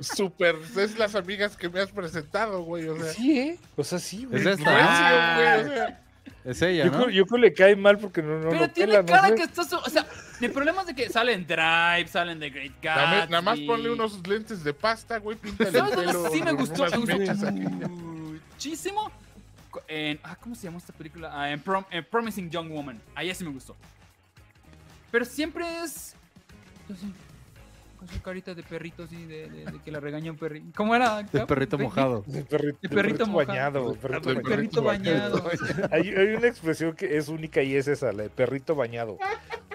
B: Súper, es las amigas que me has presentado, güey. O sea,
E: Sí, ¿eh? O sea, sí, güey.
C: Es esta.
B: Ignacio, güey, o sea.
C: Es ella,
E: yo,
C: ¿no?
E: creo, yo creo le cae mal porque no, no
A: Pero
E: lo
A: tiene
E: pela, no
A: cara
E: sé.
A: que está... so- O sea, el problema es de que salen Drive, salen The Great Gatsby.
B: Nada más, nada más ponle unos lentes de pasta, güey, píntale el
A: ¿Sabes dónde
B: pelo.
A: sí me
B: con
A: gustó?
B: unas
A: Me gustó
B: mechas aquí.
A: muchísimo. En, ah, ¿Cómo se llama esta película? Ah, en, Prom- en Promising Young Woman. Ahí sí me gustó. Pero siempre es. así, con su carita de perrito, así, de, de- de que la regaña un perrito. ¿Cómo era?
C: El perrito mojado.
E: El perrito,
A: El perrito mojado.
E: bañado. El perrito,
A: El perrito bañado.
E: Hay, hay una expresión que es única y es esa, la de perrito bañado.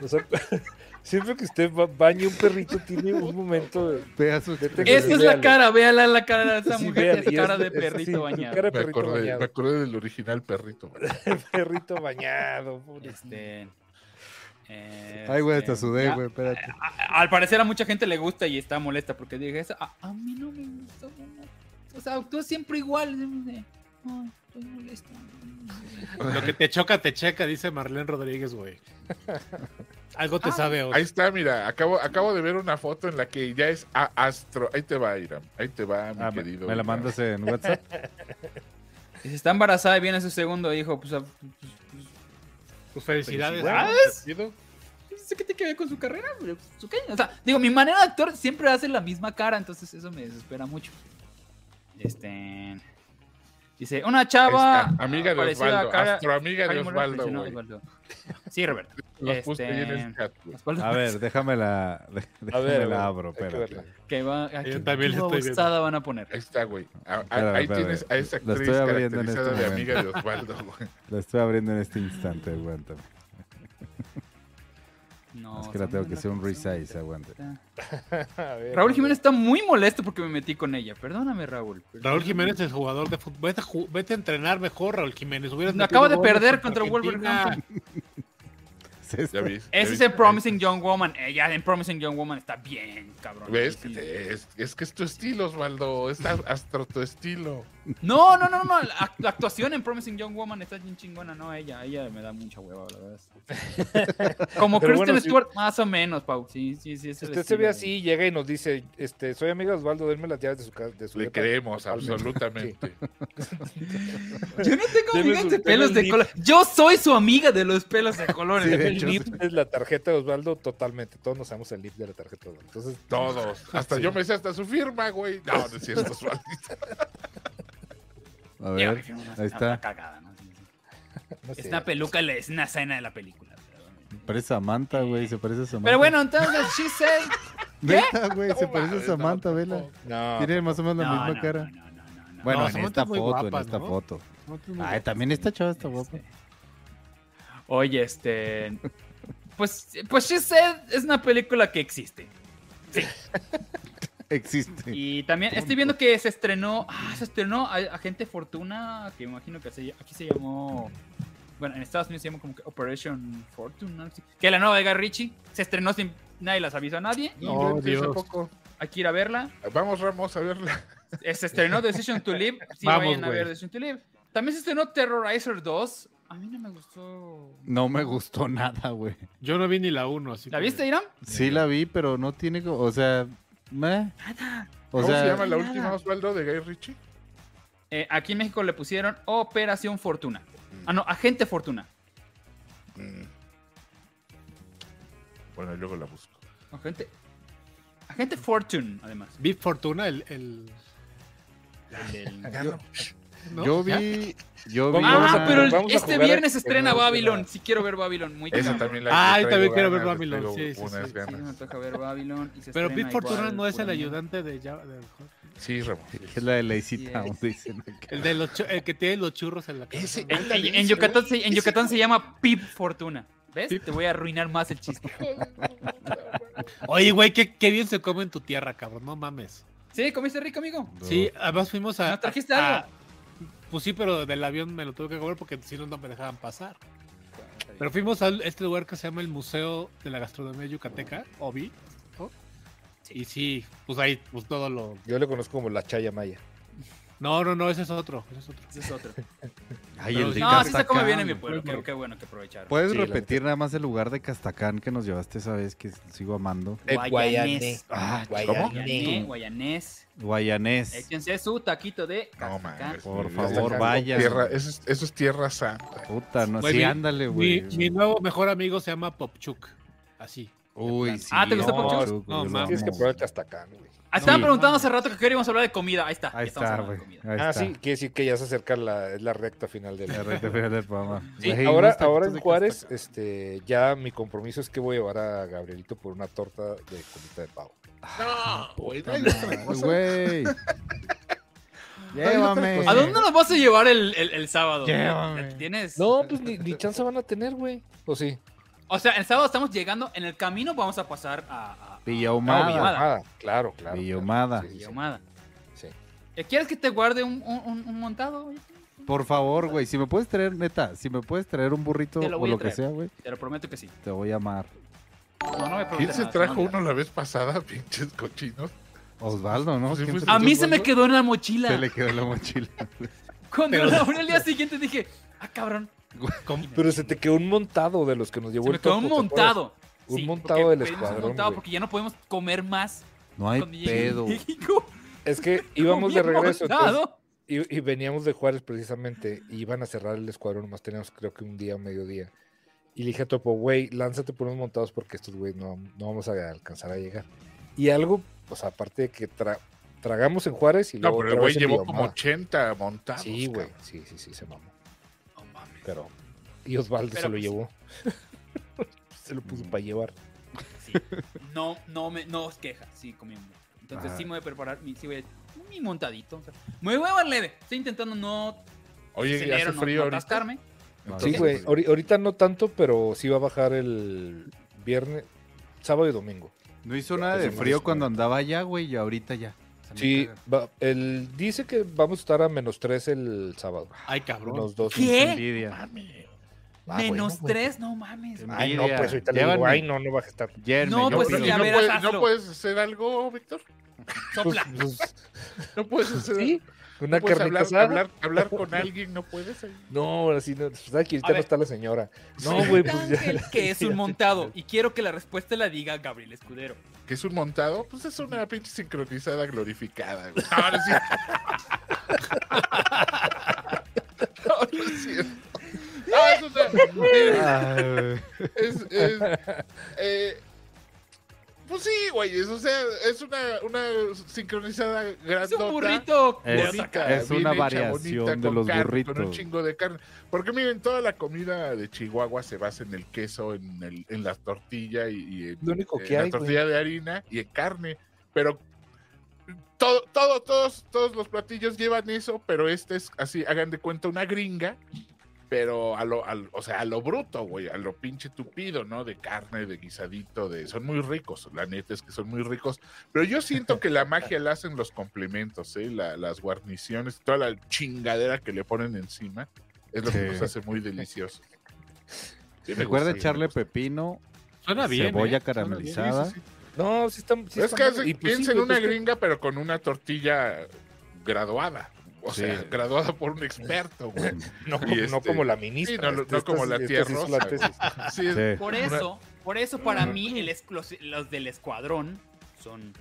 E: O sea, siempre que usted ba- bañe un perrito, tiene un momento de.
C: Vea sus-
A: Esa es la cara, véala la cara de esa
E: Sí,
A: mujer.
E: véala,
A: esa
E: y
A: cara
E: es-
A: de
E: es- sí,
A: perrito
E: su
A: bañado.
E: cara de
B: Me
E: perrito
B: acordé,
E: bañado.
B: me acordé del original perrito. güey.
E: perrito bañado. pobrecito.
A: Este, eh,
C: Ay, güey, hasta
A: este,
C: sudé,
A: ya.
C: güey, espérate.
A: A- Al parecer a mucha gente le gusta y está molesta porque dije eso. A, a mí no me gustó. O sea, actúa siempre igual. Ay, estoy molesta.
D: Lo que te choca, te checa, dice Marlene Rodríguez, güey. Algo te sabe hoy.
B: Ahí está, mira, acabo, acabo de ver una foto en la que ya es a Astro. Ahí te va, Iram. Ahí te va, mi
C: Ah, me,
B: querido.
C: me la
B: Iram.
C: mandas en WhatsApp.
A: Y si está embarazada y viene su segundo hijo, pues. a-
D: Pues felicidades.
A: ¿Felicidades?
D: ¿no?
A: No sé qué te queda con su carrera, pero pues, ok. O sea, digo, mi manera de actuar siempre hace la misma cara, entonces eso me desespera mucho. Este. Dice, una chava.
B: Ahí está, amiga de
A: parecida a
B: Osvaldo,
A: cara-
B: astroamiga de
A: Cari Moreno,
B: Osvaldo,
A: pero no,
B: güey.
A: Osvaldo. Sí, Roberto.
B: Los puse ahí en
A: Este,
B: el chat, güey.
A: Osvaldo
C: A ver, déjame la,
E: A ver, a ver,
C: abro,
E: hay que
C: espérate.
E: verla.
A: Que va, ah,
D: Yo
A: qué
D: también la estoy viendo.
A: babosada van a poner.
B: Ahí está, güey. A- a-
C: Espérame,
B: ahí
C: espérame.
B: tienes a esa
C: La
B: actriz
C: estoy abriendo en
B: caracterizada
C: este
B: de amiga de
C: momento.
B: Osvaldo, güey.
C: La estoy abriendo en este instante, aguántame.
A: No,
C: es que la
A: son
C: tengo que
A: buena
C: hacer un
A: persona.
C: resize, aguante.
E: A ver,
A: Raúl Jiménez está muy molesto porque me metí con ella. Perdóname, Raúl.
D: Ah, Raúl Jiménez es jugador de fútbol. Vete a, ju- vete a entrenar mejor, Raúl Jiménez. Hubieras
A: Me acabo
D: metido
A: de
D: goles
A: perder contra el
D: Argentina.
A: Wolverhampton.
C: Es esta.
B: Ya ves. ya
A: Ese es
B: ves.
A: en Promising Young Woman. Ella en Promising Young Woman está bien, cabrón.
B: ¿Ves?
A: Sí.
B: Es, es que es tu estilo, Osvaldo. Es a- Astro tu estilo.
A: No, no, no, no. La, la actuación en Promising Young Woman está bien chingona, no ella. Ella me da mucha hueva, la verdad. Como
E: Pero
A: Kristen
E: bueno, sí.
A: Stewart, más o menos, Pau. Sí, sí, sí. ese
E: Si usted se
A: estilo.
E: ve así, llega y nos dice, este, soy amiga de Osvaldo, denme las llaves de su casa. De su
B: Le
E: depa".
B: creemos,
E: Totalmente.
B: absolutamente.
A: Yo no tengo
E: Deme
A: amigas
E: su-
A: de
E: deme
A: pelos
E: un
A: de
E: lip.
A: color. Yo soy su amiga de los pelos de colores.
E: Sí, el NIP es la tarjeta de Osvaldo totalmente. Todos nos damos el NIP de la tarjeta de Osvaldo. Entonces,
B: Todos. Hasta
E: Sí.
B: yo me sé hasta su firma, güey. No, no es cierto, Osvaldo.
C: A ver, ahí está.
A: Es una peluca, le- es una escena de la película.
C: Parece Samantha, güey. Se parece a Samantha.
A: Pero bueno, entonces, she said. ¿Qué?
C: Neta, güey. Se parece a Samantha, vela.
E: No.
C: Tiene más o menos la
A: No,
C: misma
A: no,
C: cara. Bueno,
A: No,
C: en
A: Samantha
C: esta
A: es muy
C: foto,
A: guapa,
C: en esta
A: ¿no?
C: foto.
A: Samantha es muy
C: Ay,
A: guapa,
C: también esta chava está guapa.
A: Este. Oye, este. Pues, pues she said es una película que existe.
C: Existe.
A: Y también estoy viendo que se estrenó, ah, se estrenó a- Agente Fortuna, que me imagino que se- aquí se llamó, bueno, en Estados Unidos se llama como que Operation Fortuna, algo así. que la nueva de Guy Ritchie, se estrenó sin, nadie las avisó a nadie.
B: No, No, Dios. tampoco.
A: Hay que ir a verla.
B: Vamos, Ramos, a verla.
A: Eh, Se estrenó Decision to Live, sí
B: Vamos,
A: vayan a
B: güey.
A: ver Decision to Live. También se estrenó Terrorizer 2, a mí no me gustó.
C: No me gustó nada, güey.
D: Yo no vi ni la 1, así
A: ¿La viste, Irán?
C: Sí la vi, pero no tiene, co- o sea, meh. O
B: ¿Cómo
C: sea,
B: se llama la
A: nada.
B: última, Osvaldo, de Guy Ritchie?
A: Eh, aquí en México le pusieron Operación Fortuna. Ah, no, Agente Fortuna.
B: Bueno, y luego la busco.
A: Agente, Agente Fortune, además.
D: Vi Fortuna, el. el...
B: Yo-
D: ¿No?
C: yo
D: ¿Ya?
C: vi, yo vi.
A: Ah,
C: una-
A: pero el- este viernes estrena Babylon. Si quiero ver Babylon, muy
B: Esa
A: cabrón.
B: también la
D: Ah,
B: le traigo
D: yo también quiero ver
B: ganas, le
D: Babylon,
B: traigo
D: sí, sí,
B: unas
D: sí.
A: Sí,
B: ganas.
A: me toca ver Babylon. y se
D: Pero
A: estrena
D: Pete Fortuna
A: igual,
D: no es el
A: pura
D: ayudante de Java. de-
B: Sí, Ramos.
C: Es la de Lazy Town, dicen.
D: El, de los chu- el que tiene los churros en la cabeza.
A: mierda.
E: eh,
A: En, en- en Yucatán, se, en Yucatán se llama Pip Fortuna. ¿Ves? Te voy a arruinar más el chiste.
D: Oye, güey, qué, qué bien se come en tu tierra, cabrón. No mames.
A: ¿Sí? ¿Comiste rico, amigo?
D: Sí, además fuimos a.
A: ¿No trajiste
D: a-
A: algo?
D: pues sí, pero del avión me lo tuve que comer porque si no, no me dejaban pasar. Pero fuimos a este lugar que se llama el Museo de la Gastronomía Yucateca, OBI. ¿no? Y sí, pues ahí, pues todo lo.
E: yo le conozco como la Chaya Maya.
D: No, no, no, ese es otro. Ese es otro.
A: Ese es otro.
C: Ay,
A: Pero
C: el de
A: no, así se come
C: Yucatán.
A: bien en mi pueblo. Qué, qué bueno que aprovecharon.
C: Puedes repetir nada más el lugar de Castacán que nos llevaste esa vez que sigo amando.
A: Guayanés.
C: Ah, ¿cómo?
A: Guayanés. Guayanés.
C: Guayanés.
A: Échense su taquito de cacacán.
C: Por
B: Sí,
C: favor,
B: Castacán,
C: vayan.
B: tierra- eso es- eso es tierra santa.
C: Puta, no,
D: Güey,
C: sí,
D: mi-
C: ándale,
D: mi-
C: güey.
D: Mi, nuevo mejor amigo se llama Popchuk. Así.
C: Uy, sí.
A: Ah, ¿te gustó
C: no,
A: Poncho?
C: Chuco,
D: No,
C: yo lo
D: mames.
E: Tienes que
C: amo.
E: probarte hasta acá, güey.
A: Ah, estaban
E: Sí.
A: preguntando hace rato que queríamos hablar de comida. Ahí está. ya
C: Ahí
A: estamos
C: está,
A: hablando de
C: güey.
A: comida.
C: Ahí
E: ah,
C: está.
E: sí, quiere decir que ya se acerca la, es la recta final del
C: La recta final del programa.
E: Sí,
C: Güey,
E: ahora,
C: unos
E: ahora
C: taquitos
E: en
C: de
E: Juárez, este, ya mi compromiso es que voy a llevar a Gabrielito por una torta de colita de pavo.
B: No, güey, no hay
C: Castacán.
B: otra cosa.
C: Güey. Llévame.
A: ¿A dónde nos vas a llevar el, el- el sábado?
C: Llévame.
A: ¿Tienes?
E: No, pues ni, ni chance van a tener, güey. ¿O sí?
A: O sea, el sábado estamos llegando, en el camino vamos a pasar a, a
E: Ah,
C: Villahumada.
E: Villahumada, Claro, claro.
C: Villahumada.
E: Sí, sí, sí.
A: Ahumada.
E: Sí.
A: Eh, ¿Quieres que te guarde un, un- un- un montado? güey?
C: Por favor, güey. Si me puedes traer, neta, si me puedes traer un burrito
A: Te lo
C: o
A: voy a
C: lo que
A: traer.
C: sea, güey,
A: Te lo prometo que sí.
C: te voy a amar.
A: No, no me preguntes
B: ¿Quién se
A: nada,
B: trajo
A: no me
B: uno la vez pasada, pinches cochinos?
C: Osvaldo, ¿no?
B: Sí,
C: ¿Quién
B: pues,
A: A mí se me
B: Osvaldo?
A: quedó en la mochila.
C: Se le quedó en la mochila.
A: Cuando
D: Pero-
A: la abrí el día siguiente dije, ah, cabrón,
E: Pero se te quedó un montado de los que nos llevó
A: se
E: el
A: me quedó un
E: topo, ¿te
A: montado.
E: acuerdas? Un
A: Sí,
E: montado
A: porque
E: del
A: pedimos un
E: escuadrón.
A: montado
E: güey.
A: porque ya no podemos comer más.
C: No hay
A: cuando llegue
C: pedo.
A: México.
E: Es que íbamos de
A: Comí
E: regreso.
A: montado.
E: entonces, y, y veníamos de Juárez precisamente. Y iban a cerrar el escuadrón. Más teníamos creo que un día o mediodía. Y le dije a Topo, güey, lánzate por unos montados porque estos güey no, no vamos a alcanzar a llegar. Y algo, pues aparte de que tra- tragamos en Juárez y
B: No,
E: luego
B: pero el
E: otra
B: güey
E: vez en
B: llevó como
E: Villahumada.
B: 80 montados.
E: Sí, güey.
B: cabrón.
E: Sí, sí, sí, se mamó. Pero. Y Osvaldo
A: Pero,
E: se lo
A: pues,
E: llevó. se lo puso para llevar.
A: Sí. No, no me, no os queja, sí comiendo. Entonces
E: Ah.
A: sí me voy a preparar, mi- sí voy a, mi montadito. o sea, me voy a ver leve. Estoy intentando no
B: Oye,
A: cenero,
B: ¿hace
A: no-
B: frío
A: no
B: ahorita?
A: atascarme.
E: Sí, güey. ahori- Ahorita no tanto, pero sí va a bajar el viernes, sábado y domingo.
C: No hizo nada de
E: Sí,
C: frío
E: sí.
C: cuando andaba allá, güey, y ahorita ya. O sea, me
E: Sí,
C: caga.
E: va- el, dice que vamos a estar a menos 3 el sábado.
D: Ay, cabrón.
E: Unos dos.
A: ¿Qué?
C: Envidia.
E: Ah, bueno,
A: Menos
E: güey.
A: tres, no mames. Ah,
C: Envidia.
E: Ay, no, pues ahorita le
C: Llévanme.
E: digo, ay, no, no va a estar.
C: Yerme,
A: No,
C: yo
A: pues
C: creo
A: sí,
C: que-
A: a
B: ¿No,
A: ver,
B: puedes,
A: hazlo.
B: ¿No puedes hacer algo, Víctor?
A: Sopla.
E: Pues,
B: ¿No puedes hacer
E: sí, Una
B: No puedes
E: carnita
B: hablar,
E: asada.
B: hablar, hablar con alguien, no puedes. eh, ahí?
E: No, ahora sí, no, pues, ¿sabes que ahorita
A: A
E: no
A: ver.
E: está la señora. No, güey, pues
A: Ángel,
E: ya.
A: que es un montado. Y quiero que la respuesta la diga Gabriel Escudero.
B: ¿Que es un montado? Pues es una pinche sincronizada glorificada, güey. No, no es cierto. No, no es cierto. No, es una-
E: Ay, güey.
B: Es, es- eh, pues sí, güey. Es, o sea, es una, una sincronizada grandota.
A: burrito.
C: Es- es
B: bien
C: una
B: hecha,
C: variación
B: bonita,
C: de
B: con
C: los
B: carne, Con un
C: burritos.
B: chingo de carne. Porque miren, toda la comida de Chihuahua se basa en el queso, en, el, en la tortilla y, y en,
E: Lo único
B: en
E: que
B: eh, la
E: hay, güey.
B: tortilla de harina y en carne. Pero todo, todo, todos, todos los platillos llevan eso, pero este es así, hagan de cuenta una gringa, pero a lo, al- o sea, a lo bruto, güey, a lo pinche tupido, ¿no? De carne, de guisadito, de, son muy ricos, la neta es que son muy ricos, pero yo siento que la magia la hacen los complementos, ¿eh? La- las guarniciones, toda la chingadera que le ponen encima, es lo que
C: Sí.
B: nos hace muy delicioso. Sí, me
C: Recuerda
B: gusta,
C: echarle pepino,
B: Suena bien,
C: cebolla
B: ¿eh? Suena bien.
C: caramelizada.
B: Sí, sí,
E: No, sí están. sí
B: es que
E: están-
B: hace-
E: y pues sí,
B: piensa en
E: güey,
B: una
E: pues, que-
B: gringa, pero con una tortilla graduada. O
E: Sí.
B: sea, graduada por un experto, güey.
E: No
B: Y
E: como- no como la ministra,
B: sí, no,
E: este-
B: no como
E: esta
B: la
E: sí-
B: tía
E: esta sí es la
B: Rosa. güey.
E: tesis.
B: Sí, es
E: Sí.
A: Por
B: una-
A: eso, por eso para mí el es- los, los del escuadrón son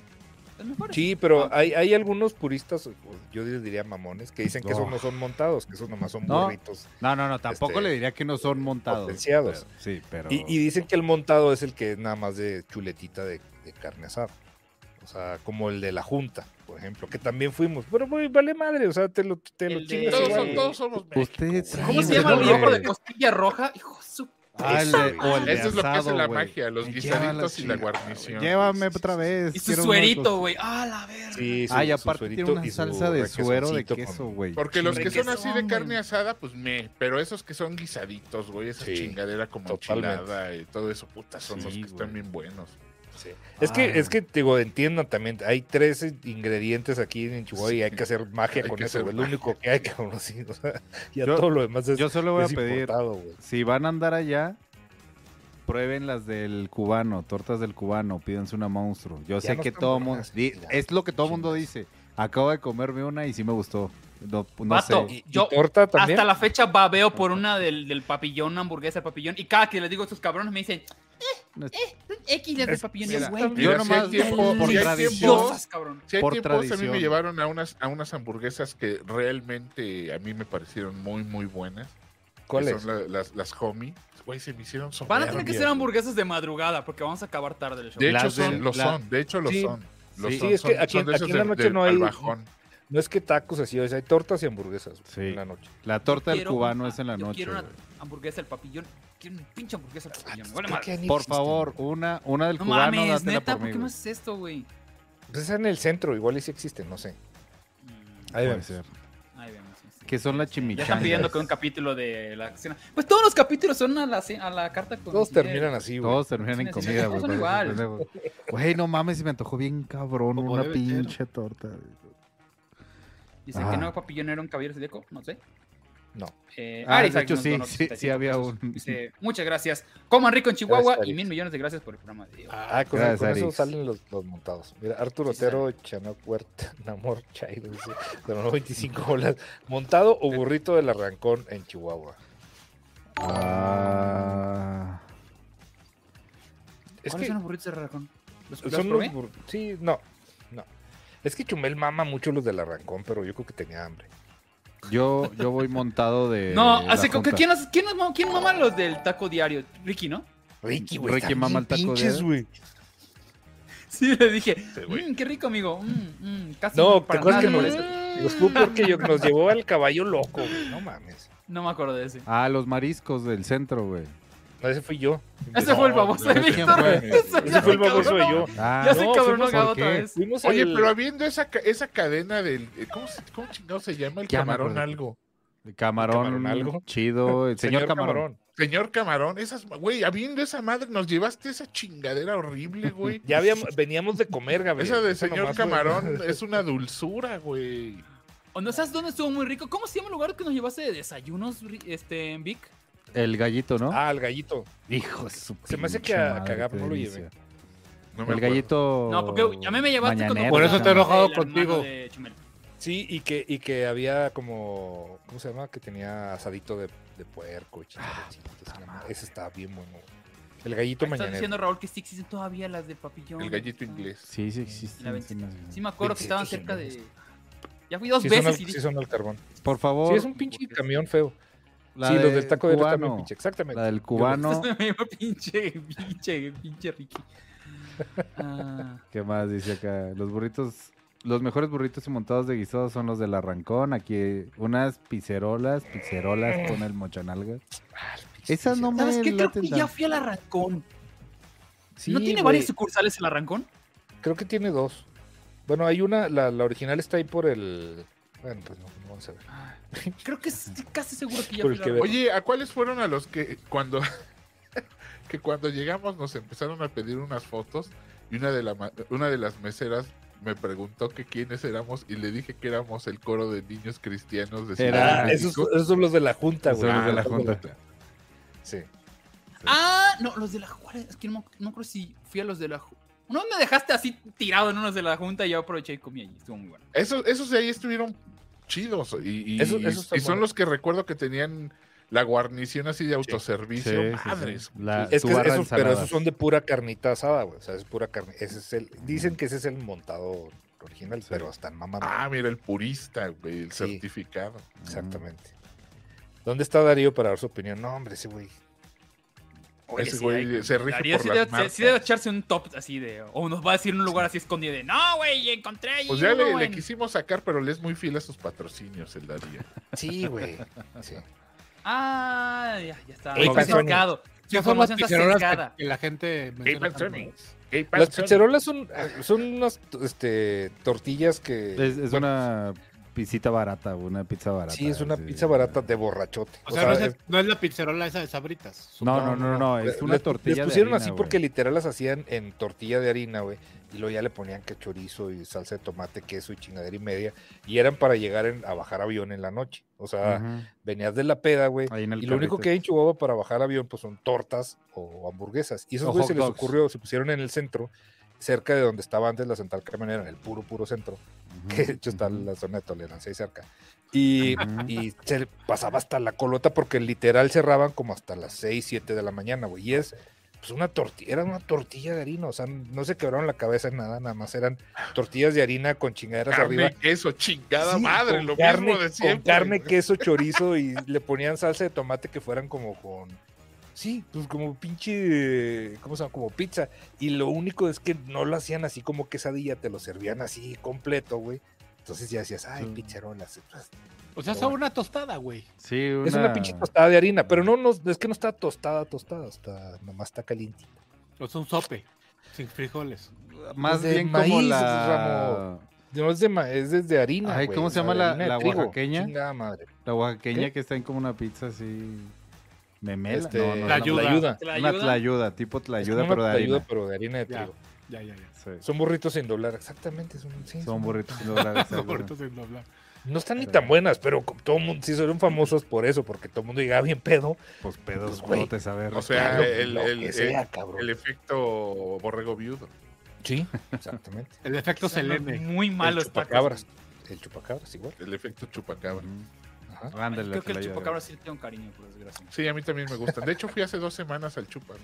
A: los mejores.
E: Sí, pero hay, hay algunos puristas, o- yo les diría mamones, que dicen que esos
C: No.
E: no son montados, que esos nomás son
C: ¿No?
E: burritos
C: no, no, no, tampoco
E: este,
C: le diría que no son montados.
E: potenciados.
C: pero- sí, pero.
E: Y, y dicen que el montado es el que es nada más de chuletita de, de carne asada. O sea, como el de la Junta, por ejemplo, que también fuimos. Pero güey, vale madre, o sea, te lo, te lo
A: El de-
E: chingas
A: Todos
E: igual,
A: son-
E: güey.
A: todos somos
C: Usted sí,
A: ¿Cómo se
C: güey,
A: llama el
C: no,
A: rojo
C: güey.
A: de costilla roja? Hijo de su
C: Ah, el de- o el de
B: Eso es lo que hace
C: asado,
B: la
C: güey.
B: magia, los
C: Ay,
B: guisaditos y la
C: llévala,
B: guarnición.
C: Llévame otra vez.
A: Y su
C: quiero unos
A: suerito,
C: tacos.
A: güey. Ah, la verga.
E: Sí, su-
C: Ay,
E: su
C: aparte tiene
E: suerito
C: una
E: y su
C: salsa de suero de
E: requesoncito con-
C: queso, güey.
B: Porque los que son
A: Requesón,
B: así de
A: güey.
B: carne asada, pues me. Pero esos que son guisaditos, güey, esa
E: Sí,
B: chingadera como
E: totalmente.
B: enchilada y todo eso, puta, son
E: Sí,
B: los que
E: güey.
B: están bien buenos.
E: Sí. Es que, es que, digo, entiendan también, hay 13 ingredientes aquí en Chihuahua y hay que hacer magia
B: Hay
E: con
B: que
E: eso,
B: hacer
E: güey, es lo
B: magia.
E: único que hay, cabrón, sí, o sea, ya
C: Yo-
E: todo lo demás es
C: Yo solo voy a
E: es
C: pedir,
E: importado, güey.
C: si van a andar allá, prueben las del cubano, tortas del cubano, pídanse una monstruo. Yo
E: Ya
C: sé
E: no
C: que
E: están
C: todo
E: buenas,
C: mundo, di- es lo que todo mundo dice. Acabo de comerme una y sí me gustó. No, no
A: Vato,
C: sé.
A: yo
E: torta también?
A: hasta la fecha babeo por una del, del papillón, una hamburguesa del papillón. Y cada que les digo a estos cabrones me dicen, "Eh,
C: No es-
A: X las del papillón. Y yo,
B: Mira,
A: güey,
B: mira,
C: Yo nomás
B: si hay tiempo,
C: por
B: si hay
C: tradición,
B: tiempo,
A: cabrón.
B: si hay
C: por
B: tiempo, a mí me
C: tradición.
B: llevaron a unas, a unas hamburguesas que realmente a mí me parecieron muy, muy buenas. que
E: ¿Cuáles?
B: Son la- las, las homie. Güey, se me hicieron
A: Van a
B: soberbias.
A: tener que ser hamburguesas de madrugada porque vamos a acabar tarde el show.
B: De hecho,
C: Las
B: son,
C: del-
B: lo
C: la-
B: son. De hecho, lo
E: Sí,
B: son. Lo
E: sí,
B: son,
E: es que
B: son-
E: aquí,
B: son de
E: aquí
B: esos
E: en la
B: del-
E: noche
B: del
E: no hay,
B: albajón.
E: no es que tacos así, o sea, hay tortas y hamburguesas
C: Sí.
E: güey, en la noche.
C: La torta del
A: Quiero
C: cubano
A: una-
C: es en la
A: yo
C: noche.
A: Quiero una
C: güey.
A: hamburguesa del papillón. Quiero una pinche hamburguesa del papillón. Me
E: pues,
A: vale
E: ¿por
A: madre.
E: qué ni
C: Por
E: existen,
C: favor,
E: güey?
C: una, una del
A: No
C: cubano,
A: mames,
C: dátela
A: neta,
C: por
A: ¿por
C: mí.
A: qué no
C: güey.
A: haces esto, güey?
E: Pues es en el centro, igual y sí existen, no sé. Ahí
C: Puede
E: vemos.
C: ser.
A: Mm, Ahí vemos. sí, sí.
C: Que son las
A: Ya
C: chimichangas.
A: están pidiendo que un capítulo de la cena. Pues todos los capítulos son a la, ce- a la carta con.
E: Todos
A: cine-
E: terminan así, güey.
C: Todos terminan en
A: Sí, sí,
C: comida,
A: todos
C: güey.
A: son
C: parece
A: igual.
C: un pendejo. Güey, no mames, se me antojó bien cabrón
D: Como
C: una
D: debe ser.
C: pinche torta. güey.
A: Dicen
C: Ah.
A: que no, papillón era un caballero zodíaco, no sé.
E: No.
A: Eh,
C: Ah,
A: Ari
C: de
A: Isaac
C: hecho,
A: nos
C: sí,
A: donó
C: sí,
A: 65
C: sí había
A: pesos.
C: un.
A: Dice, muchas gracias. Coman rico en Chihuahua
E: Gracias,
A: y
E: Ari.
A: mil millones de gracias por el programa de Dios.
E: Ah, con,
C: Gracias,
E: con eso
C: Arix.
E: salen los, los montados. Mira, Arturo
A: Sí, sale.
E: Otero, Chanoc Huerta, Namor Chairo, dice, donó 25 bolas. ¿Montado o burrito del arrancón en Chihuahua?
C: Ah.
E: Es
A: ¿Cuáles
E: que
A: son los burritos de racón? ¿Los,
C: Pues
A: los
E: son los
A: probé?
E: bur- Sí, no, no. Es que Chumel mama mucho los del arrancón, pero yo creo que tenía hambre.
C: Yo, yo voy montado de.
A: No,
C: la
A: así como que
C: junta.
A: ¿quién, hace- quién, mama- quién mama los del taco diario? Ricky, ¿no?
E: Ricky, güey.
C: Ricky
E: están
C: mama
E: bien
C: el taco de-
E: pinches, güey.
A: Sí, le dije,
B: güey.
A: "Mm, qué rico, amigo. Mm, mm, casi
E: No, ¿te
A: para
E: acuerdas que
A: nada".
E: nos, los fue porque yo- nos llevó al caballo loco, güey? No mames.
A: No me acuerdo de ese.
C: Ah, los mariscos del centro, güey.
E: No, ese fui yo.
A: Ese fue el baboso de
C: no,
A: Víctor.
C: siempre.
A: Ese
E: Ese fue el
A: se
E: baboso de yo.
A: encabronó.
C: Ah,
A: Ya
E: no,
A: se encabronó
E: fuimos
A: Gabo
C: al
A: otra
C: qué.
A: vez.
E: Fuimos
B: Oye,
E: al-
B: pero habiendo esa, ca- esa cadena del. eh, ¿Cómo, se- cómo chingado se llama? El
C: Ya me
B: camarón
C: acordé.
B: algo.
C: Camarón,
E: Camarón algo.
C: chido. El señor, camarón.
B: Señor Camarón, esas, güey, habiendo esa madre, nos llevaste esa chingadera horrible, güey.
E: Ya habíamos, veníamos de comer, Gabriel.
B: Esa de
E: Eso
B: señor
E: nomás fue-
B: Camarón es una dulzura, güey.
A: ¿O no sabes dónde estuvo muy rico? ¿Cómo se llama el lugar que nos llevaste de desayunos, Ri- este, en Vic?
C: El gallito, ¿no?
E: Ah, el gallito.
C: Hijo de su
E: Se me hace
C: pinche
E: que a- a
C: madre,
E: Gabo
C: qué
E: no lo
C: delicia.
E: llevé.
B: No me
C: El
B: acuerdo.
C: gallito.
B: Oh,
A: No, porque a mí me llevaste cuando
C: mañanero,
A: fue
D: Por eso
A: el
D: te he
C: ¿no?
D: enojado
A: hermano
D: contigo.
A: de Chumel.
E: Sí, y que, y que había como. ¿Cómo se llama? Que tenía asadito de, de puerco. y
A: Ah,
E: chingada, chingada, chingada. Ese estaba bien bueno. El gallito
A: Está
E: mañanero.
A: diciendo Raúl que sí existen todavía las de papillón.
B: El gallito inglés.
C: Sí, sí existen.
A: La
C: sí,
A: 27.
C: más bien.
A: Sí me acuerdo que estaban
E: 27
A: cerca de... Ya fui dos
E: Sí son
A: veces
E: al-
A: y
E: sí
A: dije...
E: son al carbón.
C: Por favor.
E: Sí, es un pinche camión feo.
C: La
E: sí, los
C: del
E: del taco de
C: cubano.
E: también pinche. Exactamente.
C: La del cubano.
A: "Este pinche, pinche, pinche Ricky. Ah,
C: ¿Qué más dice acá? Los burritos, los mejores burritos y montados de guisado son los del Arrancón. Aquí unas pizzerolas, pizzerolas con el mochanalga.
E: Ah,
C: Esas no me
A: Eh. ¿Sabes qué? Creo
C: laten
A: que ya
C: tanto.
A: fui al Arrancón.
E: Sí,
A: ¿No tiene
E: güey.
A: varias sucursales el Arrancón?
E: Creo que tiene dos. Bueno, hay una, la, la original está ahí por el. Bueno, pues no, no vamos a ver.
A: Creo que estoy casi seguro que ya fui
E: Por el
A: al
E: que
A: Arrancón.
E: veo.
B: Oye, ¿a cuáles fueron a los que cuando que cuando llegamos nos empezaron a pedir unas fotos y una de la ma- una de las meseras me preguntó que quiénes éramos y le dije que éramos el coro de niños cristianos de Ciudad
E: Ah,
B: de
E: esos,
B: México.
E: esos son los de la Junta,
C: Esos
E: güey.
C: son los de la
E: Ah,
C: Junta.
E: Sí.
A: Ah, no, los de la Juárez. Es que no, me- no creo si fui a los de la Ju- No me dejaste así tirado en unos de la Junta y yo aproveché y comí allí. Estuvo muy bueno.
B: Esos, esos de ahí estuvieron chidos y, y-
E: Esos- esos son
B: y son
E: buenos.
B: los que recuerdo que tenían la guarnición así de autoservicio.
C: Sí, sí, sí.
B: Madres.
C: La-
E: Es
C: Ah, tu
E: que
C: barra de
E: esos, pero
C: ensaladas.
E: esos son de pura carnita asada, güey. O sea, es pura carne. Ese es el, dicen que ese es el montado original, pero están mamando.
B: Ah, mira, el purista, güey, el
E: Sí.
B: certificado.
C: mm.
E: Exactamente. ¿Dónde está Darío para dar su opinión? No, hombre, ese güey.
A: Oye,
B: Ese
A: sí,
B: güey
A: hay-
B: se rige
A: Darío
B: por
A: sí
B: las
A: debe, sí-
B: marcas.
A: sí debe echarse un top así de. O nos va a decir en un lugar así escondido de. No, güey, encontré ahí.
B: Pues ya le,
A: uno
B: le
A: en-".
B: quisimos sacar, pero le es muy fiel a sus patrocinios el ¿eh? Darío.
E: Sí, güey. Sí.
A: Ah, ya, ya está.
E: Ey,
A: Está
E: Panzoni.
A: cercado. Su
D: ¿Qué son las
A: información está
D: pizzerolas
A: cercada.
D: que, que la gente menciona tanto?
E: Las pizzerolas son, son unas este, tortillas que.
C: Es, es una pisita barata, una pizza barata.
E: Sí, es una
C: sí.
E: pizza barata de borrachote.
D: O sea, no, es, el- no es la pizzerola esa de sabritas.
C: No, no, no, no, no, es
E: Le-
C: una
E: les-
C: tortilla de
E: Les pusieron
C: harina,
E: así
C: güey.
E: porque literal las hacían en tortilla de harina, güey. Y luego ya le ponían que chorizo y salsa de tomate, queso y chingadera y media. Y eran para llegar en- a bajar avión en la noche. O sea,
C: Ujú.
E: venías de la peda, güey.
C: Ahí en el
E: Y lo único
C: carrito.
E: que hay en Chihuahua para bajar avión, pues son tortas o hamburguesas. Y esos
C: O hot
E: güeyes se les
C: dogs.
E: ocurrió, se pusieron en el centro, cerca de donde estaba antes la central camionera, en el puro, puro centro. Que de hecho está la zona de tolerancia ahí cerca. Y, y se le pasaba hasta la colota porque literal cerraban como hasta las 6, 7 de la mañana, güey. Y es pues una tortilla, era una tortilla de harina, o sea, no se quebraron la cabeza en nada, nada más eran tortillas de harina con chingaderas
B: Carne,
E: arriba.
B: queso, chingada
E: Sí,
B: madre,
E: con
B: lo
E: carne-
B: mismo de
E: con
B: siempre.
E: carne, queso, chorizo y le ponían salsa de tomate que fueran como con. Sí, pues como pinche. ¿Cómo se llama? Como pizza. Y lo único es que no lo hacían así como quesadilla, te lo servían así completo, güey. Entonces ya decías, ay, pizzerolas.
D: O sea, es
E: Pero
D: una tostada, güey.
C: Sí, una...
E: Es una pinche tostada de harina, pero no, no es que no está tostada, tostada, está, nomás está caliente.
D: O es un sope. Sin frijoles.
C: Más
E: Es de
C: bien como
E: maíz,
C: la...
E: Ramo. No es de ma- es desde harina.
C: Ay,
E: güey,
C: ¿cómo
E: o
C: se
E: sea,
C: llama
E: de
C: la,
E: harina de
C: la
E: trigo.
C: oaxaqueña?
E: Chingada madre.
C: La oaxaqueña
E: ¿Qué?
C: que está en como una pizza así... Memela.
E: Este,
C: no, no,
E: tlayuda.
C: no,
E: Tlayuda.
C: Una tlayuda, tipo tlayuda,
E: Una
C: pero de
E: tlayuda,
C: harina.
E: pero de harina de
D: Ya,
E: trigo.
D: ya, ya. ya.
C: Sí,
E: Son burritos sin doblar, exactamente. Son, sí,
C: Son
E: son-
C: burritos sin doblar,
D: Los
C: exacto.
D: gorditos en doblar.
E: No están ni tan buenas, pero co- todo el mundo, sí, son famosos por eso, porque todo el mundo llegaba bien pedo.
C: Pues pedos,
E: Pues, güey.
C: güey. saber.
B: O sea,
E: Claro,
B: el,
E: lo
B: el-
E: que
B: el-
E: sea, cabrón.
B: el efecto borrego viudo.
E: Sí, exactamente.
D: El efecto
A: Suena
D: Selene.
A: Muy malo
E: el
A: está.
E: chupacabras. El chupacabras, igual.
B: El efecto chupacabra.
E: Ajá.
C: Ándale, la
A: Creo que el
C: tlayuda.
A: chupacabra sí le tengo cariño, por desgracia.
B: Sí, a mí también me gustan. De hecho, fui hace dos semanas al chupa.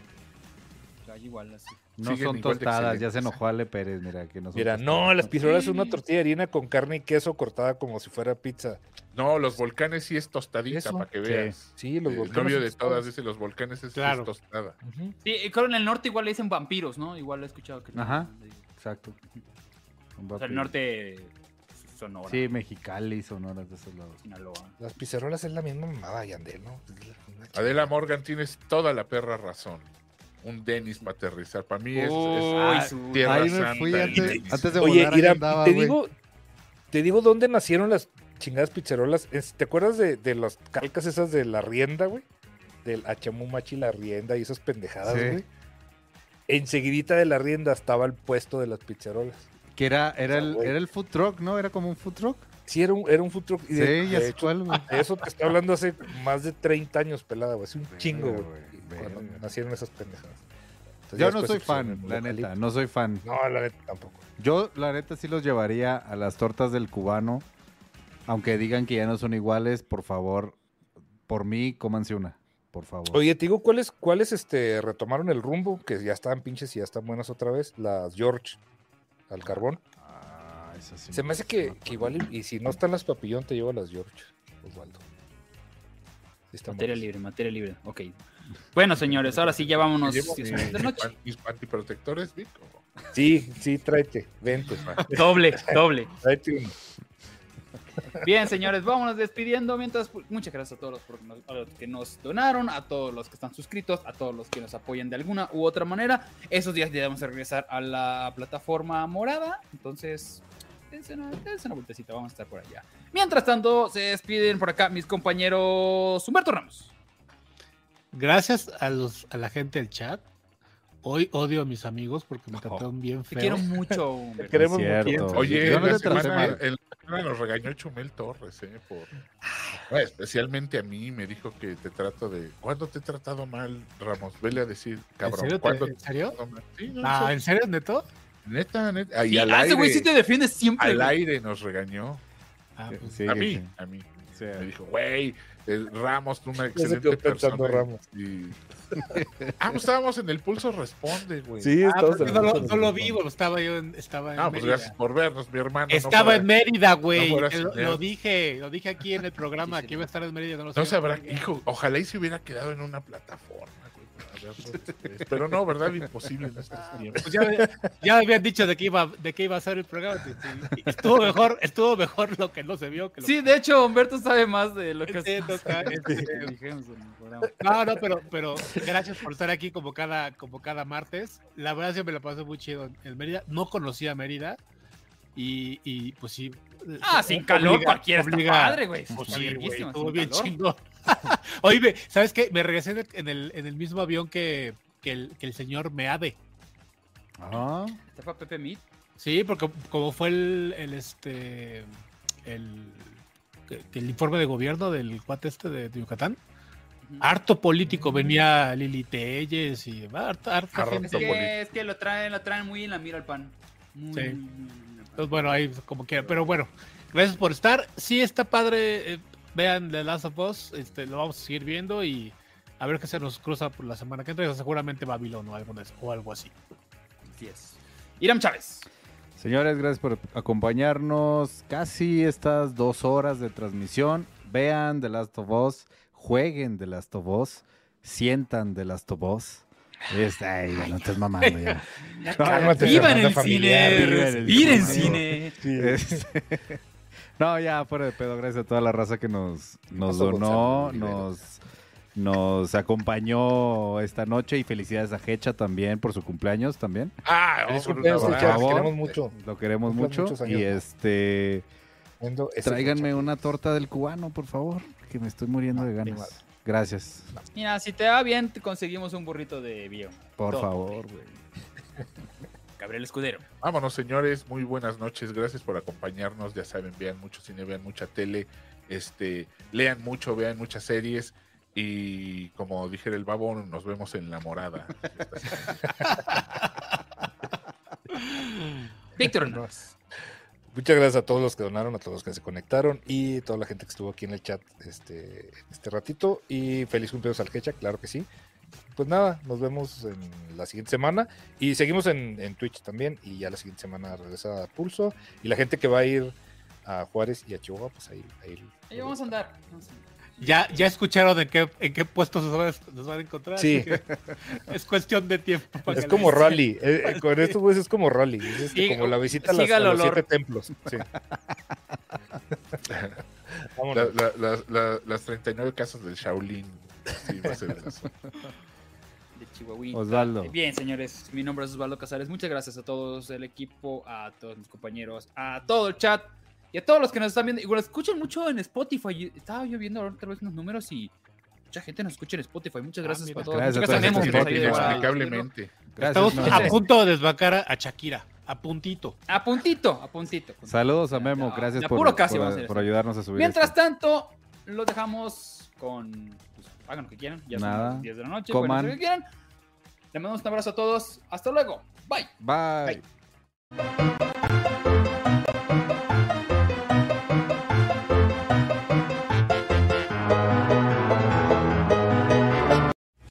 A: Pero ahí Igual así.
C: No
B: siguen
C: son
B: igual de
C: tostadas, ya
B: excelentes.
C: se enojó Ale Pérez, mira, que no son
E: Mira,
C: tostadas.
E: no, las pizzerolas son una tortilla de harina con carne y queso cortada como si fuera pizza.
B: No, los volcanes sí es tostadita,
E: Eso.
B: para que veas.
E: Sí, los
B: El
E: volcanes
B: novio
E: son
B: de
E: tostadas.
B: todas dice los volcanes es,
D: Claro.
B: es tostada.
E: Ujú.
A: Sí, y creo en el norte igual le dicen vampiros, ¿no? Igual he escuchado que.
C: Ajá. Exacto.
A: O sea, el norte. Sonora.
C: Sí, Mexicali, Sonora, de esos lados.
A: Sinaloa.
E: Las pizzerolas es la misma mamada, Yandel, ¿no? Es la misma ch-
B: Adela Morgan, tienes toda la perra razón. Un Dennis para aterrizar. Para mí es, es
A: Uy,
B: ah,
A: su-
B: tierra
C: Ahí me
B: santa.
C: fui
B: el
C: antes,
B: Dennis.
C: antes de
E: Oye,
C: volar, ahí
E: Ira,
C: andaba,
E: te
C: güey.
E: digo, te digo dónde nacieron las chingadas pizzerolas. Es- ¿Te acuerdas de, de las calcas esas de la rienda, güey? Del Achamumachi la rienda y esas pendejadas,
C: Sí.
E: güey. Enseguidita de la rienda estaba el puesto de las pizzerolas.
C: Que era, era,
E: sea,
C: el,
E: güey.
C: era el food truck, ¿no? Era como un food truck.
E: Sí, era un, era un food truck. y
C: Sí,
E: de-
C: ya
E: de
C: sé
E: hecho,
C: cuál, güey.
E: de eso te estoy hablando hace más de 30 años, pelada, güey. Es un chingo, güey.
C: güey,
E: Cuando
C: verga.
E: nacieron esas pendejadas. Entonces, ya
C: Yo no
E: después
C: soy
E: se pusieron
C: fan,
E: en
C: la
E: localito.
C: neta, no soy fan.
E: No, la neta tampoco.
C: Yo, la neta, sí los llevaría a las tortas del cubano Aunque digan que ya no son iguales, por favor, por mí, cómanse una. Por favor.
E: Oye, te digo cuáles cuáles este retomaron el rumbo, que ya estaban pinches y ya están buenas otra vez, las George al carbón.
B: Ah,
E: Se me hace que, que igual y, y si no están las papillón te llevo las George, Osvaldo. Sí están
A: Materia
E: buenas.
A: libre, materia libre. Ok. Bueno, señores, ahora sí, ya vámonos.
B: ¿Me llevo
A: Dios
B: mis-
A: mío, de noche.
B: mis antiprotectores, Vic?
E: Sí, sí, tráete, vente.
A: Doble, doble.
E: Tráete uno.
A: Bien, señores, vámonos despidiendo. Mientras, pues, muchas gracias a todos los, por- a los que nos donaron, a todos los que están suscritos, a todos los que nos apoyan de alguna u otra manera. Esos días ya vamos a regresar a la plataforma morada. Entonces, dense una, dense una vueltecita, vamos a estar por allá. Mientras tanto, se despiden por acá mis compañeros Humberto Ramos.
D: Gracias a, los, a la gente del chat. Hoy odio a mis amigos porque me trataron bien
A: Te
D: feo.
A: quiero mucho, Humberto.
D: Te queremos
C: Es cierto.
D: mucho.
B: Oye,
C: Yo
B: en
C: no
B: la
C: le traté
B: semana,
C: mal.
B: en la semana nos regañó Chumel Torres, ¿eh? Por, bueno, especialmente a mí me dijo que te trato de. ¿Cuándo te he tratado mal, Ramos? Vele a decir, cabrón.
D: serio te-
B: ¿cuándo
D: en
B: te he
D: serio?
B: tratado mal?" Sí, no,
D: Ah,
B: sí.
D: ¿en serio, neto?
B: Neta, neta. Y
A: Sí,
B: al
A: ah, ese
B: aire,
A: güey sí te defiende siempre,
B: Al
A: güey.
B: aire nos regañó.
D: Ah, pues.
B: a mí, a mí. Me dijo, güey, eh, Ramos, tú una
E: Ya se
B: excelente
E: quedó pensando
B: persona.
E: Ramos.
B: Y- Ah, pues estábamos en el pulso responde, güey.
E: Sí,
D: Ah, pero no, lo, no lo vi, güey, estaba yo en, estaba en
B: Ah, pues
D: Mérida.
B: gracias por vernos, mi hermano. no
D: Estaba
B: fuera-
D: en Mérida,
B: no
D: güey.
B: fuera
D: te lo,
B: sin
D: lo
B: él.
D: dije, lo dije aquí en el programa que iba a estar en Mérida. No, lo Pues
B: No
D: sé.
B: se habrá, hijo, ojalá y se hubiera quedado en una plataforma, güey, para verlo después. Pero no, ¿verdad? Imposible en estos tiempos.
D: Pues ya, ya me habían dicho de que iba, de que iba a ser el programa. sí, sí. Estuvo mejor, estuvo mejor lo que no se vio que lo
A: Sí, de hecho, Humberto sabe más de lo que
D: Sí, toca, este-
A: dijimos en el programa.
D: No, no, pero, pero gracias por estar aquí como cada, como cada martes. La verdad siempre me la pasé muy chido en- en Mérida. No conocía Mérida y, y, pues sí.
A: Ah, sin calor cualquiera está padre, güey.
D: Pues
A: Está
D: sí, güey,
A: verguísima,
D: estuvo
A: sin
D: bien
A: calor.
D: chingón. Oye, me- ¿sabes qué? Me regresé en el, en el, en el mismo avión que, que el, que el señor Meade.
C: Ah,
A: Este fue Pepe Meat.
D: Sí, porque como fue el, el, este el, que- que el informe de gobierno del cuate este de, de Yucatán, harto político venía Lili Telles y va, harta, harta
B: Harto
D: gente.
A: Es que, es que lo traen, lo traen muy en la mira al pan. Muy,
D: Sí.
A: muy, muy en la pan.
D: Entonces, Pues bueno, ahí como quiera, pero bueno, gracias por estar. Sí, está padre, eh, vean The Last of Us, este, lo vamos a seguir viendo y a ver qué se nos cruza por la semana que entra, seguramente Babilón o algo, de- o algo así.
A: Así es. Iram Chávez.
C: Señores, gracias por acompañarnos. Casi estas dos horas de transmisión. Vean The Last of Us, jueguen The Last of Us, sientan The Last of Us. Es- ay, ya no estés mamando ya.
A: Ya
C: No,
A: cálmate, Viva en el Fernanda cine, familiar.
C: Viva en el
A: respira en
C: cine. Este, No, ya, fuera de pedo, gracias a toda la raza que nos, nos
E: pasó, Gonzalo
C: donó,
E: Rivera?
C: nos, nos acompañó esta noche y felicidades a Hecha también por su cumpleaños también.
B: Ah,
E: Feliz
B: oh,
E: cumpleaños,
B: un
E: Richard, te
B: abrazo.
E: queremos mucho.
C: Lo queremos
E: Cumplan
C: mucho.
E: muchos años.
C: Y este.
E: Viendo ese
C: Tráiganme una torta del cubano, por favor. Que me estoy muriendo de
E: Ah, igual.
C: ganas. Gracias.
A: Mira, si te va bien, te conseguimos un burrito de bio.
C: Por
A: Todo.
C: favor, güey.
A: Gabriel Escudero.
B: Vámonos, señores. Muy buenas noches. Gracias por acompañarnos. Ya saben, vean mucho cine, vean mucha tele, este, lean mucho, vean muchas series. Y como dijera el babo, nos vemos en la morada.
A: Víctor Hernández.
E: Muchas gracias a todos los que donaron, a todos los que se conectaron y toda la gente que estuvo aquí en el chat este, este ratito. Y feliz cumpleaños al Hecha, claro que sí. Pues nada, nos vemos en la siguiente semana y seguimos en, en Twitch también y ya la siguiente semana regresa a Pulso y la gente que va a ir a Juárez y a Chihuahua, pues ahí, ahí
A: Ahí vamos a andar. vamos a andar.
D: Ya, ya escucharon en qué, en qué puestos nos van, a- nos van a encontrar.
E: Sí.
D: así que es cuestión de tiempo. para
E: Es
D: que
E: como
D: les-
E: Rolly, eh, eh, con esto pues es como Rolly, es este,
D: Sí,
E: como la visita a, las-
D: siga
E: a
D: el
E: los
D: olor.
E: siete templos. sí.
B: La-
E: Vámonos.
B: la- la- la- las 39 casas del Shaolin. Sí, va a ser eso.
A: de Chihuahuita. Eh,
C: Osvaldo.
A: Bien, señores, mi nombre es Osvaldo Casares. Muchas gracias a todos el equipo, a todos mis compañeros, a todo el chat y a todos los que nos están viendo. Igual escuchan mucho en Spotify. Estaba yo viendo ahora otra vez los números y mucha gente nos escucha en Spotify. Muchas gracias
D: mira.
A: para todos.
C: Gracias a
A: Muchas
C: toda
A: gracias, Memo,
C: la gente
A: por
C: que nos
A: salir de
C: escucha.
A: Guadalajara.
B: Inexplicablemente.
C: Gracias.
D: Estamos
C: no,
D: a
C: gracias.
D: punto de desvacar a, a Shakira, a puntito.
A: A puntito, a puntito.
C: Saludos a Memo. Gracias
A: Ya
C: por,
A: puro casi
C: por-
A: vamos a hacer
C: por
A: esto.
C: ayudarnos a subir.
A: Mientras
C: esto.
A: tanto, los dejamos con. pues, hagan lo que quieran. Ya son
C: Nada.
A: las 10 de la noche.
C: Coman.
A: pueden hacer lo que quieran. Le mandamos un abrazo a todos. Hasta luego. Bye.
C: Bye.